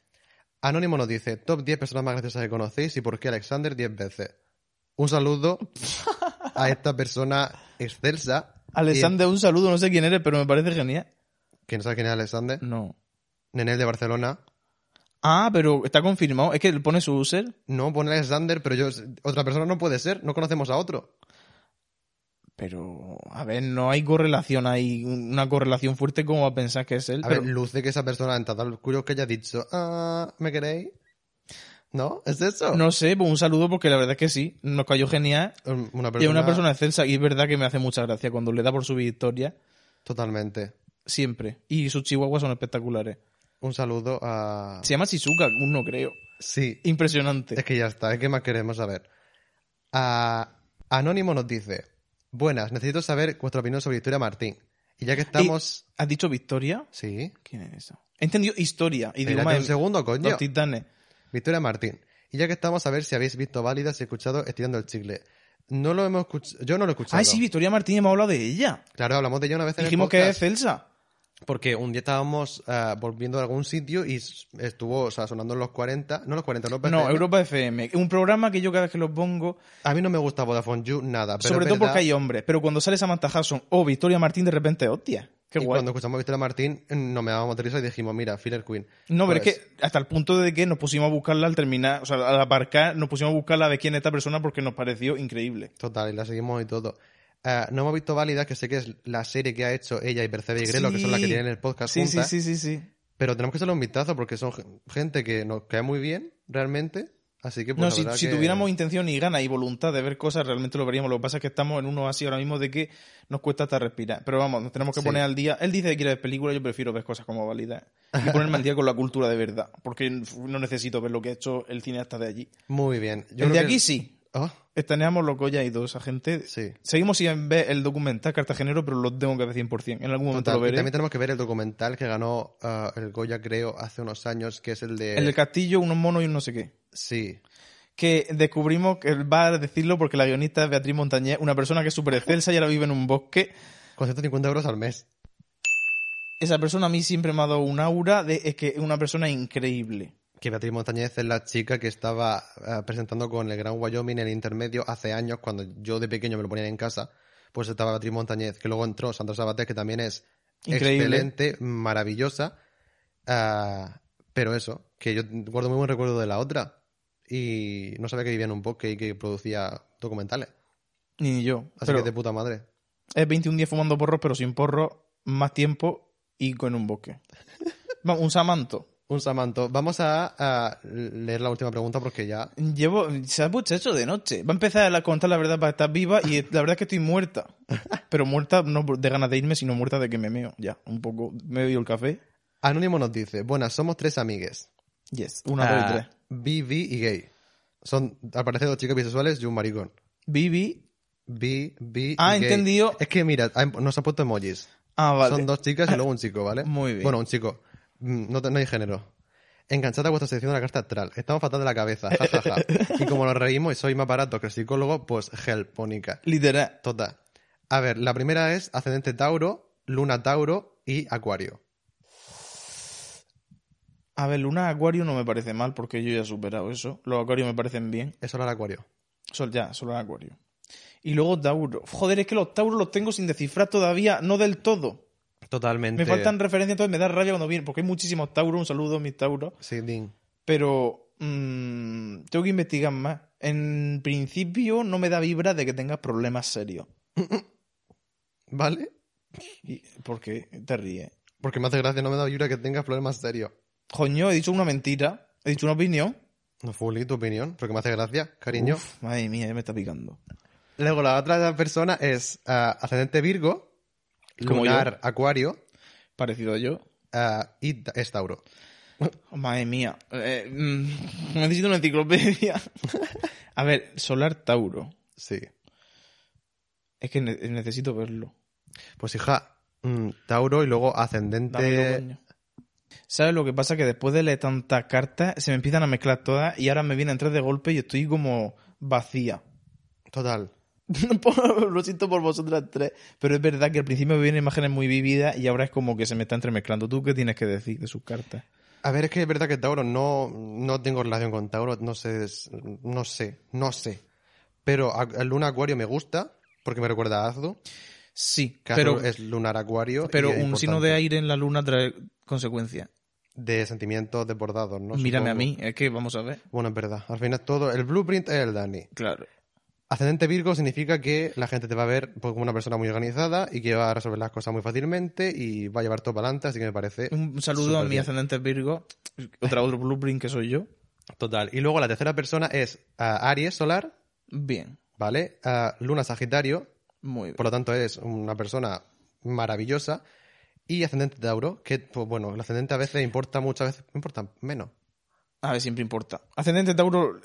[SPEAKER 3] Anónimo nos dice, top 10 personas más graciosas que conocéis y por qué Alexander 10 veces. Un saludo a esta persona excelsa.
[SPEAKER 1] Alexander, un saludo, no sé quién eres, pero me parece genial.
[SPEAKER 3] Que no sabe quién es Alexander.
[SPEAKER 1] No.
[SPEAKER 3] Nenel de Barcelona.
[SPEAKER 1] Ah, pero está confirmado, es que él pone su user.
[SPEAKER 3] No, pone Alexander, pero yo... Otra persona no puede ser. No conocemos a otro.
[SPEAKER 1] Pero, a ver, no hay correlación, hay una correlación fuerte como a pensar que es él.
[SPEAKER 3] A
[SPEAKER 1] pero-
[SPEAKER 3] ver, luce que esa persona en tal curio que haya dicho, ah, ¿me queréis? ¿No? ¿Es eso?
[SPEAKER 1] No sé, pues un saludo porque la verdad es que sí, nos cayó genial.
[SPEAKER 3] Um, Una
[SPEAKER 1] Y
[SPEAKER 3] persona,
[SPEAKER 1] es una persona excelsa y es verdad que me hace mucha gracia cuando le da por su victoria,
[SPEAKER 3] Totalmente.
[SPEAKER 1] siempre. Y sus chihuahuas son espectaculares.
[SPEAKER 3] Un saludo a...
[SPEAKER 1] Se llama Shizuka, uno creo.
[SPEAKER 3] Sí,
[SPEAKER 1] Impresionante.
[SPEAKER 3] Ah. Es que ya está, es que más queremos saber. A- Anónimo nos dice, buenas, necesito saber vuestra opinión sobre Historia Martín. Y ya que estamos...
[SPEAKER 1] ¿Has dicho victoria?
[SPEAKER 3] Sí.
[SPEAKER 1] ¿Quién es eso? He entendido historia y digo,
[SPEAKER 3] Espérate
[SPEAKER 1] madre
[SPEAKER 3] un
[SPEAKER 1] mía,
[SPEAKER 3] segundo, coño.
[SPEAKER 1] los titanes.
[SPEAKER 3] Victoria Martín. Y ya que estamos a ver si habéis visto válidas y escuchado Estirando el Chicle. No lo hemos escuchado... Yo no lo he escuchado.
[SPEAKER 1] Ay, sí, Victoria Martínez hemos hablado de ella.
[SPEAKER 3] Claro, hablamos de ella una vez en el
[SPEAKER 1] Dijimos que es
[SPEAKER 3] podcast.
[SPEAKER 1] excelsa.
[SPEAKER 3] Porque un día estábamos ah, volviendo de algún sitio y s- estuvo o sea, sonando en los 40, no los 40, los
[SPEAKER 1] No,
[SPEAKER 3] 20.
[SPEAKER 1] Europa FM. Un programa que yo cada vez que lo pongo,
[SPEAKER 3] A mí no me gusta Vodafone You nada, pero
[SPEAKER 1] sobre
[SPEAKER 3] es
[SPEAKER 1] todo
[SPEAKER 3] verdad-
[SPEAKER 1] porque hay hombres, pero cuando sale Samantha Hudson o Victoria Martín, de repente, hostia. Qué
[SPEAKER 3] y
[SPEAKER 1] guay.
[SPEAKER 3] cuando escuchamos a Victoria Martín, nos me dábamos de risa y dijimos, mira, Filler Queen.
[SPEAKER 1] No, pero
[SPEAKER 3] Pues,
[SPEAKER 1] es que hasta el punto de que nos pusimos a buscarla al terminar, o sea, al aparcar, nos pusimos a buscarla de quién es esta persona porque nos pareció increíble.
[SPEAKER 3] Total, y la seguimos y todo. Ah, no hemos visto Válida, que sé que es la serie que ha hecho ella y Percebe y Grelo, que son las que
[SPEAKER 1] Sí.
[SPEAKER 3] tienen el podcast
[SPEAKER 1] Sí, sí,
[SPEAKER 3] juntas.
[SPEAKER 1] sí, sí, sí.
[SPEAKER 3] Pero tenemos que hacerle un vistazo porque son gen- gente que nos cae muy bien, realmente. Así que, pues,
[SPEAKER 1] No,
[SPEAKER 3] la
[SPEAKER 1] si,
[SPEAKER 3] verdad
[SPEAKER 1] si
[SPEAKER 3] que-
[SPEAKER 1] tuviéramos intención y ganas y voluntad de ver cosas, realmente lo veríamos. Lo que pasa es que estamos en uno así ahora mismo de que nos cuesta hasta respirar. Pero vamos, nos tenemos que
[SPEAKER 3] Sí.
[SPEAKER 1] poner al día. Él dice que quiere ver películas, yo prefiero ver cosas como válidas. Y ponerme al día con la cultura de verdad. Porque no necesito ver lo que ha hecho el cineasta de allí.
[SPEAKER 3] Muy bien. Yo
[SPEAKER 1] el de
[SPEAKER 3] creo que-
[SPEAKER 1] aquí sí.
[SPEAKER 3] Oh,
[SPEAKER 1] Estaneamos los Goya y dos esa gente.
[SPEAKER 3] sí.
[SPEAKER 1] Seguimos sin ver el documental cartagenero, pero lo tengo que ver 100%. En algún momento
[SPEAKER 3] Total,
[SPEAKER 1] lo
[SPEAKER 3] y
[SPEAKER 1] veré.
[SPEAKER 3] también tenemos que ver el documental que ganó ah, el Goya, creo, hace unos años, que es el de...
[SPEAKER 1] El del castillo, unos monos y un no sé qué.
[SPEAKER 3] Sí.
[SPEAKER 1] que descubrimos que va a decirlo porque la guionista es Beatriz Montañé, una persona que es súper excelsa y ahora vive en un bosque.
[SPEAKER 3] Con 150 euros al mes.
[SPEAKER 1] Esa persona a mí siempre me ha dado un aura de es que es una persona increíble.
[SPEAKER 3] Que Beatriz Montañez es la chica que estaba eh, presentando con el Gran Wyoming en el intermedio hace años, cuando yo de pequeño me lo ponían en casa. Pues estaba Beatriz Montañez, que luego entró Sandra Sabater, que también es
[SPEAKER 1] Increíble.
[SPEAKER 3] excelente, maravillosa. Ah, pero eso, que yo guardo muy buen recuerdo de la otra. Y no sabía que vivía en un bosque y que producía documentales.
[SPEAKER 1] Ni yo.
[SPEAKER 3] Así
[SPEAKER 1] Pero
[SPEAKER 3] que de puta madre.
[SPEAKER 1] Es 21 días fumando porros, pero sin porros, más tiempo y con un bosque. Vamos, un samanto.
[SPEAKER 3] Un Samanto. Vamos a, a leer la última pregunta porque ya.
[SPEAKER 1] Llevo, se ha puesto hecho de noche. Va a empezar a contar la verdad para estar viva y la verdad es que estoy muerta. Pero muerta no de ganas de irme, sino muerta de que me meo. Ya, un poco. Me he bebido el café.
[SPEAKER 3] Anónimo nos dice: Buenas, somos tres amigues.
[SPEAKER 1] Yes. Una,
[SPEAKER 3] Ah.
[SPEAKER 1] dos y tres.
[SPEAKER 3] BB y gay. Son, al parecer, dos chicos bisexuales y un maricón.
[SPEAKER 1] Vivi
[SPEAKER 3] B, B
[SPEAKER 1] Ah,
[SPEAKER 3] y gay.
[SPEAKER 1] entendido.
[SPEAKER 3] Es que mira, han- nos han puesto emojis.
[SPEAKER 1] Ah, vale.
[SPEAKER 3] Son dos chicas y luego un chico, ¿vale?
[SPEAKER 1] Muy bien.
[SPEAKER 3] Bueno, un chico. Mm, No, te- no hay género. Enganchada a vuestra sección de la carta astral. Estamos fatal de la cabeza, jajaja. Y como nos reímos y soy más barato que el psicólogo, pues help, Mónica.
[SPEAKER 1] Literal.
[SPEAKER 3] Total. A ver, la primera es ascendente Tauro, luna Tauro y Acuario.
[SPEAKER 1] A ver, Luna Acuario no me parece mal porque yo ya he superado eso. Los Acuarios me parecen bien.
[SPEAKER 3] Eso era el Acuario.
[SPEAKER 1] Sol, ya, solo el Acuario. Y luego Tauro. Joder, es que los Tauros los tengo sin descifrar todavía, no del todo.
[SPEAKER 3] Totalmente.
[SPEAKER 1] Me faltan referencias, entonces me da rabia cuando vienen, porque hay muchísimos Tauros. Un saludo a mis Tauros.
[SPEAKER 3] Sí, Dean.
[SPEAKER 1] Pero mm, tengo que investigar más. En principio no me da vibra de que tengas problemas serios.
[SPEAKER 3] ¿Vale?
[SPEAKER 1] Y- ¿Por qué te ríes?
[SPEAKER 3] Porque me hace gracia, no me da vibra que tengas problemas serios.
[SPEAKER 1] Coño, he dicho una mentira. He dicho una opinión.
[SPEAKER 3] No Fully, tu opinión, porque me hace gracia, cariño.
[SPEAKER 1] Uf, madre mía, ya me está picando.
[SPEAKER 3] Luego la otra persona es ah, ascendente Virgo,
[SPEAKER 1] Como
[SPEAKER 3] lunar Acuario
[SPEAKER 1] Parecido a yo.
[SPEAKER 3] ah, y ta- es Tauro.
[SPEAKER 1] Oh, Madre mía. Eh, mm, necesito una enciclopedia. A ver, Solar Tauro.
[SPEAKER 3] Sí.
[SPEAKER 1] Es que ne- necesito verlo.
[SPEAKER 3] Pues hija, mm, Tauro y luego
[SPEAKER 1] Dámelo,
[SPEAKER 3] ascendente...
[SPEAKER 1] coño. ¿Sabes lo que pasa? Que después de leer tantas cartas se me empiezan a mezclar todas y ahora me vienen tres de golpe y estoy como vacía.
[SPEAKER 3] Total.
[SPEAKER 1] lo siento por vosotras tres. Pero es verdad que al principio me vienen imágenes muy vívidas y ahora es como que se me está entremezclando. ¿Tú qué tienes que decir de sus cartas?
[SPEAKER 3] A ver, es que es verdad que Tauro no, no tengo relación con Tauro, no sé, es- no sé, no sé. Pero a- el luna Acuario me gusta, porque me recuerda a Azdu,
[SPEAKER 1] Sí,
[SPEAKER 3] que
[SPEAKER 1] pero,
[SPEAKER 3] Azdu es lunar Acuario. y
[SPEAKER 1] pero
[SPEAKER 3] es
[SPEAKER 1] un signo de
[SPEAKER 3] importante.
[SPEAKER 1] aire en la luna trae consecuencias.
[SPEAKER 3] De sentimientos desbordados, ¿no?
[SPEAKER 1] Mírame
[SPEAKER 3] Supongo.
[SPEAKER 1] a mí, es que vamos a ver.
[SPEAKER 3] Bueno, es verdad. Al final todo, el blueprint es el Dani.
[SPEAKER 1] Claro.
[SPEAKER 3] Ascendente Virgo significa que la gente te va a ver pues, como una persona muy organizada y que va a resolver las cosas muy fácilmente y va a llevar todo para adelante, así que me parece
[SPEAKER 1] Un saludo a mi
[SPEAKER 3] Superbién.
[SPEAKER 1] ascendente Virgo, otra otro blueprint que soy yo.
[SPEAKER 3] total. Y luego la tercera persona es ah, Aries Solar,
[SPEAKER 1] Bien,
[SPEAKER 3] ¿vale? Ah, Luna Sagitario,
[SPEAKER 1] muy bien.
[SPEAKER 3] por lo tanto eres una persona maravillosa. Y ascendente Tauro, que pues bueno, el ascendente a veces importa, muchas veces importa menos.
[SPEAKER 1] A ver, siempre importa. Ascendente Tauro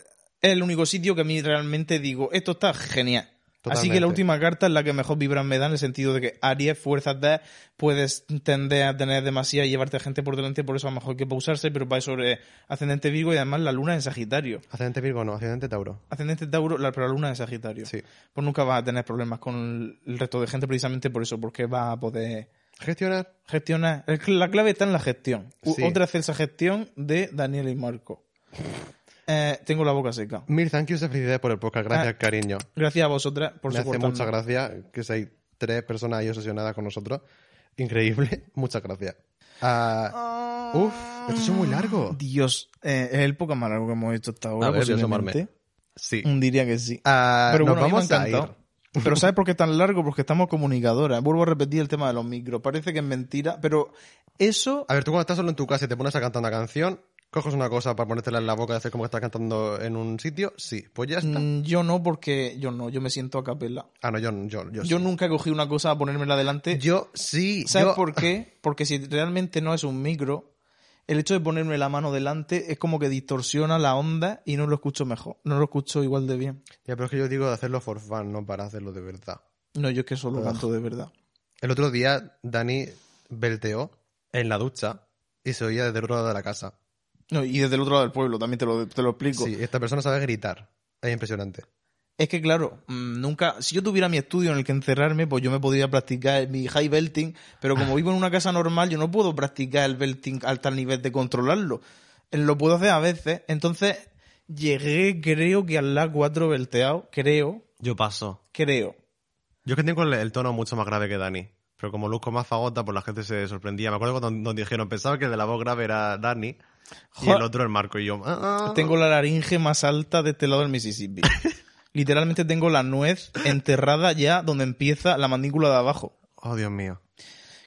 [SPEAKER 1] es el único sitio que a mí realmente digo, esto está genial. Así que
[SPEAKER 3] Totalmente.
[SPEAKER 1] la última carta es la que mejor vibra me da en el sentido de que Aries, fuerzas de, puedes tender a tener demasiada y llevarte gente por delante, por eso a lo mejor hay que pausarse, pero para eso es ascendente Virgo y además la luna en Sagitario.
[SPEAKER 3] Ascendente Virgo no, ascendente Tauro.
[SPEAKER 1] Ascendente Tauro, la, pero la luna en Sagitario.
[SPEAKER 3] Sí.
[SPEAKER 1] Pues nunca vas a tener problemas con el resto de gente precisamente por eso, porque vas a poder
[SPEAKER 3] Gestionar.
[SPEAKER 1] Gestionar. El cl- La clave está en la gestión. U-
[SPEAKER 3] Sí.
[SPEAKER 1] Otra excelsa gestión de Daniel y Marco. Eh, tengo la boca seca.
[SPEAKER 3] Mil thank yous y felicidades por el podcast. Gracias,
[SPEAKER 1] Ah.
[SPEAKER 3] cariño.
[SPEAKER 1] Gracias a vosotras por
[SPEAKER 3] me hace
[SPEAKER 1] soportarme.
[SPEAKER 3] mucha gracia que seáis tres personas ahí obsesionadas con nosotros. Increíble. Muchas gracias. Ah, uf, esto es muy largo.
[SPEAKER 1] Dios, eh, es el poco más largo que hemos hecho hasta ahora.
[SPEAKER 3] A ver, voy a
[SPEAKER 1] posiblemente.
[SPEAKER 3] asomarme. Sí.
[SPEAKER 1] Mm, Diría que sí.
[SPEAKER 3] Ah,
[SPEAKER 1] Pero
[SPEAKER 3] nos
[SPEAKER 1] bueno, a mí me
[SPEAKER 3] vamos
[SPEAKER 1] ha
[SPEAKER 3] a
[SPEAKER 1] encantado.
[SPEAKER 3] ir.
[SPEAKER 1] Pero ¿sabes por qué tan largo? Porque estamos comunicadoras. Vuelvo a repetir el tema de los micros. Parece que es mentira, pero eso...
[SPEAKER 3] A ver, tú cuando estás solo en tu casa y te pones a cantar una canción, coges una cosa para ponértela en la boca y hacer como que estás cantando en un sitio, sí, pues ya está.
[SPEAKER 1] mm, Yo no, porque yo no, yo me siento a capela.
[SPEAKER 3] Ah, no, yo, yo, yo,
[SPEAKER 1] Yo
[SPEAKER 3] sí.
[SPEAKER 1] nunca he cogido una cosa a ponérmela delante.
[SPEAKER 3] Yo sí.
[SPEAKER 1] ¿Sabes
[SPEAKER 3] yo-
[SPEAKER 1] por qué? Porque si realmente no es un micro, el hecho de ponerme la mano delante es como que distorsiona la onda y no lo escucho mejor, no lo escucho igual de bien.
[SPEAKER 3] Ya, pero es que yo digo de hacerlo for fun, no para hacerlo de verdad.
[SPEAKER 1] No, yo es que solo
[SPEAKER 3] Ah.
[SPEAKER 1] canto de verdad.
[SPEAKER 3] El otro día, Dani belteó en la ducha y se oía desde el otro lado de la casa.
[SPEAKER 1] No, y desde el otro lado del pueblo, también te lo, te lo explico.
[SPEAKER 3] Sí, esta persona sabe gritar. Es impresionante.
[SPEAKER 1] Es que claro, mm, nunca, si yo tuviera mi estudio en el que encerrarme, pues yo me podría practicar mi high belting, pero como vivo en una casa normal, yo no puedo practicar el belting al tal nivel de controlarlo. Eh, Lo puedo hacer a veces, entonces llegué creo que al la 4 belteado, creo,
[SPEAKER 3] Yo paso.
[SPEAKER 1] creo.
[SPEAKER 3] Yo es que tengo el, el tono mucho más grave que Dani. Pero como luzco más fagota, pues la gente se sorprendía. Me acuerdo cuando nos dijeron, pensaba que el de la voz grave era Dani y
[SPEAKER 1] Jo-
[SPEAKER 3] el otro el Marco y yo. "Ah, ah".
[SPEAKER 1] Tengo la laringe más alta de este lado del Mississippi. Literalmente tengo la nuez enterrada ya donde empieza la mandíbula de abajo.
[SPEAKER 3] Oh, Dios mío.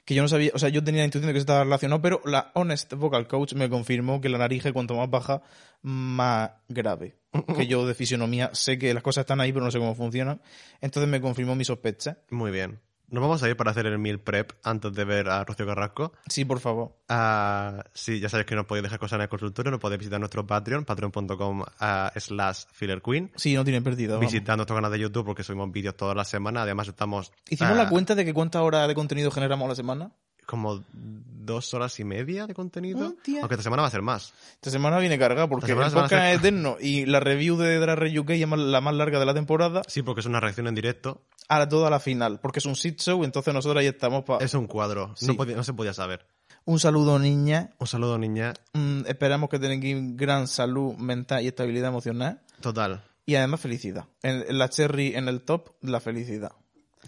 [SPEAKER 1] Que yo no sabía, o sea, yo tenía la intuición de que se estaba relacionado, pero la Honest Vocal Coach me confirmó que la laringe cuanto más baja, más grave. Que yo de fisionomía sé que las cosas están ahí, pero no sé cómo funcionan. Entonces me confirmó mi sospecha.
[SPEAKER 3] Muy bien. Nos vamos a ir para hacer el meal prep antes de ver a Rocío Carrasco.
[SPEAKER 1] Sí, por favor.
[SPEAKER 3] Ah, sí, ya sabéis que nos podéis dejar cosas en el consultorio, nos podéis visitar nuestro Patreon, patreon.com ah, slash fillerqueen.
[SPEAKER 1] Sí, no tiene pérdida. vamos.
[SPEAKER 3] Visitar nuestro canal de YouTube porque subimos vídeos todas las semanas. Además, estamos.
[SPEAKER 1] Hicimos
[SPEAKER 3] ah,
[SPEAKER 1] la cuenta de que cuántas horas de contenido generamos a la semana.
[SPEAKER 3] Como dos horas y media de contenido.
[SPEAKER 1] Hostia.
[SPEAKER 3] Aunque esta semana va a ser más.
[SPEAKER 1] Esta semana viene cargada porque el
[SPEAKER 3] Esta semana se van a
[SPEAKER 1] podcast es eterno y la review de Drag Race UK es más- la más larga de la temporada
[SPEAKER 3] Sí, porque es una reacción en directo.
[SPEAKER 1] a la- toda la final porque es un sit show entonces nosotros ahí estamos para...
[SPEAKER 3] Es un cuadro.
[SPEAKER 1] Ah. Sí.
[SPEAKER 3] No, podía- no se podía saber.
[SPEAKER 1] Un saludo niña,
[SPEAKER 3] Un saludo, niña.
[SPEAKER 1] Mm, esperamos que tengáis gran salud mental y estabilidad emocional
[SPEAKER 3] Total.
[SPEAKER 1] y además felicidad. En, en la cherry en el top, la felicidad.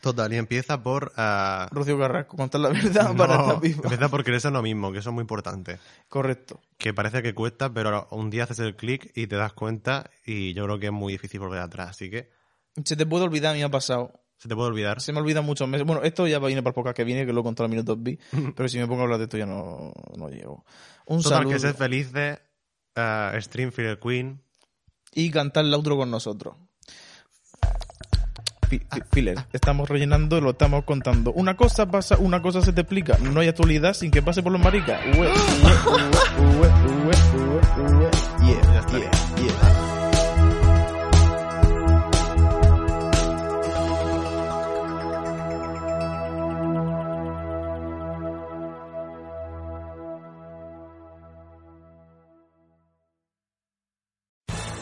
[SPEAKER 3] Total. Y empieza por. ah,
[SPEAKER 1] Rocío Carrasco, contar la verdad
[SPEAKER 3] no,
[SPEAKER 1] Ah, para estar viva.
[SPEAKER 3] empieza por creerse en lo mismo, que eso es muy importante.
[SPEAKER 1] Correcto.
[SPEAKER 3] Que parece que cuesta, pero un día haces el clic y te das cuenta. Y yo creo que es muy difícil volver atrás. Así que
[SPEAKER 1] Se te puede olvidar, a mí me ha pasado.
[SPEAKER 3] se te puede olvidar.
[SPEAKER 1] Se me olvidan muchos meses. Bueno, esto ya viene para el podcast que viene, que lo he contado a minutos vi, pero si me pongo a hablar de esto ya no, no llego. Un
[SPEAKER 3] Total,
[SPEAKER 1] saludo.
[SPEAKER 3] que sed felices. ah, stream Filler Queen.
[SPEAKER 1] y cantar el outro con nosotros. Fi- fi- Filler, estamos rellenando, lo estamos contando. Una cosa pasa, una cosa se te explica. No hay actualidad sin que pase por los maricas. Ue, ue, ue, ue, ue, ue, ue. Yeah,
[SPEAKER 3] Ya está.
[SPEAKER 1] yeah, yeah.